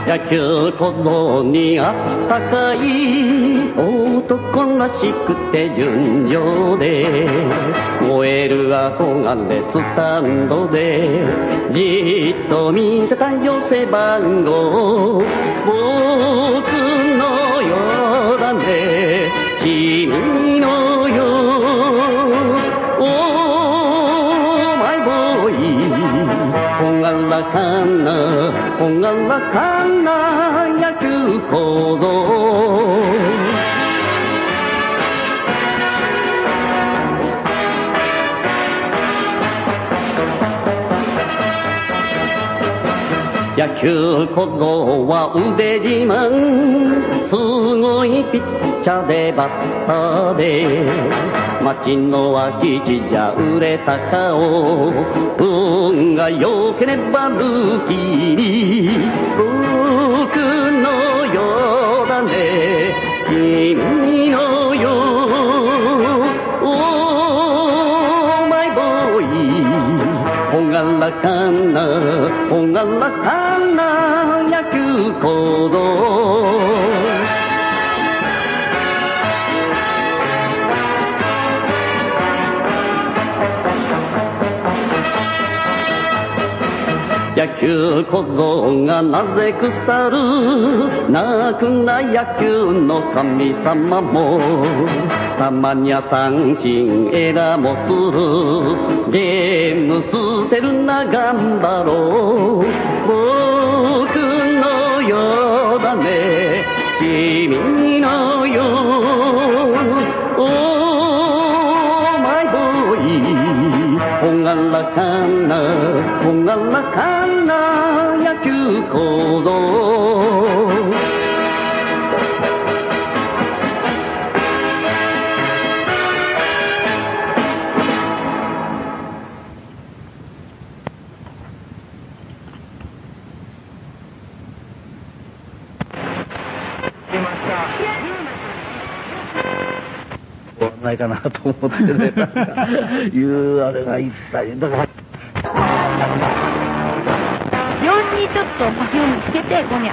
E: 野球小僧にあったかい男らしくて純情で燃える憧れスタンドでじっと見てたよ背番号僕のようだね君のようお前ボーイほがらかな、ほがらかな野球小僧。野球小僧は腕自慢すごいピッチャーでバッターで街の空き地じゃ売れた顔運が良ければルーキーに僕のようだね君のようお前ボーイほがらかな、ほがらかな野球行動。野球小僧がなぜ腐る泣くな野球の神様もたまには三振エラーもするゲーム捨てるな頑張ろう僕のようだね君のようお前ボーイほがらかな、ほがらかな野球行 動。
F: 終わんないかなと思ってね、 いうあれが一体、だから、
G: 4にちょっとパフュームつけて、ごめん。